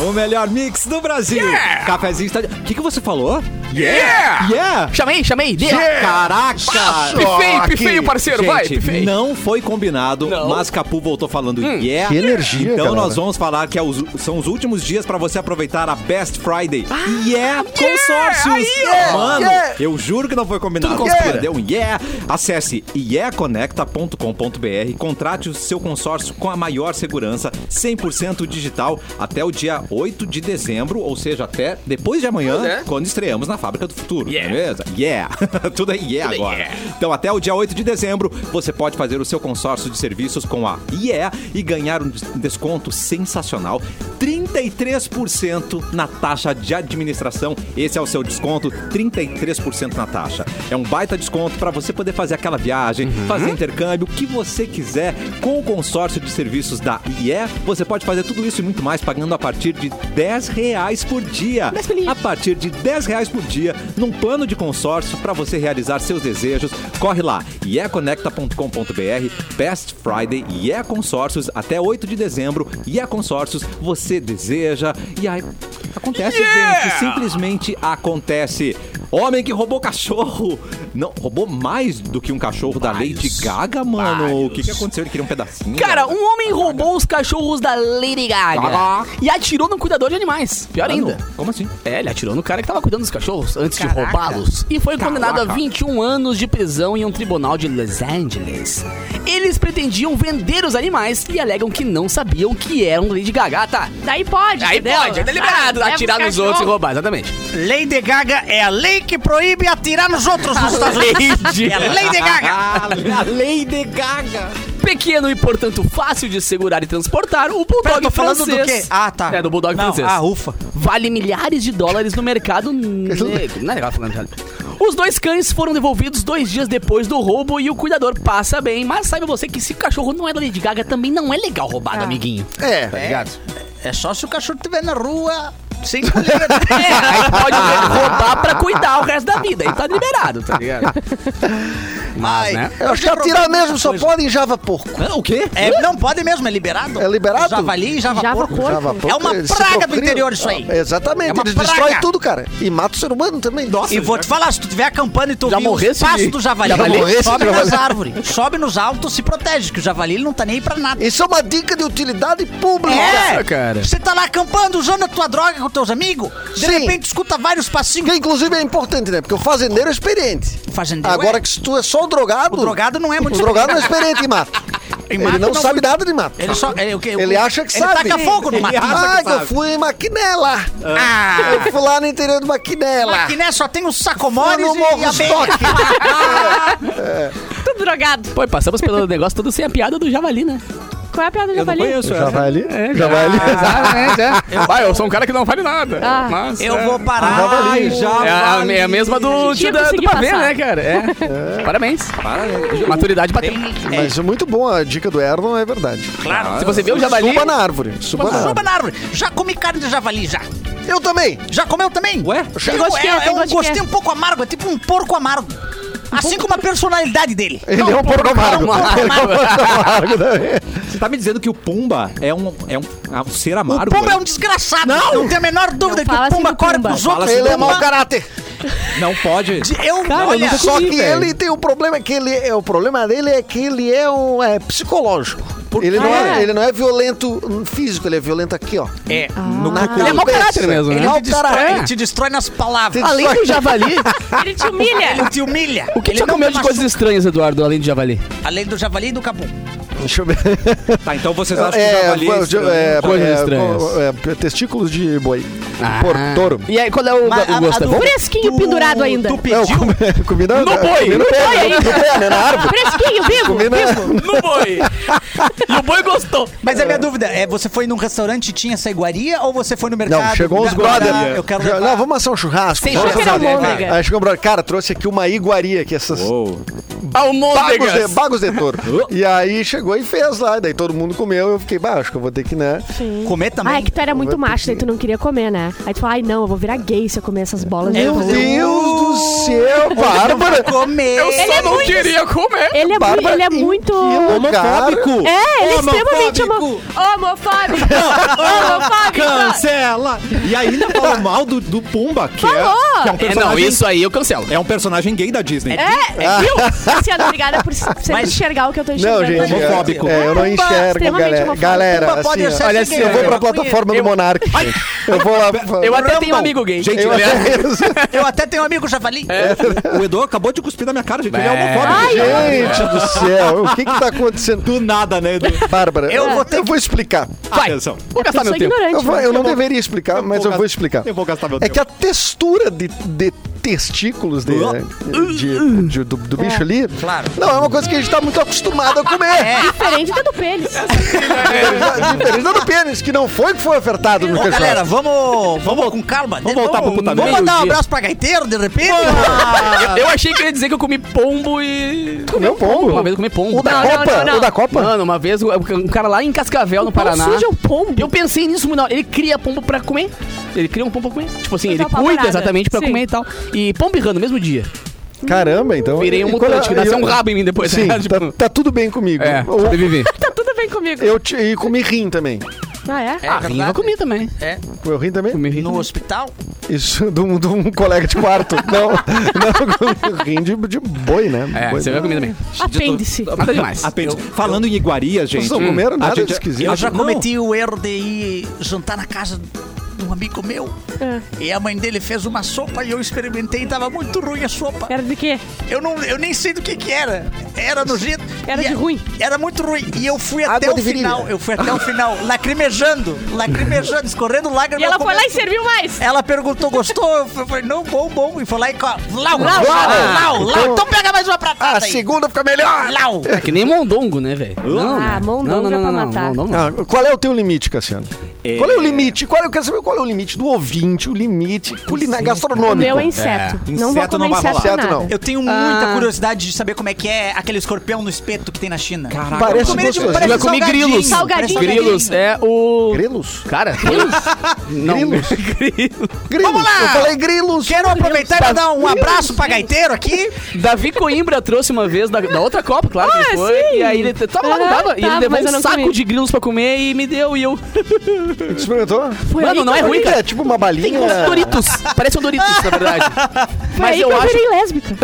[SPEAKER 1] O melhor mix do Brasil. Cafezinho está... O que, que você falou?
[SPEAKER 5] Yeah!
[SPEAKER 1] Yeah!
[SPEAKER 5] Chamei, chamei. dê.
[SPEAKER 1] Caraca!
[SPEAKER 5] Pifei,
[SPEAKER 3] aqui.
[SPEAKER 5] pifei o parceiro, vai, pifei.
[SPEAKER 1] Gente, não foi combinado,
[SPEAKER 5] Não. Hum.
[SPEAKER 1] mas Capu voltou falando yeah.
[SPEAKER 3] Que energia,
[SPEAKER 1] Então
[SPEAKER 3] galera.
[SPEAKER 1] nós vamos falar que é os- são os últimos dias pra você aproveitar a Best Friday.
[SPEAKER 5] Ah,
[SPEAKER 1] yeah, consórcios! Mano, eu juro que não foi combinado.
[SPEAKER 5] Tudo conspira.
[SPEAKER 1] Deu um yeah. Acesse yeahconecta.com.br, contrate o seu consórcio com a maior segurança, 100% digital, até o dia 8 de dezembro, ou seja, até depois de amanhã,
[SPEAKER 5] Pois é.
[SPEAKER 1] quando estreamos na Fábrica do Futuro.
[SPEAKER 5] Yeah.
[SPEAKER 1] Beleza? Yeah! Tudo é yeah
[SPEAKER 5] Tudo é
[SPEAKER 1] agora.
[SPEAKER 5] yeah.
[SPEAKER 1] Então, até o dia 8 de dezembro, você pode fazer o seu consórcio de serviços com a IE e ganhar um des- desconto sensacional: 33% na taxa de administração. Esse é o seu desconto: 33% na taxa. É um baita desconto para você poder fazer aquela viagem, fazer intercâmbio, o que você quiser com o consórcio de serviços da IE. Você pode fazer tudo isso e muito mais pagando a partir de 10 reais por dia. A partir de 10 reais por dia, num plano de consórcio para você realizar seus desejos. Corre lá, ieconecta.com.br, Best Friday, IE Consórcios, até 8 de dezembro, IE Consórcios, você deseja. E aí, acontece, gente, simplesmente acontece. Homem que roubou cachorro. Não, roubou mais do que um cachorro da Lady Gaga, mano. O que, que aconteceu? Ele queria um pedacinho.
[SPEAKER 5] Cara,
[SPEAKER 1] Gaga?
[SPEAKER 5] um homem roubou os cachorros da Lady Gaga
[SPEAKER 1] Gaga.
[SPEAKER 5] e atirou no cuidador de animais. Pior
[SPEAKER 1] Mano,
[SPEAKER 5] ainda.
[SPEAKER 1] Como assim?
[SPEAKER 5] É, ele atirou no cara que tava cuidando dos cachorros antes de roubá-los e foi condenado a 21 anos de prisão em um tribunal de Los Angeles. Eles pretendiam vender os animais e alegam que não sabiam que eram Lady Gaga, tá?
[SPEAKER 4] Daí pode,
[SPEAKER 5] Aí
[SPEAKER 4] entendeu?
[SPEAKER 5] pode, é deliberado,
[SPEAKER 4] Ah, leva
[SPEAKER 5] atirar
[SPEAKER 4] os
[SPEAKER 5] nos outros e
[SPEAKER 4] cachorros.
[SPEAKER 5] roubar, exatamente.
[SPEAKER 6] Lei de Gaga é a lei que proíbe atirar nos outros nos Estados Unidos. É a Lei de Gaga.
[SPEAKER 1] a Lady Gaga.
[SPEAKER 5] Pequeno e, portanto, fácil de segurar e transportar, o Bulldog
[SPEAKER 6] Eu tô falando do quê?
[SPEAKER 5] francês...
[SPEAKER 6] Ah, tá.
[SPEAKER 5] É, do Bulldog
[SPEAKER 6] Não,
[SPEAKER 5] francês.
[SPEAKER 6] Ah, ufa.
[SPEAKER 5] vale milhares de dólares no mercado negro. Não é legal falando de Os dois cães foram devolvidos dois dias depois do roubo e o cuidador passa bem. Mas saiba você que se o cachorro não é da Lady Gaga, também não é legal roubado, amiguinho. tá
[SPEAKER 3] É.
[SPEAKER 6] Ah. É só se o cachorro estiver na rua sem colher.
[SPEAKER 5] É, aí pode roubar pra cuidar o resto da vida. Aí tá liberado, tá ligado? Mas,
[SPEAKER 6] Ai,
[SPEAKER 5] né?
[SPEAKER 3] Eu acho que atirar mesmo só pode em Java Porco.
[SPEAKER 5] O quê?
[SPEAKER 6] É, não pode mesmo, é liberado.
[SPEAKER 3] É liberado?
[SPEAKER 6] Javali e java,
[SPEAKER 4] Java
[SPEAKER 6] porco.
[SPEAKER 4] porco.
[SPEAKER 3] Java
[SPEAKER 6] É
[SPEAKER 3] Porco,
[SPEAKER 6] uma
[SPEAKER 3] eles
[SPEAKER 6] praga do
[SPEAKER 3] ciclocriam.
[SPEAKER 6] interior isso aí.
[SPEAKER 3] Ah, Exatamente,
[SPEAKER 6] É uma
[SPEAKER 3] eles
[SPEAKER 6] praga.
[SPEAKER 3] destroem tudo, cara. E mata o ser humano também. Nossa,
[SPEAKER 6] E vou te falar, se tu estiver acampando e tu
[SPEAKER 5] Já
[SPEAKER 6] ouvir
[SPEAKER 5] morreu
[SPEAKER 6] os
[SPEAKER 5] esse-
[SPEAKER 6] passos do javali,
[SPEAKER 5] já morreu
[SPEAKER 3] esse
[SPEAKER 6] sobe nas
[SPEAKER 3] javali?
[SPEAKER 6] árvores, sobe nos altos, se protege, que o javali ele não tá nem aí pra nada.
[SPEAKER 3] Isso é uma dica de utilidade pública.
[SPEAKER 6] É,
[SPEAKER 5] cara.
[SPEAKER 6] Você tá lá acampando, usando a tua droga com teus amigos, de
[SPEAKER 3] Sim.
[SPEAKER 6] repente escuta vários passinhos.
[SPEAKER 3] Que inclusive é importante, né? Porque o fazendeiro é experiente.
[SPEAKER 6] Fazendeiro
[SPEAKER 3] Agora
[SPEAKER 6] é.
[SPEAKER 3] que se tu é só o drogado.
[SPEAKER 6] O drogado não é muito
[SPEAKER 3] O drogado não é experiente em mato.
[SPEAKER 6] Em
[SPEAKER 3] Ele
[SPEAKER 6] mato
[SPEAKER 3] não
[SPEAKER 6] não
[SPEAKER 3] sabe
[SPEAKER 6] muito.
[SPEAKER 3] nada de mato.
[SPEAKER 6] Ele só. Ele, o quê?
[SPEAKER 3] Ele acha que
[SPEAKER 6] ele
[SPEAKER 3] sabe.
[SPEAKER 6] Taca fogo no
[SPEAKER 1] Ele
[SPEAKER 6] mato.
[SPEAKER 1] acha
[SPEAKER 3] Ah,
[SPEAKER 1] que
[SPEAKER 3] que eu
[SPEAKER 1] sabe.
[SPEAKER 3] fui em Maquinela.
[SPEAKER 6] Ah.
[SPEAKER 3] Eu fui lá no interior de Maquinela.
[SPEAKER 6] Aqui, né, só tem os
[SPEAKER 3] Fui
[SPEAKER 6] sacomores
[SPEAKER 3] no
[SPEAKER 6] e, e
[SPEAKER 3] Morro
[SPEAKER 6] a beira.
[SPEAKER 3] Stock.
[SPEAKER 4] Tudo drogado.
[SPEAKER 5] Pô, e passamos pelo negócio todo sem a piada do javali, né?
[SPEAKER 4] Qual é a piada do
[SPEAKER 1] Eu não
[SPEAKER 4] javali?
[SPEAKER 1] conheço essa.
[SPEAKER 3] ali?
[SPEAKER 5] É,
[SPEAKER 3] já vai ali.
[SPEAKER 5] Exatamente, é. Vai, eu sou um cara que não vale nada.
[SPEAKER 4] Ah.
[SPEAKER 5] Mas,
[SPEAKER 6] Eu
[SPEAKER 5] é.
[SPEAKER 6] vou parar.
[SPEAKER 1] Ai, já
[SPEAKER 5] É a, é a mesma do,
[SPEAKER 4] A gente ia
[SPEAKER 5] da, do
[SPEAKER 4] conseguir
[SPEAKER 5] pavê,
[SPEAKER 4] passar.
[SPEAKER 5] né, cara? É. Parabéns.
[SPEAKER 1] Parabéns.
[SPEAKER 5] Maturidade bateu.
[SPEAKER 6] Tem-
[SPEAKER 3] Mas é muito bom, a dica do Erlon é verdade.
[SPEAKER 5] Se você vê o javali...
[SPEAKER 3] Suba na árvore. Suba na
[SPEAKER 6] Suba
[SPEAKER 3] árvore.
[SPEAKER 6] na árvore. Já comi carne de javali, já.
[SPEAKER 3] Eu também.
[SPEAKER 6] Já comeu também?
[SPEAKER 1] Ué?
[SPEAKER 6] Já-
[SPEAKER 4] Tem gosto de
[SPEAKER 6] é,
[SPEAKER 4] quê?
[SPEAKER 6] é
[SPEAKER 4] Tem
[SPEAKER 6] um
[SPEAKER 4] gosto de
[SPEAKER 6] gostinho
[SPEAKER 4] quê?
[SPEAKER 6] um pouco amargo, é tipo um porco amargo. Assim como a personalidade dele.
[SPEAKER 3] Ele é um porco amargo. Ele é um porco amargo também.
[SPEAKER 1] Você tá me dizendo que o Pumba é um, é um, é um ser
[SPEAKER 6] O
[SPEAKER 1] amargo?
[SPEAKER 6] Pumba é um desgraçado. Não, tenho a menor dúvida
[SPEAKER 4] Não
[SPEAKER 6] que
[SPEAKER 4] fala
[SPEAKER 6] o
[SPEAKER 4] assim
[SPEAKER 6] Pumba
[SPEAKER 4] do
[SPEAKER 6] corre
[SPEAKER 4] Pumba.
[SPEAKER 6] pros
[SPEAKER 1] Fala
[SPEAKER 6] outros.
[SPEAKER 1] assim
[SPEAKER 3] Ele é
[SPEAKER 6] Pumba-
[SPEAKER 3] mau caráter.
[SPEAKER 1] Não pode.
[SPEAKER 6] Eu,
[SPEAKER 5] Cara, eu
[SPEAKER 6] olha,
[SPEAKER 5] nunca
[SPEAKER 6] só
[SPEAKER 3] Só
[SPEAKER 5] Sim,
[SPEAKER 3] que
[SPEAKER 5] velho.
[SPEAKER 3] ele tem um problema que ele é o problema dele é que ele é um é, psicológico. Ele não
[SPEAKER 4] Ah,
[SPEAKER 3] é,
[SPEAKER 4] é?
[SPEAKER 3] ele não é violento físico, ele é violento aqui, ó.
[SPEAKER 6] é,
[SPEAKER 3] No cucu.
[SPEAKER 5] Ele é mau caráter mesmo, né?
[SPEAKER 6] ele, te destrói,
[SPEAKER 3] É.
[SPEAKER 6] ele te destrói nas palavras.
[SPEAKER 3] Ele-
[SPEAKER 5] Além do javali,
[SPEAKER 4] Ele te humilha.
[SPEAKER 6] Ele te humilha.
[SPEAKER 5] o que
[SPEAKER 6] Ele
[SPEAKER 5] tinha
[SPEAKER 6] não
[SPEAKER 5] comeu de
[SPEAKER 6] te
[SPEAKER 5] coisas estranhas, Eduardo, além do javali?
[SPEAKER 6] machuca. Além do javali e do capu.
[SPEAKER 3] Deixa eu ver.
[SPEAKER 1] Tá, então vocês acham que o
[SPEAKER 3] É,
[SPEAKER 1] javali...
[SPEAKER 3] co- de- é,
[SPEAKER 5] Coisas
[SPEAKER 3] é,
[SPEAKER 5] estranhas.
[SPEAKER 3] co- é, testículos de boi.
[SPEAKER 5] Ah.
[SPEAKER 3] Por touro.
[SPEAKER 5] E aí, qual é o,
[SPEAKER 6] Mas
[SPEAKER 5] o
[SPEAKER 6] a-
[SPEAKER 5] gosto?
[SPEAKER 6] a
[SPEAKER 5] É
[SPEAKER 6] do-
[SPEAKER 5] bom?
[SPEAKER 4] Fresquinho pendurado ainda.
[SPEAKER 6] Tu
[SPEAKER 3] É, o
[SPEAKER 6] pediu?
[SPEAKER 3] comi- comida
[SPEAKER 5] No boi,
[SPEAKER 3] comida
[SPEAKER 5] no
[SPEAKER 3] pé,
[SPEAKER 5] boi
[SPEAKER 3] né?
[SPEAKER 5] ainda.
[SPEAKER 3] No pé, né? Na árvore.
[SPEAKER 4] Fresquinho, vivo.
[SPEAKER 3] Comida
[SPEAKER 5] No boi! E o boi gostou.
[SPEAKER 6] Mas a minha dúvida é, você foi num restaurante e tinha essa iguaria ou você foi no mercado?
[SPEAKER 3] Não, chegou uns
[SPEAKER 6] Ah,
[SPEAKER 3] brother.
[SPEAKER 6] Eu quero
[SPEAKER 3] Já-
[SPEAKER 6] levar.
[SPEAKER 3] Não, vamos assar um churrasco.
[SPEAKER 5] Sem
[SPEAKER 3] vamos
[SPEAKER 4] chance,
[SPEAKER 3] assar-
[SPEAKER 4] né, velho?
[SPEAKER 3] Aí chegou um brother, cara, trouxe aqui uma iguaria que essas
[SPEAKER 1] Uou.
[SPEAKER 3] bagos de,
[SPEAKER 5] Almôndegas.
[SPEAKER 3] bagos de touro. e aí chegou e fez lá, daí todo mundo comeu, eu fiquei, bah, acho que eu vou ter que, né?
[SPEAKER 6] Comer também.
[SPEAKER 4] Ah, é que tu era muito macho, daí tu não queria comer, né? Aí tu fala, ai não, eu vou virar gay se eu um comer essas bolas. de
[SPEAKER 6] Meu
[SPEAKER 4] touro."
[SPEAKER 6] Deus.
[SPEAKER 3] Deus do céu, Bárbara!
[SPEAKER 6] Comer.
[SPEAKER 4] Ele é muito...
[SPEAKER 5] queria comer.
[SPEAKER 4] Ele é, mui-
[SPEAKER 3] Bárbara,
[SPEAKER 4] ele é
[SPEAKER 3] em
[SPEAKER 4] muito...
[SPEAKER 3] que lugar?
[SPEAKER 4] É, ele é extremamente homo... homofóbico. homofóbico.
[SPEAKER 1] Cancela! E ainda falou mal do, do Pumba, que é,
[SPEAKER 4] Falou!
[SPEAKER 1] que é um
[SPEAKER 8] É, não,
[SPEAKER 1] personagem...
[SPEAKER 8] isso aí eu cancelo.
[SPEAKER 1] É um personagem gay da Disney.
[SPEAKER 4] É, viu? Luciano, obrigada por sempre
[SPEAKER 6] Mas-
[SPEAKER 4] enxergar o que eu tô enxergando.
[SPEAKER 3] Não, gente, é-
[SPEAKER 1] Homofóbico.
[SPEAKER 3] É, eu não
[SPEAKER 4] Pumba,
[SPEAKER 3] enxergo,
[SPEAKER 4] extremamente
[SPEAKER 3] galera.
[SPEAKER 4] homofóbico.
[SPEAKER 3] Galera,
[SPEAKER 6] Pumba pode
[SPEAKER 3] assim, ó,
[SPEAKER 6] ser
[SPEAKER 3] olha
[SPEAKER 6] assim,
[SPEAKER 3] assim, eu vou
[SPEAKER 6] eu
[SPEAKER 3] pra
[SPEAKER 6] conheço.
[SPEAKER 3] plataforma do
[SPEAKER 5] Eu-
[SPEAKER 3] Monark. gente. Eu vou lá.
[SPEAKER 5] Eu até
[SPEAKER 1] Rambo.
[SPEAKER 5] tenho um amigo gay.
[SPEAKER 1] Gente,
[SPEAKER 3] eu
[SPEAKER 1] ele é-
[SPEAKER 3] até-
[SPEAKER 6] Eu até tenho um amigo javali. É.
[SPEAKER 1] o Edu acabou de cuspir na minha cara, gente. Ele é homofóbico.
[SPEAKER 4] Ai,
[SPEAKER 3] Gente do céu, o que que tá acontecendo?
[SPEAKER 1] Do nada, né, Edu?
[SPEAKER 3] Bárbara,
[SPEAKER 6] Eu vou ter
[SPEAKER 3] eu vou explicar.
[SPEAKER 5] Vai.
[SPEAKER 1] Atenção.
[SPEAKER 5] Vou gastar
[SPEAKER 4] Eu
[SPEAKER 5] meu
[SPEAKER 4] sou
[SPEAKER 5] tempo.
[SPEAKER 4] ignorante.
[SPEAKER 3] Eu, vou-
[SPEAKER 4] né?
[SPEAKER 3] eu não deveria explicar, mas eu
[SPEAKER 1] gastar-
[SPEAKER 3] vou explicar.
[SPEAKER 1] eu vou gastar meu
[SPEAKER 3] É
[SPEAKER 1] tempo.
[SPEAKER 3] que a textura de, de testículos de, de- de- do, do bicho ali,
[SPEAKER 6] Claro.
[SPEAKER 3] não, é uma coisa que a gente tá muito acostumado a comer.
[SPEAKER 4] É. Diferente da do pênis.
[SPEAKER 3] Diferente da do pênis, que não foi o que foi ofertado no
[SPEAKER 6] Ô,
[SPEAKER 3] cachorro.
[SPEAKER 6] galera, vamos, vamos com calma. Vamos
[SPEAKER 1] voltar pro puta
[SPEAKER 6] Vamos
[SPEAKER 5] merda.
[SPEAKER 6] mandar um
[SPEAKER 5] Meio-dia.
[SPEAKER 6] abraço pra gaiteiro, de repente? Ah,
[SPEAKER 5] Eu achei que ele ia dizer que eu comi pombo e.
[SPEAKER 3] comeu pombo?
[SPEAKER 5] Uma vez eu comi pombo.
[SPEAKER 3] o da
[SPEAKER 4] Não, não,
[SPEAKER 3] Copa?
[SPEAKER 4] não, não.
[SPEAKER 3] O da Copa?
[SPEAKER 5] Mano, uma vez um- um cara lá em Cascavel, no Paraná.
[SPEAKER 4] Pão sujo é um pombo.
[SPEAKER 5] Eu pensei nisso muito na hora. Ele cria pombo pra comer. Ele cria um pombo pra comer. Tipo assim, ele
[SPEAKER 4] Fazer uma
[SPEAKER 5] cuida
[SPEAKER 4] tá parada.
[SPEAKER 5] exatamente pra
[SPEAKER 4] Sim.
[SPEAKER 5] comer e tal. E pombo e rã no mesmo dia.
[SPEAKER 3] Caramba, então.
[SPEAKER 5] Virei um
[SPEAKER 3] e qual é-
[SPEAKER 5] mutante, que nasceu
[SPEAKER 3] eu-
[SPEAKER 5] um rabo em mim depois.
[SPEAKER 3] Sim,
[SPEAKER 5] né?
[SPEAKER 3] tá,
[SPEAKER 5] Tipo,
[SPEAKER 3] tá tudo bem comigo.
[SPEAKER 5] É,
[SPEAKER 3] Eu-
[SPEAKER 5] sobrevivi.
[SPEAKER 4] Tá tudo bem comigo.
[SPEAKER 3] Eu te, e comi rim também.
[SPEAKER 4] Ah, é?
[SPEAKER 6] É
[SPEAKER 5] Ah, rim eu comi também.
[SPEAKER 6] É,
[SPEAKER 3] Eu rim também?
[SPEAKER 5] Comi rim
[SPEAKER 6] no
[SPEAKER 5] também.
[SPEAKER 6] hospital.
[SPEAKER 3] Isso, de um, de um colega de quarto. não, não, eu comi rim de, de boi, né?
[SPEAKER 5] É,
[SPEAKER 3] boi,
[SPEAKER 5] você vai comer também.
[SPEAKER 4] Apêndice.
[SPEAKER 5] Nada demais.
[SPEAKER 1] Apenas- Falando em iguarias, gente.
[SPEAKER 3] Vocês não comeram
[SPEAKER 1] a
[SPEAKER 3] nada
[SPEAKER 1] gente-
[SPEAKER 3] de esquisito.
[SPEAKER 6] Eu já
[SPEAKER 1] Não.
[SPEAKER 6] cometi o erro de ir jantar na casa de um amigo meu.
[SPEAKER 4] Ah,
[SPEAKER 6] E a mãe dele fez uma sopa e eu experimentei e tava muito ruim a sopa.
[SPEAKER 4] Era de quê?
[SPEAKER 6] Eu, não, eu nem sei do que que era. Era nojento.
[SPEAKER 4] Era
[SPEAKER 6] E
[SPEAKER 4] de
[SPEAKER 6] a-
[SPEAKER 4] ruim.
[SPEAKER 6] Era muito ruim. E eu fui até
[SPEAKER 3] Água
[SPEAKER 6] o
[SPEAKER 3] de virilha.
[SPEAKER 6] final. Eu fui até o final, lacrimejando. Lacrimejando, escorrendo lágrimas.
[SPEAKER 4] E ela
[SPEAKER 6] Eu
[SPEAKER 4] foi lá e
[SPEAKER 6] comecei-
[SPEAKER 4] serviu mais.
[SPEAKER 6] Ela perguntou, gostou? Eu falei, não, bom, bom. E foi lá e... co- Lau, lau,
[SPEAKER 4] Lau,
[SPEAKER 6] lau, lau,
[SPEAKER 3] então-
[SPEAKER 6] lau. Então pega mais uma pratada
[SPEAKER 3] A
[SPEAKER 6] aí.
[SPEAKER 3] Ah, segunda fica melhor!
[SPEAKER 6] Lau.
[SPEAKER 5] É que nem mondongo, né, velho? Não,
[SPEAKER 4] Ah,
[SPEAKER 5] né?
[SPEAKER 4] mondongo
[SPEAKER 5] não, não,
[SPEAKER 4] é
[SPEAKER 5] não,
[SPEAKER 4] pra
[SPEAKER 5] não,
[SPEAKER 4] matar.
[SPEAKER 5] mondongo não.
[SPEAKER 3] Ah, qual é o teu limite, Cassiano? Qual é o limite? Qual, eu quero saber qual é o limite do ouvinte, o limite culinário
[SPEAKER 4] O meu
[SPEAKER 3] gastronômico.
[SPEAKER 4] é inseto. Não vou
[SPEAKER 1] Inseto
[SPEAKER 4] comer
[SPEAKER 1] não vai
[SPEAKER 4] inseto
[SPEAKER 1] rolar.
[SPEAKER 4] nada.
[SPEAKER 3] Inseto não.
[SPEAKER 6] Eu tenho muita curiosidade de saber como é que é aquele escorpião no espeto que tem na China. Caraca.
[SPEAKER 3] Parece
[SPEAKER 6] Comer de
[SPEAKER 3] gostoso.
[SPEAKER 5] Eu já
[SPEAKER 6] parece
[SPEAKER 5] comi
[SPEAKER 6] salgadinho.
[SPEAKER 5] grilos.
[SPEAKER 4] Salgadinho.
[SPEAKER 5] Grilos é o...
[SPEAKER 3] Grilos?
[SPEAKER 5] Cara, grilos? Não.
[SPEAKER 3] Grilos?
[SPEAKER 5] Grilos.
[SPEAKER 3] Grilos.
[SPEAKER 6] Vamos lá!
[SPEAKER 3] Eu falei grilos.
[SPEAKER 6] Quero aproveitar e mandar um abraço pra gaiteiro aqui.
[SPEAKER 5] Davi Coimbra trouxe uma vez da, da outra Copa, claro que
[SPEAKER 4] Ah,
[SPEAKER 5] ele foi.
[SPEAKER 4] sim.
[SPEAKER 5] E aí ele t- tava lá, não
[SPEAKER 4] Aham,
[SPEAKER 5] dava. e ele
[SPEAKER 4] tava,
[SPEAKER 5] levou
[SPEAKER 4] mas eu
[SPEAKER 5] um
[SPEAKER 4] não
[SPEAKER 5] saco
[SPEAKER 4] comi.
[SPEAKER 5] de grilos pra comer e me deu. E eu.
[SPEAKER 3] Experimentou?
[SPEAKER 4] Foi
[SPEAKER 5] Mano,
[SPEAKER 4] aí
[SPEAKER 5] não
[SPEAKER 4] que
[SPEAKER 5] é
[SPEAKER 4] eu
[SPEAKER 5] ruim,
[SPEAKER 4] virei-
[SPEAKER 5] cara.
[SPEAKER 3] É tipo uma balinha. É,
[SPEAKER 5] Tem uns Doritos. Parece um Doritos, na verdade.
[SPEAKER 4] Foi
[SPEAKER 5] Mas
[SPEAKER 4] aí
[SPEAKER 5] eu,
[SPEAKER 4] que eu
[SPEAKER 5] acho,
[SPEAKER 4] virei lésbica.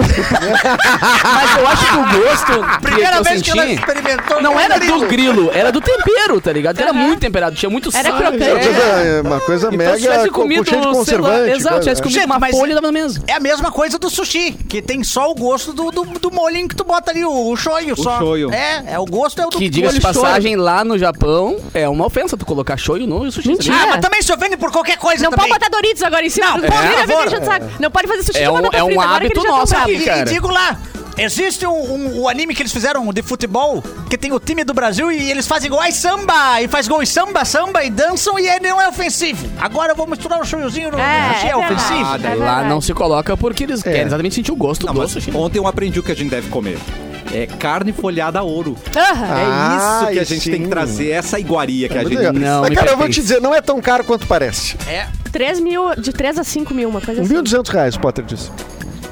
[SPEAKER 5] mas eu acho que o gosto que
[SPEAKER 6] Primeira
[SPEAKER 5] eu
[SPEAKER 6] vez
[SPEAKER 5] senti.
[SPEAKER 6] que ela experimentou.
[SPEAKER 5] não
[SPEAKER 6] com
[SPEAKER 5] era
[SPEAKER 6] grilo.
[SPEAKER 5] do grilo, era do tempero, tá ligado? Era muito temperado, tinha muito
[SPEAKER 4] Era
[SPEAKER 5] sal.
[SPEAKER 4] crocante.
[SPEAKER 3] É uma coisa, é uma coisa
[SPEAKER 5] Então, se
[SPEAKER 3] mega
[SPEAKER 5] tivesse
[SPEAKER 3] co-
[SPEAKER 5] comido,
[SPEAKER 3] cheia de
[SPEAKER 5] sei lá,
[SPEAKER 3] conservante.
[SPEAKER 5] exato,
[SPEAKER 3] coisa,
[SPEAKER 5] tivesse comido
[SPEAKER 6] Gente,
[SPEAKER 5] uma
[SPEAKER 6] mas-
[SPEAKER 5] folha dava mesmo.
[SPEAKER 6] É a mesma coisa do sushi, que tem só o gosto do, do, do molhinho que tu bota ali, o, o shoyu só.
[SPEAKER 1] shoyu.
[SPEAKER 6] É, é o gosto é o do
[SPEAKER 5] Que diga-se de
[SPEAKER 6] molho
[SPEAKER 5] passagem, lá no Japão, é uma ofensa tu colocar shoyu no sushi. tá
[SPEAKER 6] shoyu.
[SPEAKER 4] Mentira.
[SPEAKER 5] sabia?
[SPEAKER 6] Ah, mas também se ofende por qualquer coisa
[SPEAKER 4] Não
[SPEAKER 6] também.
[SPEAKER 4] pode botar Doritos agora em cima.
[SPEAKER 6] Não,
[SPEAKER 4] Pô,
[SPEAKER 6] é,
[SPEAKER 4] vira,
[SPEAKER 6] por
[SPEAKER 4] vira,
[SPEAKER 6] favor.
[SPEAKER 4] enche o saco. Não pode fazer sushi
[SPEAKER 5] É
[SPEAKER 4] com
[SPEAKER 5] um-
[SPEAKER 4] batata
[SPEAKER 5] é um
[SPEAKER 4] frita agora que
[SPEAKER 5] hábito
[SPEAKER 4] eles já tá tão
[SPEAKER 5] nosso
[SPEAKER 4] bravos.
[SPEAKER 5] aqui,
[SPEAKER 6] E, e
[SPEAKER 5] cara.
[SPEAKER 6] digo lá, existe um, um- o anime que eles fizeram de futebol, que tem o time do Brasil e eles fazem gol, ai samba, e faz gol e samba, samba, e dançam e ele não é ofensivo. Agora eu vou misturar um shoyuzinho no
[SPEAKER 4] É,
[SPEAKER 6] sushi, é,
[SPEAKER 4] é
[SPEAKER 6] ofensivo?
[SPEAKER 4] verdade.
[SPEAKER 5] Daí lá não se coloca porque eles querem exatamente sentir o gosto
[SPEAKER 1] Não,
[SPEAKER 5] do
[SPEAKER 1] mas
[SPEAKER 5] sushi.
[SPEAKER 1] ontem eu aprendi o que a gente deve comer. É carne folhada a ouro.
[SPEAKER 4] Aham.
[SPEAKER 3] Ah,
[SPEAKER 1] é isso que a
[SPEAKER 3] e
[SPEAKER 1] gente
[SPEAKER 3] sim. É
[SPEAKER 1] tem que trazer, essa iguaria que a
[SPEAKER 3] Muito
[SPEAKER 1] gente...
[SPEAKER 3] legal.
[SPEAKER 5] Não,
[SPEAKER 3] Mas,
[SPEAKER 5] me
[SPEAKER 3] cara, eu vou
[SPEAKER 5] pertence.
[SPEAKER 3] te dizer, não é tão caro quanto parece.
[SPEAKER 6] É.
[SPEAKER 4] 3 mil, de 3 a 5 mil, uma coisa assim.
[SPEAKER 3] 1.200 reais, Potter disse.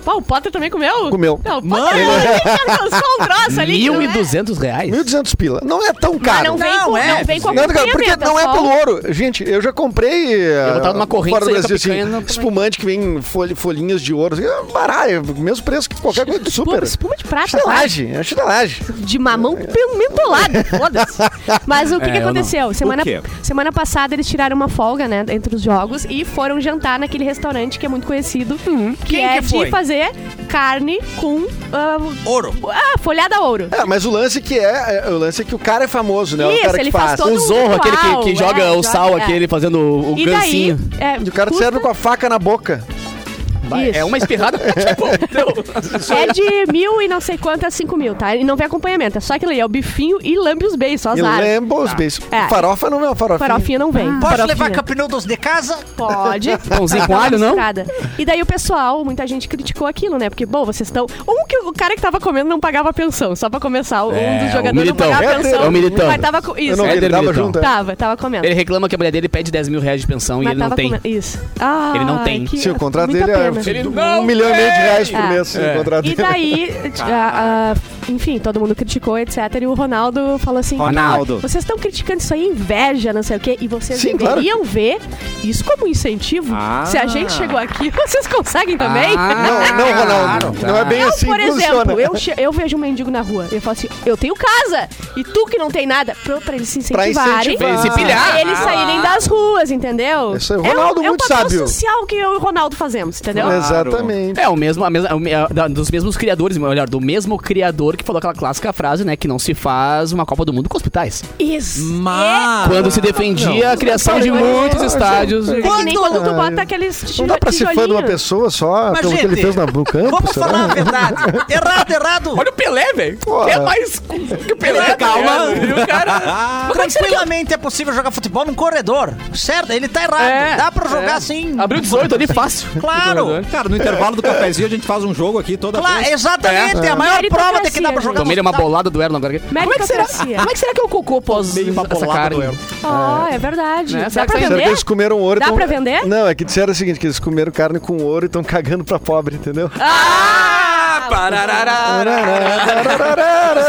[SPEAKER 4] Pô, o Potter também comeu?
[SPEAKER 3] Comeu.
[SPEAKER 4] Não, o Potter ele alcançou um troço ali. que não é-
[SPEAKER 5] 1.200 reais?
[SPEAKER 3] 1.200 pila. Não é tão
[SPEAKER 4] Mas
[SPEAKER 3] caro.
[SPEAKER 4] não vem com, não vem com
[SPEAKER 3] Não, cara,
[SPEAKER 4] acompanhamento,
[SPEAKER 3] porque não é
[SPEAKER 4] só
[SPEAKER 3] pelo
[SPEAKER 4] um-
[SPEAKER 3] ouro. Gente, eu já comprei eh,
[SPEAKER 5] botava numa corrente,
[SPEAKER 3] fora do
[SPEAKER 5] saía com a
[SPEAKER 3] Brasil, assim,
[SPEAKER 5] picanha na-
[SPEAKER 3] espumante que vem em folha- folhinhas de ouro. assim, É barato, é o mesmo preço que qualquer coisa de super.
[SPEAKER 4] Espuma, espuma de prata, claro.
[SPEAKER 3] Chinelagem, é chinelagem.
[SPEAKER 4] de mamão pelo mentolado. Foda-se. Mas
[SPEAKER 6] É,
[SPEAKER 4] o que, que
[SPEAKER 5] eu não.
[SPEAKER 4] aconteceu? Semana,
[SPEAKER 1] quê?
[SPEAKER 4] semana passada eles tiraram uma folga, né, entre os jogos e foram jantar naquele restaurante que é muito conhecido, que
[SPEAKER 6] Uhum. Quem
[SPEAKER 4] é
[SPEAKER 6] que foi?
[SPEAKER 4] de fazer carne com ah,
[SPEAKER 6] Ouro.
[SPEAKER 4] ah, folhada a ouro.
[SPEAKER 3] É, mas o lance que é, é, o lance é que o cara é famoso, né? o
[SPEAKER 4] Isso,
[SPEAKER 3] cara
[SPEAKER 4] ele
[SPEAKER 3] que
[SPEAKER 4] faz
[SPEAKER 3] faz.
[SPEAKER 4] todo
[SPEAKER 5] O Zorro,
[SPEAKER 4] Uau,
[SPEAKER 5] aquele que,
[SPEAKER 4] é,
[SPEAKER 5] que joga o
[SPEAKER 4] joga,
[SPEAKER 5] sal,
[SPEAKER 4] é.
[SPEAKER 5] aquele fazendo o, o
[SPEAKER 4] E daí,
[SPEAKER 5] gancinho.
[SPEAKER 4] é,
[SPEAKER 3] E o cara
[SPEAKER 4] custa-
[SPEAKER 3] serve com a faca na boca.
[SPEAKER 5] Vai,
[SPEAKER 4] Isso.
[SPEAKER 5] É uma espirrada. tipo, deu.
[SPEAKER 4] é de mil e não sei quanto a cinco mil, tá? E não vem acompanhamento, é só aquilo ali, é o bifinho e lambe os beijos, só as
[SPEAKER 3] Eu
[SPEAKER 4] áreas.
[SPEAKER 3] lembro os beijos.
[SPEAKER 4] É.
[SPEAKER 3] Farofa não é uma farofa.
[SPEAKER 4] Farofinha não vem.
[SPEAKER 6] Posso
[SPEAKER 4] Farofinha.
[SPEAKER 6] levar Cup Noodles de casa?
[SPEAKER 4] Pode.
[SPEAKER 5] Pãozinho com alho, não?
[SPEAKER 4] Misturada. E daí o pessoal, muita gente criticou aquilo, né? Porque, bom, vocês estão. Um que o cara que tava comendo não pagava pensão, só pra começar. Um
[SPEAKER 5] É,
[SPEAKER 4] dos
[SPEAKER 5] o
[SPEAKER 4] jogadores não
[SPEAKER 5] militão.
[SPEAKER 4] pagava
[SPEAKER 3] É,
[SPEAKER 4] pensão.
[SPEAKER 5] é o militão.
[SPEAKER 4] Mas tava com. Isso. Tá,
[SPEAKER 3] Eu não vi,
[SPEAKER 5] É
[SPEAKER 3] ele
[SPEAKER 5] dele,
[SPEAKER 3] tava
[SPEAKER 5] então.
[SPEAKER 3] junto. é.
[SPEAKER 4] Tava, tava comendo.
[SPEAKER 5] Ele reclama que a mulher dele pede 10 mil reais de pensão e
[SPEAKER 4] mas
[SPEAKER 5] ele não
[SPEAKER 4] tava
[SPEAKER 5] tem.
[SPEAKER 4] comendo. Isso. Ah,
[SPEAKER 5] Ele não tem.
[SPEAKER 4] que-
[SPEAKER 3] Sim, o contrato
[SPEAKER 4] muita
[SPEAKER 3] dele
[SPEAKER 4] pena.
[SPEAKER 3] é
[SPEAKER 5] Ele
[SPEAKER 3] um
[SPEAKER 5] não
[SPEAKER 3] milhão e meio de reais por
[SPEAKER 4] É.
[SPEAKER 3] mês. sim,
[SPEAKER 5] É.
[SPEAKER 3] O contrato
[SPEAKER 4] E
[SPEAKER 3] dele.
[SPEAKER 4] daí, ah, ah, enfim, todo mundo criticou, etc. E o Ronaldo falou assim:
[SPEAKER 1] Ronaldo.
[SPEAKER 4] "Ah, Vocês estão criticando isso aí, inveja, não sei o quê. E vocês
[SPEAKER 3] Sim, claro.
[SPEAKER 4] deveriam ver isso como um incentivo.
[SPEAKER 1] Ah.
[SPEAKER 4] Se a gente chegou aqui, vocês conseguem também?
[SPEAKER 3] Ah. Não, não, Ronaldo.
[SPEAKER 5] Claro.
[SPEAKER 3] Não é bem
[SPEAKER 4] Eu,
[SPEAKER 3] assim
[SPEAKER 4] Ah. por
[SPEAKER 3] que funciona.
[SPEAKER 4] exemplo, eu, che- eu vejo um mendigo na rua. Eu falo assim, eu tenho casa. E tu que não tem nada. Pra, pra eles se
[SPEAKER 3] Pra
[SPEAKER 4] incentivarem.
[SPEAKER 3] incentivar.
[SPEAKER 5] Pra se pilhar.
[SPEAKER 4] pra eles saírem das ruas, entendeu?
[SPEAKER 3] Isso aí, o Ronaldo
[SPEAKER 4] é um,
[SPEAKER 3] muito
[SPEAKER 4] é um papel
[SPEAKER 3] sábio.
[SPEAKER 4] social que eu e o Ronaldo fazemos, entendeu?
[SPEAKER 3] Exatamente.
[SPEAKER 5] É, o mesmo, a mesma, a me- a- da- dos mesmos criadores, melhor, do mesmo criador que falou aquela clássica frase, né, que não se faz uma Copa do Mundo com hospitais.
[SPEAKER 4] Isso.
[SPEAKER 1] Mas.
[SPEAKER 5] Quando se defendia a criação de
[SPEAKER 4] Ah, Não, não,
[SPEAKER 5] muitos
[SPEAKER 4] não,
[SPEAKER 5] estádios.
[SPEAKER 4] É que nem quando tu
[SPEAKER 3] Ah,
[SPEAKER 4] bota aqueles
[SPEAKER 3] Não
[SPEAKER 4] tijo-
[SPEAKER 3] dá pra ser fã de uma
[SPEAKER 4] tijolinho.
[SPEAKER 3] pessoa só
[SPEAKER 6] Mas,
[SPEAKER 3] pelo que
[SPEAKER 6] gente,
[SPEAKER 3] ele fez na- no campo,
[SPEAKER 6] Vamos
[SPEAKER 3] será?
[SPEAKER 6] falar a verdade. errado, errado.
[SPEAKER 5] Olha o Pelé, velho.
[SPEAKER 3] Pô.
[SPEAKER 5] É mais que o Pelé,
[SPEAKER 1] Calma.
[SPEAKER 5] tá ligado? E o cara...
[SPEAKER 1] Ah,
[SPEAKER 5] Mas como é que será que-
[SPEAKER 6] Tranquilamente é possível jogar futebol num corredor. Certo? Ele tá errado.
[SPEAKER 5] É,
[SPEAKER 6] Dá pra jogar
[SPEAKER 5] é.
[SPEAKER 6] assim.
[SPEAKER 5] Abriu 18 ali fácil.
[SPEAKER 6] Claro.
[SPEAKER 1] Cara, no intervalo do cafezinho a gente faz um jogo aqui toda
[SPEAKER 6] Claro,
[SPEAKER 1] vez.
[SPEAKER 6] exatamente. É a maior
[SPEAKER 4] Meritocracia,
[SPEAKER 6] prova de que dá pra jogar.
[SPEAKER 5] Tomei
[SPEAKER 6] no
[SPEAKER 5] uma
[SPEAKER 6] hospital.
[SPEAKER 5] bolada do Erlon agora. Como é que será?
[SPEAKER 4] Meritocracia.
[SPEAKER 5] Como é que será que é o cocô pós essa carne?
[SPEAKER 4] Ah, é verdade.
[SPEAKER 5] Né?
[SPEAKER 4] Dá
[SPEAKER 5] Será
[SPEAKER 4] pra
[SPEAKER 5] que-
[SPEAKER 3] Será que
[SPEAKER 4] vender?
[SPEAKER 3] eles comeram ouro? e
[SPEAKER 4] Dá
[SPEAKER 3] tão-
[SPEAKER 4] pra vender?
[SPEAKER 3] Não, é que disseram o seguinte, que eles comeram carne com ouro e estão cagando pra pobre, entendeu?
[SPEAKER 5] Ah, parararara.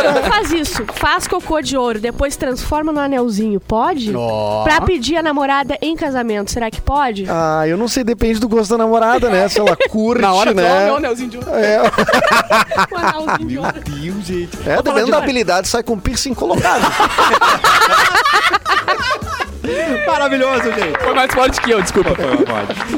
[SPEAKER 4] Não Então, faz isso. Faz cocô de ouro, depois transforma no anelzinho. Pode? Pra pedir a namorada em casamento. Será que pode?
[SPEAKER 3] Ah, eu não sei, depende do gosto da namorada, né? Se ela curte,
[SPEAKER 5] Na hora,
[SPEAKER 3] né?
[SPEAKER 5] não, anelzinho de ouro.
[SPEAKER 3] É,
[SPEAKER 4] Um anelzinho de ouro.
[SPEAKER 3] é dependendo da habilidade, sai com piercing colocado.
[SPEAKER 1] Maravilhoso, gente.
[SPEAKER 5] Foi mais forte que eu, desculpa.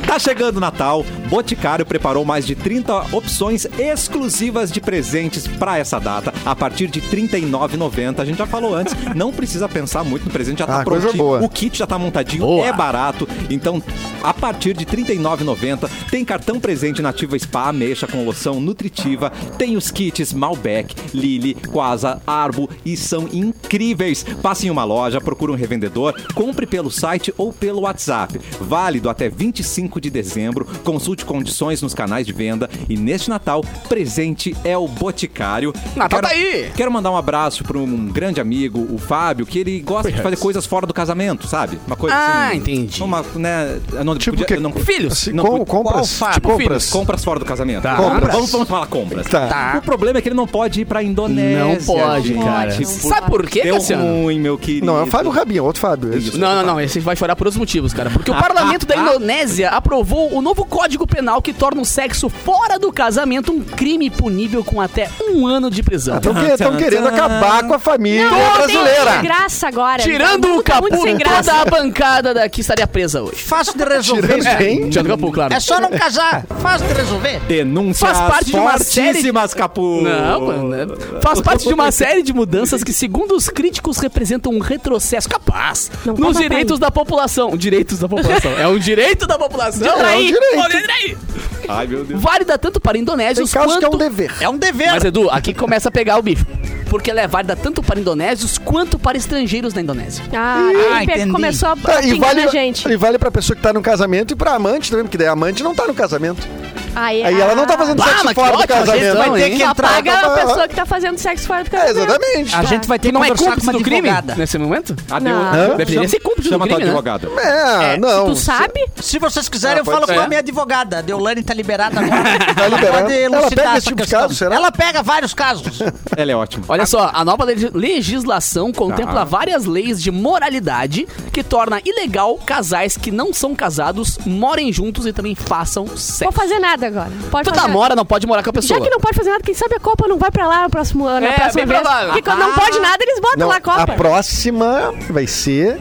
[SPEAKER 1] Tá chegando o Natal, Boticário preparou mais de 30 opções exclusivas de presentes pra essa data, a partir de R$ 39,90. A gente já falou antes, não precisa pensar muito no presente, já tá
[SPEAKER 3] Ah, coisa
[SPEAKER 1] prontinho.
[SPEAKER 3] boa.
[SPEAKER 1] O kit já tá montadinho,
[SPEAKER 5] Boa.
[SPEAKER 1] é barato. Então, a partir de R$ 39,90, tem cartão presente nativa Spa Ameixa com loção nutritiva, tem os kits Malbec, Lily, Quasa, Arbo e são incríveis. Passe em uma loja, procure um revendedor, compre pelo site ou pelo WhatsApp. Válido até 25 de dezembro. Consulte condições nos canais de venda e neste Natal, presente é o Boticário.
[SPEAKER 5] Natal tá aí!
[SPEAKER 1] Quero mandar um abraço para um grande amigo, o Fábio, que ele gosta de fazer coisas fora do casamento, sabe? Uma coisa
[SPEAKER 5] Ah,
[SPEAKER 1] assim.
[SPEAKER 5] entendi.
[SPEAKER 1] Uma, né, eu não,
[SPEAKER 3] Tipo
[SPEAKER 1] podia-
[SPEAKER 3] que-
[SPEAKER 1] eu não-
[SPEAKER 5] Filhos.
[SPEAKER 3] Se
[SPEAKER 1] Não,
[SPEAKER 3] com-
[SPEAKER 1] qual
[SPEAKER 3] compras,
[SPEAKER 5] Fábio?
[SPEAKER 3] tipo compras.
[SPEAKER 5] Filhos.
[SPEAKER 1] compras fora do casamento.
[SPEAKER 5] Tá.
[SPEAKER 3] Compras.
[SPEAKER 1] Vamos, vamos falar compras.
[SPEAKER 3] Tá.
[SPEAKER 5] Tá.
[SPEAKER 1] O problema é que ele não pode ir pra Indonésia.
[SPEAKER 5] Não pode,
[SPEAKER 1] É, gente.
[SPEAKER 5] cara.
[SPEAKER 1] Tipo,
[SPEAKER 5] Sabe por quê,
[SPEAKER 1] Deu
[SPEAKER 5] Cassiano?
[SPEAKER 1] ruim, meu querido.
[SPEAKER 3] Não, é o Fábio Rabinho, é outro Fábio. esse.
[SPEAKER 5] Não, não, não. Esse vai chorar por outros motivos, cara. Porque o parlamento da Indonésia aprovou o novo código penal que torna o sexo fora do casamento um crime punível com até um ano de prisão.
[SPEAKER 3] Estão que, tão querendo acabar com a família
[SPEAKER 4] Sem
[SPEAKER 3] é brasileira.
[SPEAKER 4] graça agora. Tá
[SPEAKER 5] Tirando
[SPEAKER 4] muito-
[SPEAKER 5] o
[SPEAKER 4] tá muito
[SPEAKER 5] capô,
[SPEAKER 4] sem graça.
[SPEAKER 5] toda a bancada daqui estaria presa hoje.
[SPEAKER 6] Fácil de resolver.
[SPEAKER 3] Tirando bem.
[SPEAKER 5] Tirando o capô, claro.
[SPEAKER 6] É só não casar. Fácil de resolver.
[SPEAKER 1] Denúncias
[SPEAKER 5] Faz parte de uma série-
[SPEAKER 1] fortíssimas, Capu.
[SPEAKER 5] Não, mano. é- Faz parte de uma série de mudanças que, segundo os críticos, representam um retrocesso capaz
[SPEAKER 4] Não
[SPEAKER 5] nos
[SPEAKER 4] tava
[SPEAKER 5] direitos da população. Direitos da população. É um direito da população.
[SPEAKER 3] É um direito.
[SPEAKER 5] Olha ele aí.
[SPEAKER 1] Ai, meu Deus.
[SPEAKER 5] Válida tanto para
[SPEAKER 3] Tem
[SPEAKER 5] indonésios
[SPEAKER 3] casos
[SPEAKER 5] quanto...
[SPEAKER 3] que é um dever.
[SPEAKER 6] É um dever.
[SPEAKER 5] Mas, Edu, aqui começa a pegar o bife. Porque ela é válida tanto para indonésios quanto para estrangeiros na Indonésia.
[SPEAKER 4] Ah,
[SPEAKER 6] Ah,
[SPEAKER 4] ele pe-
[SPEAKER 6] entendi.
[SPEAKER 4] começou a, a
[SPEAKER 3] Tá, e,
[SPEAKER 4] pingar
[SPEAKER 3] vale,
[SPEAKER 4] na gente.
[SPEAKER 3] e vale pra pessoa que tá no casamento e pra amante também, porque daí a amante não tá no casamento.
[SPEAKER 4] Aí,
[SPEAKER 3] Aí ela não tá fazendo
[SPEAKER 5] Ah,
[SPEAKER 3] sexo
[SPEAKER 5] mas que
[SPEAKER 3] fora do
[SPEAKER 5] ótima
[SPEAKER 3] casamento.
[SPEAKER 5] gestão,
[SPEAKER 3] Vai ter
[SPEAKER 5] hein?
[SPEAKER 3] que
[SPEAKER 4] Só
[SPEAKER 3] entrar
[SPEAKER 4] paga
[SPEAKER 3] com
[SPEAKER 4] a
[SPEAKER 3] uma-
[SPEAKER 4] pessoa que tá fazendo sexo fora do
[SPEAKER 3] É,
[SPEAKER 4] casamento.
[SPEAKER 3] exatamente.
[SPEAKER 9] A gente vai ter que
[SPEAKER 5] Não é
[SPEAKER 9] conversar com
[SPEAKER 5] cúmplice
[SPEAKER 9] uma
[SPEAKER 5] do crime
[SPEAKER 9] advogada.
[SPEAKER 5] nesse momento?
[SPEAKER 4] Tá.
[SPEAKER 1] Ah,
[SPEAKER 4] Não.
[SPEAKER 5] Deveria ser cúmplice do
[SPEAKER 1] Chama tua
[SPEAKER 5] crime, né?
[SPEAKER 1] advogada.
[SPEAKER 3] É, não.
[SPEAKER 4] Tu sabe?
[SPEAKER 6] Se vocês quiserem,
[SPEAKER 3] Ah,
[SPEAKER 6] eu
[SPEAKER 3] pode
[SPEAKER 6] falo
[SPEAKER 5] ser.
[SPEAKER 6] com a minha advogada. A Deolane tá liberada agora.
[SPEAKER 3] Tá liberado.
[SPEAKER 6] Pode
[SPEAKER 3] Ela
[SPEAKER 6] elucidar
[SPEAKER 3] pega
[SPEAKER 6] essa
[SPEAKER 3] esse tipo de
[SPEAKER 6] questão.
[SPEAKER 3] caso, será?
[SPEAKER 6] Ela pega vários casos.
[SPEAKER 1] Ela é ótima.
[SPEAKER 5] Olha só, a nova legis- legislação contempla
[SPEAKER 1] Tá.
[SPEAKER 5] várias leis de moralidade que torna ilegal casais que não são casados morem juntos e também façam
[SPEAKER 4] Não
[SPEAKER 5] sexo.
[SPEAKER 4] vou fazer nada agora. Pode
[SPEAKER 3] tá
[SPEAKER 5] Toda
[SPEAKER 4] fazer nada.
[SPEAKER 5] mora não pode morar com a pessoa.
[SPEAKER 4] Já que não pode fazer nada, quem sabe a Copa não vai pra lá no próximo ano,
[SPEAKER 5] É,
[SPEAKER 4] na próxima
[SPEAKER 5] bem
[SPEAKER 4] vez.
[SPEAKER 5] provável.
[SPEAKER 4] Porque quando não
[SPEAKER 5] Ah.
[SPEAKER 4] pode nada, eles botam
[SPEAKER 3] Não,
[SPEAKER 4] lá é. a Copa.
[SPEAKER 3] a próxima vai ser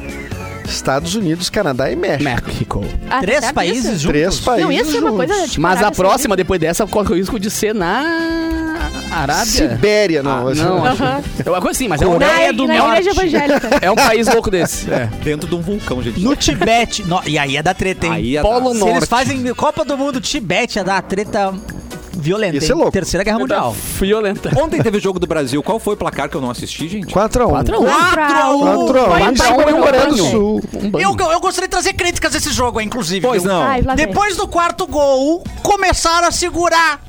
[SPEAKER 3] Estados Unidos, Canadá e México.
[SPEAKER 5] México.
[SPEAKER 4] Ah,
[SPEAKER 6] Três
[SPEAKER 4] sabe
[SPEAKER 6] países
[SPEAKER 4] disso?
[SPEAKER 6] juntos.
[SPEAKER 3] Três países.
[SPEAKER 4] Não, isso é uma
[SPEAKER 3] juntos.
[SPEAKER 4] coisa de
[SPEAKER 5] Mas a
[SPEAKER 4] caralho,
[SPEAKER 5] próxima, depois dessa, corre o risco de ser na Arábia.
[SPEAKER 3] Sibéria,
[SPEAKER 5] Ah,
[SPEAKER 3] não.
[SPEAKER 5] não, acho.
[SPEAKER 4] Aham.
[SPEAKER 5] É uma coisa assim, mas é um,
[SPEAKER 4] sabe? Na,
[SPEAKER 5] é,
[SPEAKER 4] na igreja evangélica.
[SPEAKER 5] é um país louco desse. É.
[SPEAKER 1] Dentro de um vulcão, gente.
[SPEAKER 6] No Tibete. No- e aí é da treta, hein?
[SPEAKER 1] Aí é da-
[SPEAKER 5] Polo
[SPEAKER 6] Se
[SPEAKER 5] Norte.
[SPEAKER 6] eles fazem Copa do Mundo Tibete, é da treta violenta.
[SPEAKER 3] Isso
[SPEAKER 6] hein?
[SPEAKER 3] é louco.
[SPEAKER 6] Terceira Guerra Mundial.
[SPEAKER 5] Violenta.
[SPEAKER 1] Ontem teve o jogo do Brasil. Qual foi o placar que eu não assisti, gente?
[SPEAKER 3] 4x1.
[SPEAKER 4] 4
[SPEAKER 3] 4x1.
[SPEAKER 4] Vai, vai, vai,
[SPEAKER 3] Isso é um
[SPEAKER 4] vai,
[SPEAKER 3] Grande
[SPEAKER 4] vai.
[SPEAKER 3] Sul.
[SPEAKER 6] Eu, eu gostaria de trazer críticas desse jogo, inclusive.
[SPEAKER 1] Pois
[SPEAKER 6] viu?
[SPEAKER 1] não.
[SPEAKER 4] Ai,
[SPEAKER 5] Tá
[SPEAKER 4] lá vem.
[SPEAKER 6] Depois do quarto gol, começaram a segurar.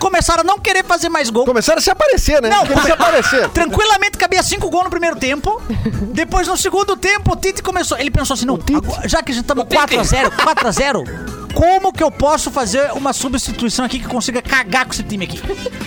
[SPEAKER 6] Começaram a não querer fazer mais gol.
[SPEAKER 3] Começaram a se aparecer, né?
[SPEAKER 6] Não,
[SPEAKER 3] Queria se
[SPEAKER 6] come-
[SPEAKER 3] aparecer.
[SPEAKER 6] Tranquilamente cabia cinco gols no primeiro tempo. Depois, no segundo tempo, o Tite começou. Ele pensou assim: não, agora- já que a gente estamos 4x0, 4x0, como que eu posso fazer uma substituição aqui que consiga cagar com esse time aqui?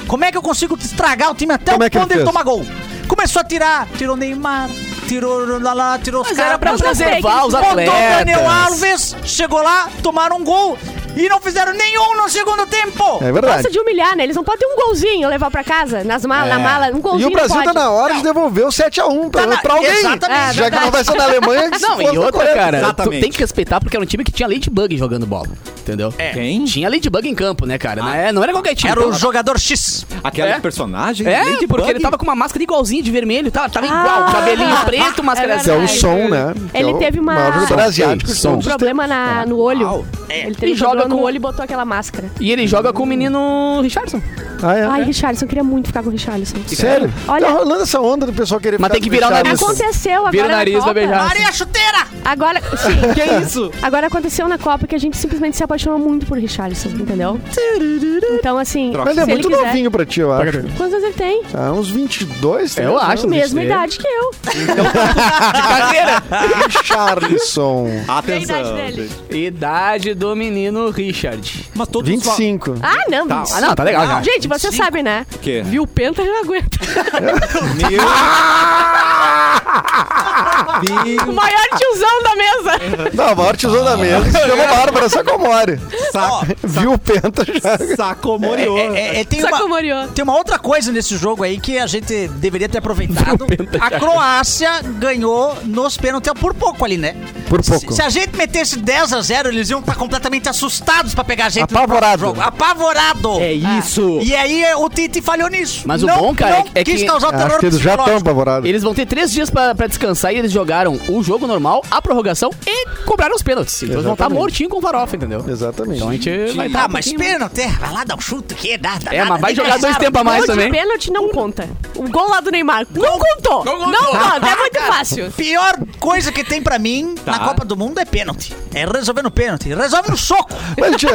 [SPEAKER 6] Como é que eu consigo estragar o time até
[SPEAKER 3] Como
[SPEAKER 6] o
[SPEAKER 3] é que ele
[SPEAKER 6] ponto de ele
[SPEAKER 3] fez?
[SPEAKER 6] tomar gol? Começou a tirar, tirou Neymar, tirou lá, lá, tirou os
[SPEAKER 5] Mas era
[SPEAKER 6] caras.
[SPEAKER 5] pra
[SPEAKER 6] botou-
[SPEAKER 5] preservar os
[SPEAKER 6] Botou Daniel
[SPEAKER 5] atletas.
[SPEAKER 6] Alves, chegou lá, tomaram um gol e não fizeram nenhum no segundo tempo.
[SPEAKER 3] É
[SPEAKER 4] Nossa,
[SPEAKER 3] verdade.
[SPEAKER 4] de humilhar, né? Eles não podem ter um golzinho levar pra casa, nas malas, na mala, um
[SPEAKER 3] É. E
[SPEAKER 4] golzinho
[SPEAKER 3] o Brasil
[SPEAKER 4] não
[SPEAKER 3] tá
[SPEAKER 4] pode.
[SPEAKER 3] na hora de devolver o 7x1 pra,
[SPEAKER 6] Tá na-
[SPEAKER 3] pra alguém.
[SPEAKER 6] Exatamente.
[SPEAKER 4] É,
[SPEAKER 3] Já que não vai ser na Alemanha, que se
[SPEAKER 5] Não,
[SPEAKER 3] fosse
[SPEAKER 5] e
[SPEAKER 3] na
[SPEAKER 5] outra,
[SPEAKER 3] Coreia.
[SPEAKER 5] cara, tu
[SPEAKER 1] Exatamente.
[SPEAKER 5] tem que respeitar porque era um time que tinha Ladybug jogando bola, entendeu? É.
[SPEAKER 1] Quem?
[SPEAKER 5] Tinha Ladybug em campo, né, cara? Não, é, não era qualquer time.
[SPEAKER 6] Era o
[SPEAKER 5] Então,
[SPEAKER 6] jogador X.
[SPEAKER 1] Aquela
[SPEAKER 5] É?
[SPEAKER 1] personagem?
[SPEAKER 5] É,
[SPEAKER 1] Ladybug?
[SPEAKER 5] porque ele tava com uma máscara igualzinha de vermelho, tava, tava
[SPEAKER 4] Ah,
[SPEAKER 5] igual, cabelinho preto, máscara
[SPEAKER 4] verdade.
[SPEAKER 3] Que é o som, né? Que
[SPEAKER 4] Ele
[SPEAKER 3] é o
[SPEAKER 4] teve uma-
[SPEAKER 3] maior jogador
[SPEAKER 4] Som,
[SPEAKER 3] asiático de
[SPEAKER 5] som.
[SPEAKER 4] Um
[SPEAKER 3] todos os tempos.
[SPEAKER 4] problema na- no olho. Ele teve
[SPEAKER 5] E
[SPEAKER 4] um
[SPEAKER 5] joga
[SPEAKER 4] problema
[SPEAKER 5] com-
[SPEAKER 4] no olho e botou aquela máscara.
[SPEAKER 5] E ele joga com o menino Richardson.
[SPEAKER 3] Ah, é.
[SPEAKER 4] Ai, Richardson, eu queria muito ficar com o Richardson.
[SPEAKER 3] Sério?
[SPEAKER 4] Olha-
[SPEAKER 3] Tá rolando essa onda do pessoal querer
[SPEAKER 5] Mas
[SPEAKER 3] ficar
[SPEAKER 5] tem que virar o
[SPEAKER 3] fechado.
[SPEAKER 5] nariz.
[SPEAKER 4] Aconteceu agora é
[SPEAKER 5] Vira o nariz
[SPEAKER 4] na
[SPEAKER 5] da
[SPEAKER 4] Copa.
[SPEAKER 5] beijada.
[SPEAKER 6] Maria Chuteira!
[SPEAKER 4] Agora, sim.
[SPEAKER 1] Que isso?
[SPEAKER 4] Agora aconteceu na Copa que a gente simplesmente se apaixonou muito por Richarlison, entendeu? Então, assim,
[SPEAKER 1] Troca.
[SPEAKER 3] Mas ele é
[SPEAKER 4] se ele
[SPEAKER 3] muito
[SPEAKER 4] quiser...
[SPEAKER 3] novinho pra ti, eu acho.
[SPEAKER 4] Quantos anos ele tem?
[SPEAKER 3] Ah, uns 22,
[SPEAKER 5] Eu acho.
[SPEAKER 4] Mesma
[SPEAKER 5] 23.
[SPEAKER 4] idade que eu.
[SPEAKER 3] Charlison.
[SPEAKER 1] Atenção.
[SPEAKER 4] idade dele.
[SPEAKER 1] gente.
[SPEAKER 5] Idade do menino Richard.
[SPEAKER 1] Mas todos
[SPEAKER 3] 25.
[SPEAKER 4] Ah, não.
[SPEAKER 1] Tá,
[SPEAKER 4] vinte-
[SPEAKER 5] Ah, não, tá legal já.
[SPEAKER 4] Gente, vocês sabem, né?
[SPEAKER 1] O quê?
[SPEAKER 4] Viu o Penta, já aguenta.
[SPEAKER 1] Meu...
[SPEAKER 4] O maior tiozão da mesa.
[SPEAKER 3] Não, o maior tesouro da mesa se chama Bárbara Sacomori.
[SPEAKER 6] Ó,
[SPEAKER 3] Viu o Penta já.
[SPEAKER 1] Sacomoriou.
[SPEAKER 6] é- é- é- tem,
[SPEAKER 4] Só
[SPEAKER 6] uma,
[SPEAKER 4] Moriô.
[SPEAKER 6] tem uma outra coisa nesse jogo aí que a gente deveria ter aproveitado. A Croácia ganhou nos pênaltis por pouco ali, né?
[SPEAKER 3] Por
[SPEAKER 6] Se-
[SPEAKER 3] pouco.
[SPEAKER 6] Se, a gente metesse 10 a 0 eles iam estar completamente assustados pra pegar a gente no
[SPEAKER 3] Apavorado.
[SPEAKER 6] próximo jogo. Apavorado.
[SPEAKER 5] É isso.
[SPEAKER 6] E aí é, o Tite falhou nisso.
[SPEAKER 5] Mas o bom, cara,
[SPEAKER 6] não
[SPEAKER 5] é que-
[SPEAKER 6] quis causar o terror
[SPEAKER 3] Acho que eles já estão
[SPEAKER 6] psicológico.
[SPEAKER 3] apavorados.
[SPEAKER 5] Eles vão ter três dias pra, pra descansar e eles jogaram o jogo normal, a prorrogação e cobraram os pênaltis. Então eles vão estar
[SPEAKER 3] Exatamente.
[SPEAKER 5] mortinhos com farofa, entendeu?
[SPEAKER 3] Exatamente.
[SPEAKER 5] Então a gente vai
[SPEAKER 6] Ah,
[SPEAKER 5] estar.
[SPEAKER 6] mas pênalti, é, vai lá dar um chute que dá, dá
[SPEAKER 5] É, mas vai jogar dois tempos a mais
[SPEAKER 4] Gol de
[SPEAKER 5] também.
[SPEAKER 4] pênalti não conta. O gol lá do Neymar não contou. Não
[SPEAKER 5] Ah,
[SPEAKER 4] conta, é muito fácil.
[SPEAKER 6] Pior coisa que tem pra mim
[SPEAKER 5] Tá.
[SPEAKER 6] na Copa do Mundo é pênalti. É resolver no pênalti. Resolve no soco.
[SPEAKER 3] Mas a gente,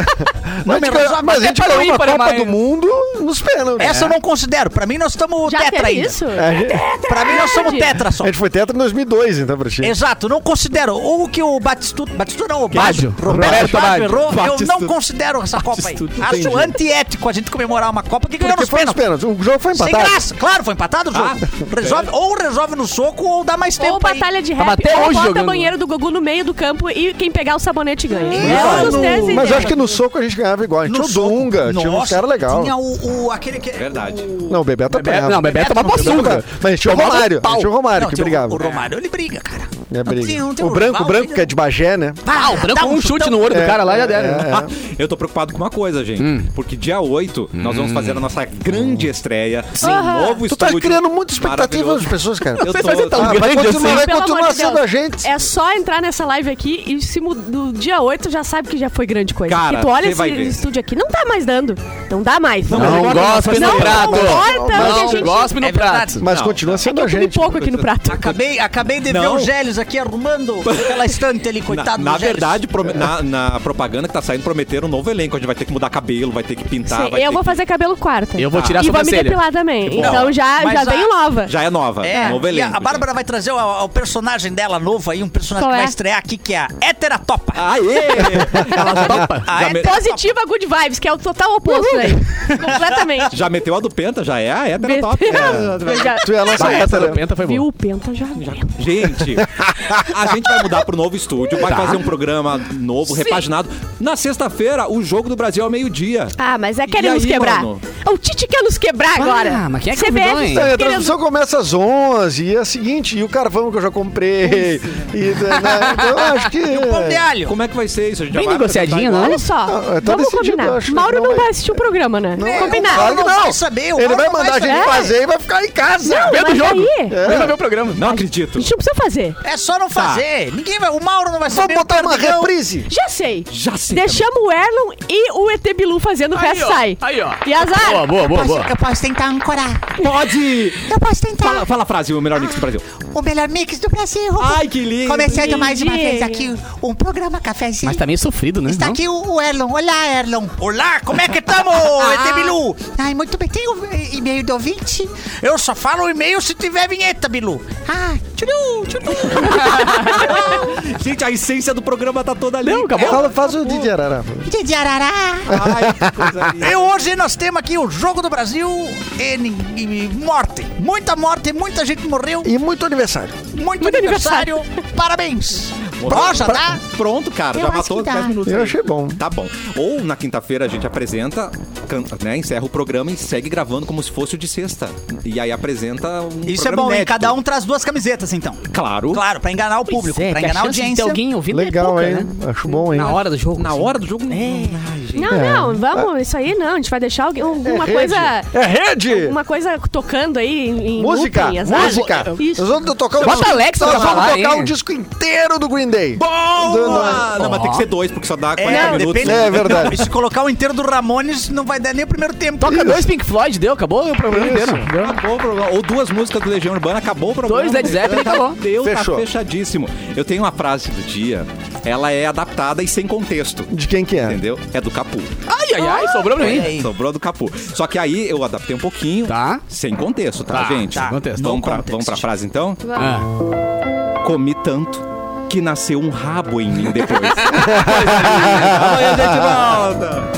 [SPEAKER 3] mas a gente, ganhou- mas a gente
[SPEAKER 5] para o
[SPEAKER 3] ganhou uma
[SPEAKER 5] ímpar é
[SPEAKER 3] Copa
[SPEAKER 5] mais-
[SPEAKER 3] do Mundo nos
[SPEAKER 5] É.
[SPEAKER 3] pênaltis.
[SPEAKER 6] Essa eu não considero. Pra mim, nós estamos
[SPEAKER 4] Já
[SPEAKER 6] tetra
[SPEAKER 4] teve
[SPEAKER 6] ainda.
[SPEAKER 4] isso?
[SPEAKER 3] A gente,
[SPEAKER 6] Pra mim, nós somos tetra só.
[SPEAKER 5] É.
[SPEAKER 3] a gente foi tetra em 2002, então, pra ti.
[SPEAKER 6] Exato, não considero. O que o Batistuta. Batistuta não, o Baggio.
[SPEAKER 5] Baggio.
[SPEAKER 6] Roberto
[SPEAKER 5] Roberto
[SPEAKER 6] Baggio
[SPEAKER 5] Baggio.
[SPEAKER 6] errou. Eu
[SPEAKER 3] Batistuta.
[SPEAKER 6] não considero essa Copa aí.
[SPEAKER 3] Batistuta, entendi.
[SPEAKER 6] Acho antiético a gente comemorar uma Copa que ganhou
[SPEAKER 3] Porque
[SPEAKER 6] nos
[SPEAKER 3] foi nos
[SPEAKER 6] pênaltis.
[SPEAKER 3] pênaltis. O jogo foi
[SPEAKER 6] Sem
[SPEAKER 3] empatado.
[SPEAKER 6] graça. Claro, foi empatado o jogo.
[SPEAKER 5] Ah,
[SPEAKER 6] Resolve, ou resolve no soco ou dá mais tempo.
[SPEAKER 4] Ou
[SPEAKER 6] aí.
[SPEAKER 4] batalha de
[SPEAKER 5] Tava
[SPEAKER 4] rap,
[SPEAKER 5] até
[SPEAKER 4] ou
[SPEAKER 5] hoje
[SPEAKER 4] bota
[SPEAKER 5] jogando.
[SPEAKER 4] o banheiro do Gugu no meio do campo e quem pegar o sabonete ganha. É
[SPEAKER 3] Ah,
[SPEAKER 4] um dos
[SPEAKER 3] no-
[SPEAKER 4] três
[SPEAKER 3] mas
[SPEAKER 4] ideias.
[SPEAKER 3] eu acho que no soco a gente ganhava igual. A gente
[SPEAKER 6] No
[SPEAKER 3] É, tinha o
[SPEAKER 6] soco.
[SPEAKER 3] Dunga, tinha um
[SPEAKER 6] Nossa,
[SPEAKER 3] cara legal.
[SPEAKER 6] Tinha o, o- aquele que.
[SPEAKER 1] Verdade.
[SPEAKER 6] o-
[SPEAKER 3] Não, o Bebeto
[SPEAKER 5] Bebeto-
[SPEAKER 3] apanhava.
[SPEAKER 5] é não, Bebeto toma
[SPEAKER 3] Bebeto
[SPEAKER 5] poçuga.
[SPEAKER 3] apanhava. Mas a gente tinha o
[SPEAKER 5] Tomava
[SPEAKER 3] Romário.
[SPEAKER 5] pau.
[SPEAKER 3] A gente tinha o Romário
[SPEAKER 6] Não,
[SPEAKER 3] que
[SPEAKER 6] tem o-
[SPEAKER 3] brigava.
[SPEAKER 6] O Romário, ele briga, cara.
[SPEAKER 3] É,
[SPEAKER 6] Não
[SPEAKER 3] briga.
[SPEAKER 6] tem- não tem
[SPEAKER 3] O branco, o
[SPEAKER 6] rival,
[SPEAKER 3] branco que é de Bagé, né?
[SPEAKER 5] Ah, o branco
[SPEAKER 6] dá
[SPEAKER 5] com um chute
[SPEAKER 6] chutão.
[SPEAKER 5] no olho do
[SPEAKER 3] É,
[SPEAKER 5] cara lá já
[SPEAKER 3] é,
[SPEAKER 5] deram. né?
[SPEAKER 3] é.
[SPEAKER 1] Ah, Eu tô preocupado com uma coisa, gente. Porque dia 8 nós vamos fazer a nossa grande estreia Sim.
[SPEAKER 4] Aham.
[SPEAKER 1] novo
[SPEAKER 3] Tu
[SPEAKER 1] estúdio.
[SPEAKER 3] tá criando muita expectativa
[SPEAKER 1] maravilhoso.
[SPEAKER 3] das pessoas, cara.
[SPEAKER 1] Eu
[SPEAKER 5] sei
[SPEAKER 1] tô,
[SPEAKER 5] se vai ser tão
[SPEAKER 1] tá-
[SPEAKER 3] Ah, vai
[SPEAKER 5] grande
[SPEAKER 3] continuar,
[SPEAKER 5] assim.
[SPEAKER 3] vai
[SPEAKER 4] Pelo amor
[SPEAKER 3] continuar
[SPEAKER 4] de
[SPEAKER 3] sendo
[SPEAKER 4] Deus.
[SPEAKER 3] a gente.
[SPEAKER 4] É só entrar nessa live aqui e se mu- do dia 8 já sabe que já foi grande coisa.
[SPEAKER 1] Cara,
[SPEAKER 4] Porque tu olha
[SPEAKER 1] cê
[SPEAKER 4] esse
[SPEAKER 1] vai ver.
[SPEAKER 4] estúdio aqui, não tá mais dando. Não dá mais. Não,
[SPEAKER 5] Não gospe
[SPEAKER 4] não,
[SPEAKER 5] no prato.
[SPEAKER 4] importa onde a
[SPEAKER 5] Não
[SPEAKER 4] gente...
[SPEAKER 5] gospe no
[SPEAKER 6] É verdade.
[SPEAKER 5] prato.
[SPEAKER 3] Mas
[SPEAKER 1] Não,
[SPEAKER 3] continua sendo a
[SPEAKER 4] Eu comi
[SPEAKER 3] gente.
[SPEAKER 6] tá,
[SPEAKER 4] pouco aqui no prato.
[SPEAKER 6] Acabei, acabei de ver
[SPEAKER 1] Não.
[SPEAKER 6] o Gélios aqui arrumando aquela estante ali,
[SPEAKER 1] Na,
[SPEAKER 6] coitado
[SPEAKER 1] na
[SPEAKER 6] do Gerson.
[SPEAKER 1] verdade, pro- na, na propaganda que tá saindo, prometeram um novo elenco. A gente vai ter que mudar cabelo, vai ter que pintar.
[SPEAKER 4] Sim,
[SPEAKER 1] vai
[SPEAKER 4] eu
[SPEAKER 1] ter
[SPEAKER 4] vou
[SPEAKER 1] que-
[SPEAKER 4] fazer cabelo quarta.
[SPEAKER 5] Eu vou tirar a
[SPEAKER 4] E vou me
[SPEAKER 5] sobrancelha.
[SPEAKER 4] depilar também.
[SPEAKER 1] bom.
[SPEAKER 4] Então já,
[SPEAKER 6] Mas
[SPEAKER 4] já
[SPEAKER 6] a-
[SPEAKER 4] venho nova.
[SPEAKER 1] Já é nova.
[SPEAKER 6] É,
[SPEAKER 1] novo
[SPEAKER 6] e
[SPEAKER 1] elenco.
[SPEAKER 6] a Bárbara vai trazer o, o personagem dela novo aí, um personagem
[SPEAKER 4] Qual
[SPEAKER 6] que
[SPEAKER 4] é?
[SPEAKER 6] vai estrear aqui, que é a Heteratopa.
[SPEAKER 1] Aê! Ela já,
[SPEAKER 6] Ah,
[SPEAKER 1] Ah, já,
[SPEAKER 6] é
[SPEAKER 1] me-
[SPEAKER 4] Positiva good vibes, que é o total oposto aí. Completamente.
[SPEAKER 1] já meteu a do Penta, já é a hétero
[SPEAKER 4] Meteu.
[SPEAKER 1] top.
[SPEAKER 4] Eu já-
[SPEAKER 3] Tu é a nossa
[SPEAKER 5] Essa do
[SPEAKER 3] hétera.
[SPEAKER 5] Penta foi
[SPEAKER 4] Viu
[SPEAKER 5] boa.
[SPEAKER 4] o Penta já? viu.
[SPEAKER 1] Gente, a gente vai mudar pro novo estúdio,
[SPEAKER 5] Tá.
[SPEAKER 1] vai fazer um programa novo, repaginado. Na sexta-feira, o jogo do Brasil é ao meio-dia.
[SPEAKER 4] Ah, mas é querer
[SPEAKER 1] E
[SPEAKER 4] nos
[SPEAKER 1] aí,
[SPEAKER 4] quebrar.
[SPEAKER 1] mano?
[SPEAKER 4] O Tite quer nos quebrar agora.
[SPEAKER 5] Ah, mas quem é que
[SPEAKER 4] CBF
[SPEAKER 5] convidou, hein?
[SPEAKER 4] tá
[SPEAKER 3] Não, e a
[SPEAKER 4] querendo-
[SPEAKER 3] transmissão começa às 11 e é a seguinte, e o carvão que eu já comprei. E, né, então eu acho que.
[SPEAKER 6] Pão
[SPEAKER 5] "Ah,
[SPEAKER 6] de alho.
[SPEAKER 1] Como é que vai ser isso? A gente já
[SPEAKER 5] Bem né?
[SPEAKER 1] vai
[SPEAKER 5] negociadinha,
[SPEAKER 1] apresentar
[SPEAKER 5] não?
[SPEAKER 4] Olha só,
[SPEAKER 3] Ah, tá
[SPEAKER 4] vamos
[SPEAKER 3] decidido, eu
[SPEAKER 4] combinar.
[SPEAKER 3] acho que
[SPEAKER 4] Mauro
[SPEAKER 3] não
[SPEAKER 4] não
[SPEAKER 3] vai-
[SPEAKER 4] vai assistir o programa, né?
[SPEAKER 3] Não,
[SPEAKER 4] Combinar.
[SPEAKER 3] claro que
[SPEAKER 6] Não
[SPEAKER 3] não.
[SPEAKER 6] vai saber, o
[SPEAKER 3] Ele
[SPEAKER 6] Mauro
[SPEAKER 3] vai
[SPEAKER 6] não vai
[SPEAKER 3] mandar a gente
[SPEAKER 4] saber.
[SPEAKER 3] fazer e vai ficar em casa.
[SPEAKER 4] Não,
[SPEAKER 5] Vendo o
[SPEAKER 4] mas
[SPEAKER 5] jogo.
[SPEAKER 4] aí-
[SPEAKER 5] Vem pra ver o programa.
[SPEAKER 1] Não acredito.
[SPEAKER 4] A gente não precisa fazer.
[SPEAKER 6] É só
[SPEAKER 1] Tá.
[SPEAKER 6] não fazer. Ninguém vai. O Mauro não vai
[SPEAKER 3] Vamos
[SPEAKER 6] saber.
[SPEAKER 3] botar
[SPEAKER 6] o
[SPEAKER 3] uma
[SPEAKER 6] Perdigão.
[SPEAKER 3] reprise.
[SPEAKER 4] Já sei.
[SPEAKER 1] Já sei
[SPEAKER 4] Deixamos o Erlon e o ET Bilu fazendo o resto
[SPEAKER 5] ó,
[SPEAKER 4] sai.
[SPEAKER 5] aí, ó.
[SPEAKER 4] E azar.
[SPEAKER 5] Boa, boa, boa, boa.
[SPEAKER 9] Eu posso tentar ancorar.
[SPEAKER 1] Pode!
[SPEAKER 9] Eu posso tentar.
[SPEAKER 1] Fala, fala a frase, o melhor mix do Brasil.
[SPEAKER 9] O melhor mix do Brasil.
[SPEAKER 1] Ai, que lindo!
[SPEAKER 9] Começando mais uma
[SPEAKER 4] Lindinho.
[SPEAKER 9] vez aqui um programa cafezinho.
[SPEAKER 5] Mas tá meio sofrido, né?
[SPEAKER 9] Está
[SPEAKER 5] Não?
[SPEAKER 9] aqui o, o Erlon. Olá, Erlon.
[SPEAKER 6] Olá, como é que tamo,
[SPEAKER 4] Ah.
[SPEAKER 6] ET Bilu?
[SPEAKER 9] Ai, muito bem. Tem o e- e-mail do ouvinte?
[SPEAKER 6] Eu só falo o e-mail se tiver vinheta, Bilu.
[SPEAKER 9] Ah, tchuru, tchuru.
[SPEAKER 1] Gente, a essência do programa tá toda ali.
[SPEAKER 3] Fala, faz o Didi Arara.
[SPEAKER 9] De arará.
[SPEAKER 1] Ai, que coisa linda.
[SPEAKER 6] E hoje nós temos aqui o Jogo do Brasil e, nin- e morte. Muita morte, muita gente morreu,
[SPEAKER 3] E muito aniversário.
[SPEAKER 6] muito, aniversário. Parabéns. Prosa, tá?
[SPEAKER 1] Pronto, cara,
[SPEAKER 9] Eu
[SPEAKER 1] já
[SPEAKER 9] acho
[SPEAKER 1] matou
[SPEAKER 9] que dá.
[SPEAKER 1] 10 minutos.
[SPEAKER 3] Eu
[SPEAKER 1] aí.
[SPEAKER 3] achei bom.
[SPEAKER 1] Tá bom. Ou na quinta-feira a gente apresenta, canta, né, encerra o programa e segue gravando como se fosse o de sexta. E aí apresenta um
[SPEAKER 6] Isso é
[SPEAKER 1] programa
[SPEAKER 6] bom, hein?
[SPEAKER 1] inédito.
[SPEAKER 6] Cada um traz duas camisetas, então.
[SPEAKER 1] Claro.
[SPEAKER 6] Claro, pra enganar o
[SPEAKER 5] Pois
[SPEAKER 6] público,
[SPEAKER 5] é,
[SPEAKER 6] pra
[SPEAKER 5] que a
[SPEAKER 6] enganar a
[SPEAKER 5] chance de ter
[SPEAKER 6] audiência.
[SPEAKER 5] alguém ouvindo é
[SPEAKER 3] Legal,
[SPEAKER 5] pouca,
[SPEAKER 3] hein?
[SPEAKER 5] né?
[SPEAKER 3] Acho bom, hein?
[SPEAKER 5] Na hora do jogo.
[SPEAKER 1] Na
[SPEAKER 5] assim.
[SPEAKER 1] hora do jogo.
[SPEAKER 4] Não, não, vamos, isso aí não. A gente vai deixar alguém- alguma
[SPEAKER 3] rede.
[SPEAKER 4] coisa.
[SPEAKER 3] É rede!
[SPEAKER 4] Uma coisa tocando aí em, em
[SPEAKER 3] Música,
[SPEAKER 4] looping, azar.
[SPEAKER 3] música.
[SPEAKER 4] Isso.
[SPEAKER 3] Nós vamos tocar o
[SPEAKER 5] Bota
[SPEAKER 3] disco-
[SPEAKER 5] Alexa
[SPEAKER 3] nós
[SPEAKER 5] pra
[SPEAKER 3] vamos
[SPEAKER 5] falar,
[SPEAKER 3] tocar
[SPEAKER 5] hein?
[SPEAKER 3] o disco inteiro do Green Day.
[SPEAKER 1] Boa! Não, mas tem que ser dois, porque só dá 40
[SPEAKER 6] É,
[SPEAKER 1] minutos.
[SPEAKER 6] depende.
[SPEAKER 3] É verdade.
[SPEAKER 6] Não, se colocar o inteiro do Ramones, não vai dar nem o primeiro tempo.
[SPEAKER 5] Toca dois Pink Floyd, deu, acabou o programa inteiro. Deu.
[SPEAKER 1] Acabou o programa. Ou duas músicas do Legião Urbana, acabou o programa.
[SPEAKER 5] Dois Led Zeppelin, acabou.
[SPEAKER 1] Deu,
[SPEAKER 3] Fechou.
[SPEAKER 1] tá fechadíssimo. Eu tenho uma frase do dia, ela é adaptada e sem contexto.
[SPEAKER 3] De quem que é?
[SPEAKER 1] Entendeu? É do Capu.
[SPEAKER 5] Ai, ai, ai, sobrou pra mim.
[SPEAKER 1] Sobrou do Capu. Só que aí eu adaptei um pouquinho.
[SPEAKER 5] Tá.
[SPEAKER 1] Sem contexto, tá,
[SPEAKER 5] Tá,
[SPEAKER 1] gente?
[SPEAKER 5] tá. Sem contexto.
[SPEAKER 1] Vamos
[SPEAKER 6] No
[SPEAKER 1] pra,
[SPEAKER 6] contexto.
[SPEAKER 1] vamos pra frase então?
[SPEAKER 5] Ah.
[SPEAKER 1] Comi tanto que nasceu um rabo em mim depois. Amanhã a gente volta.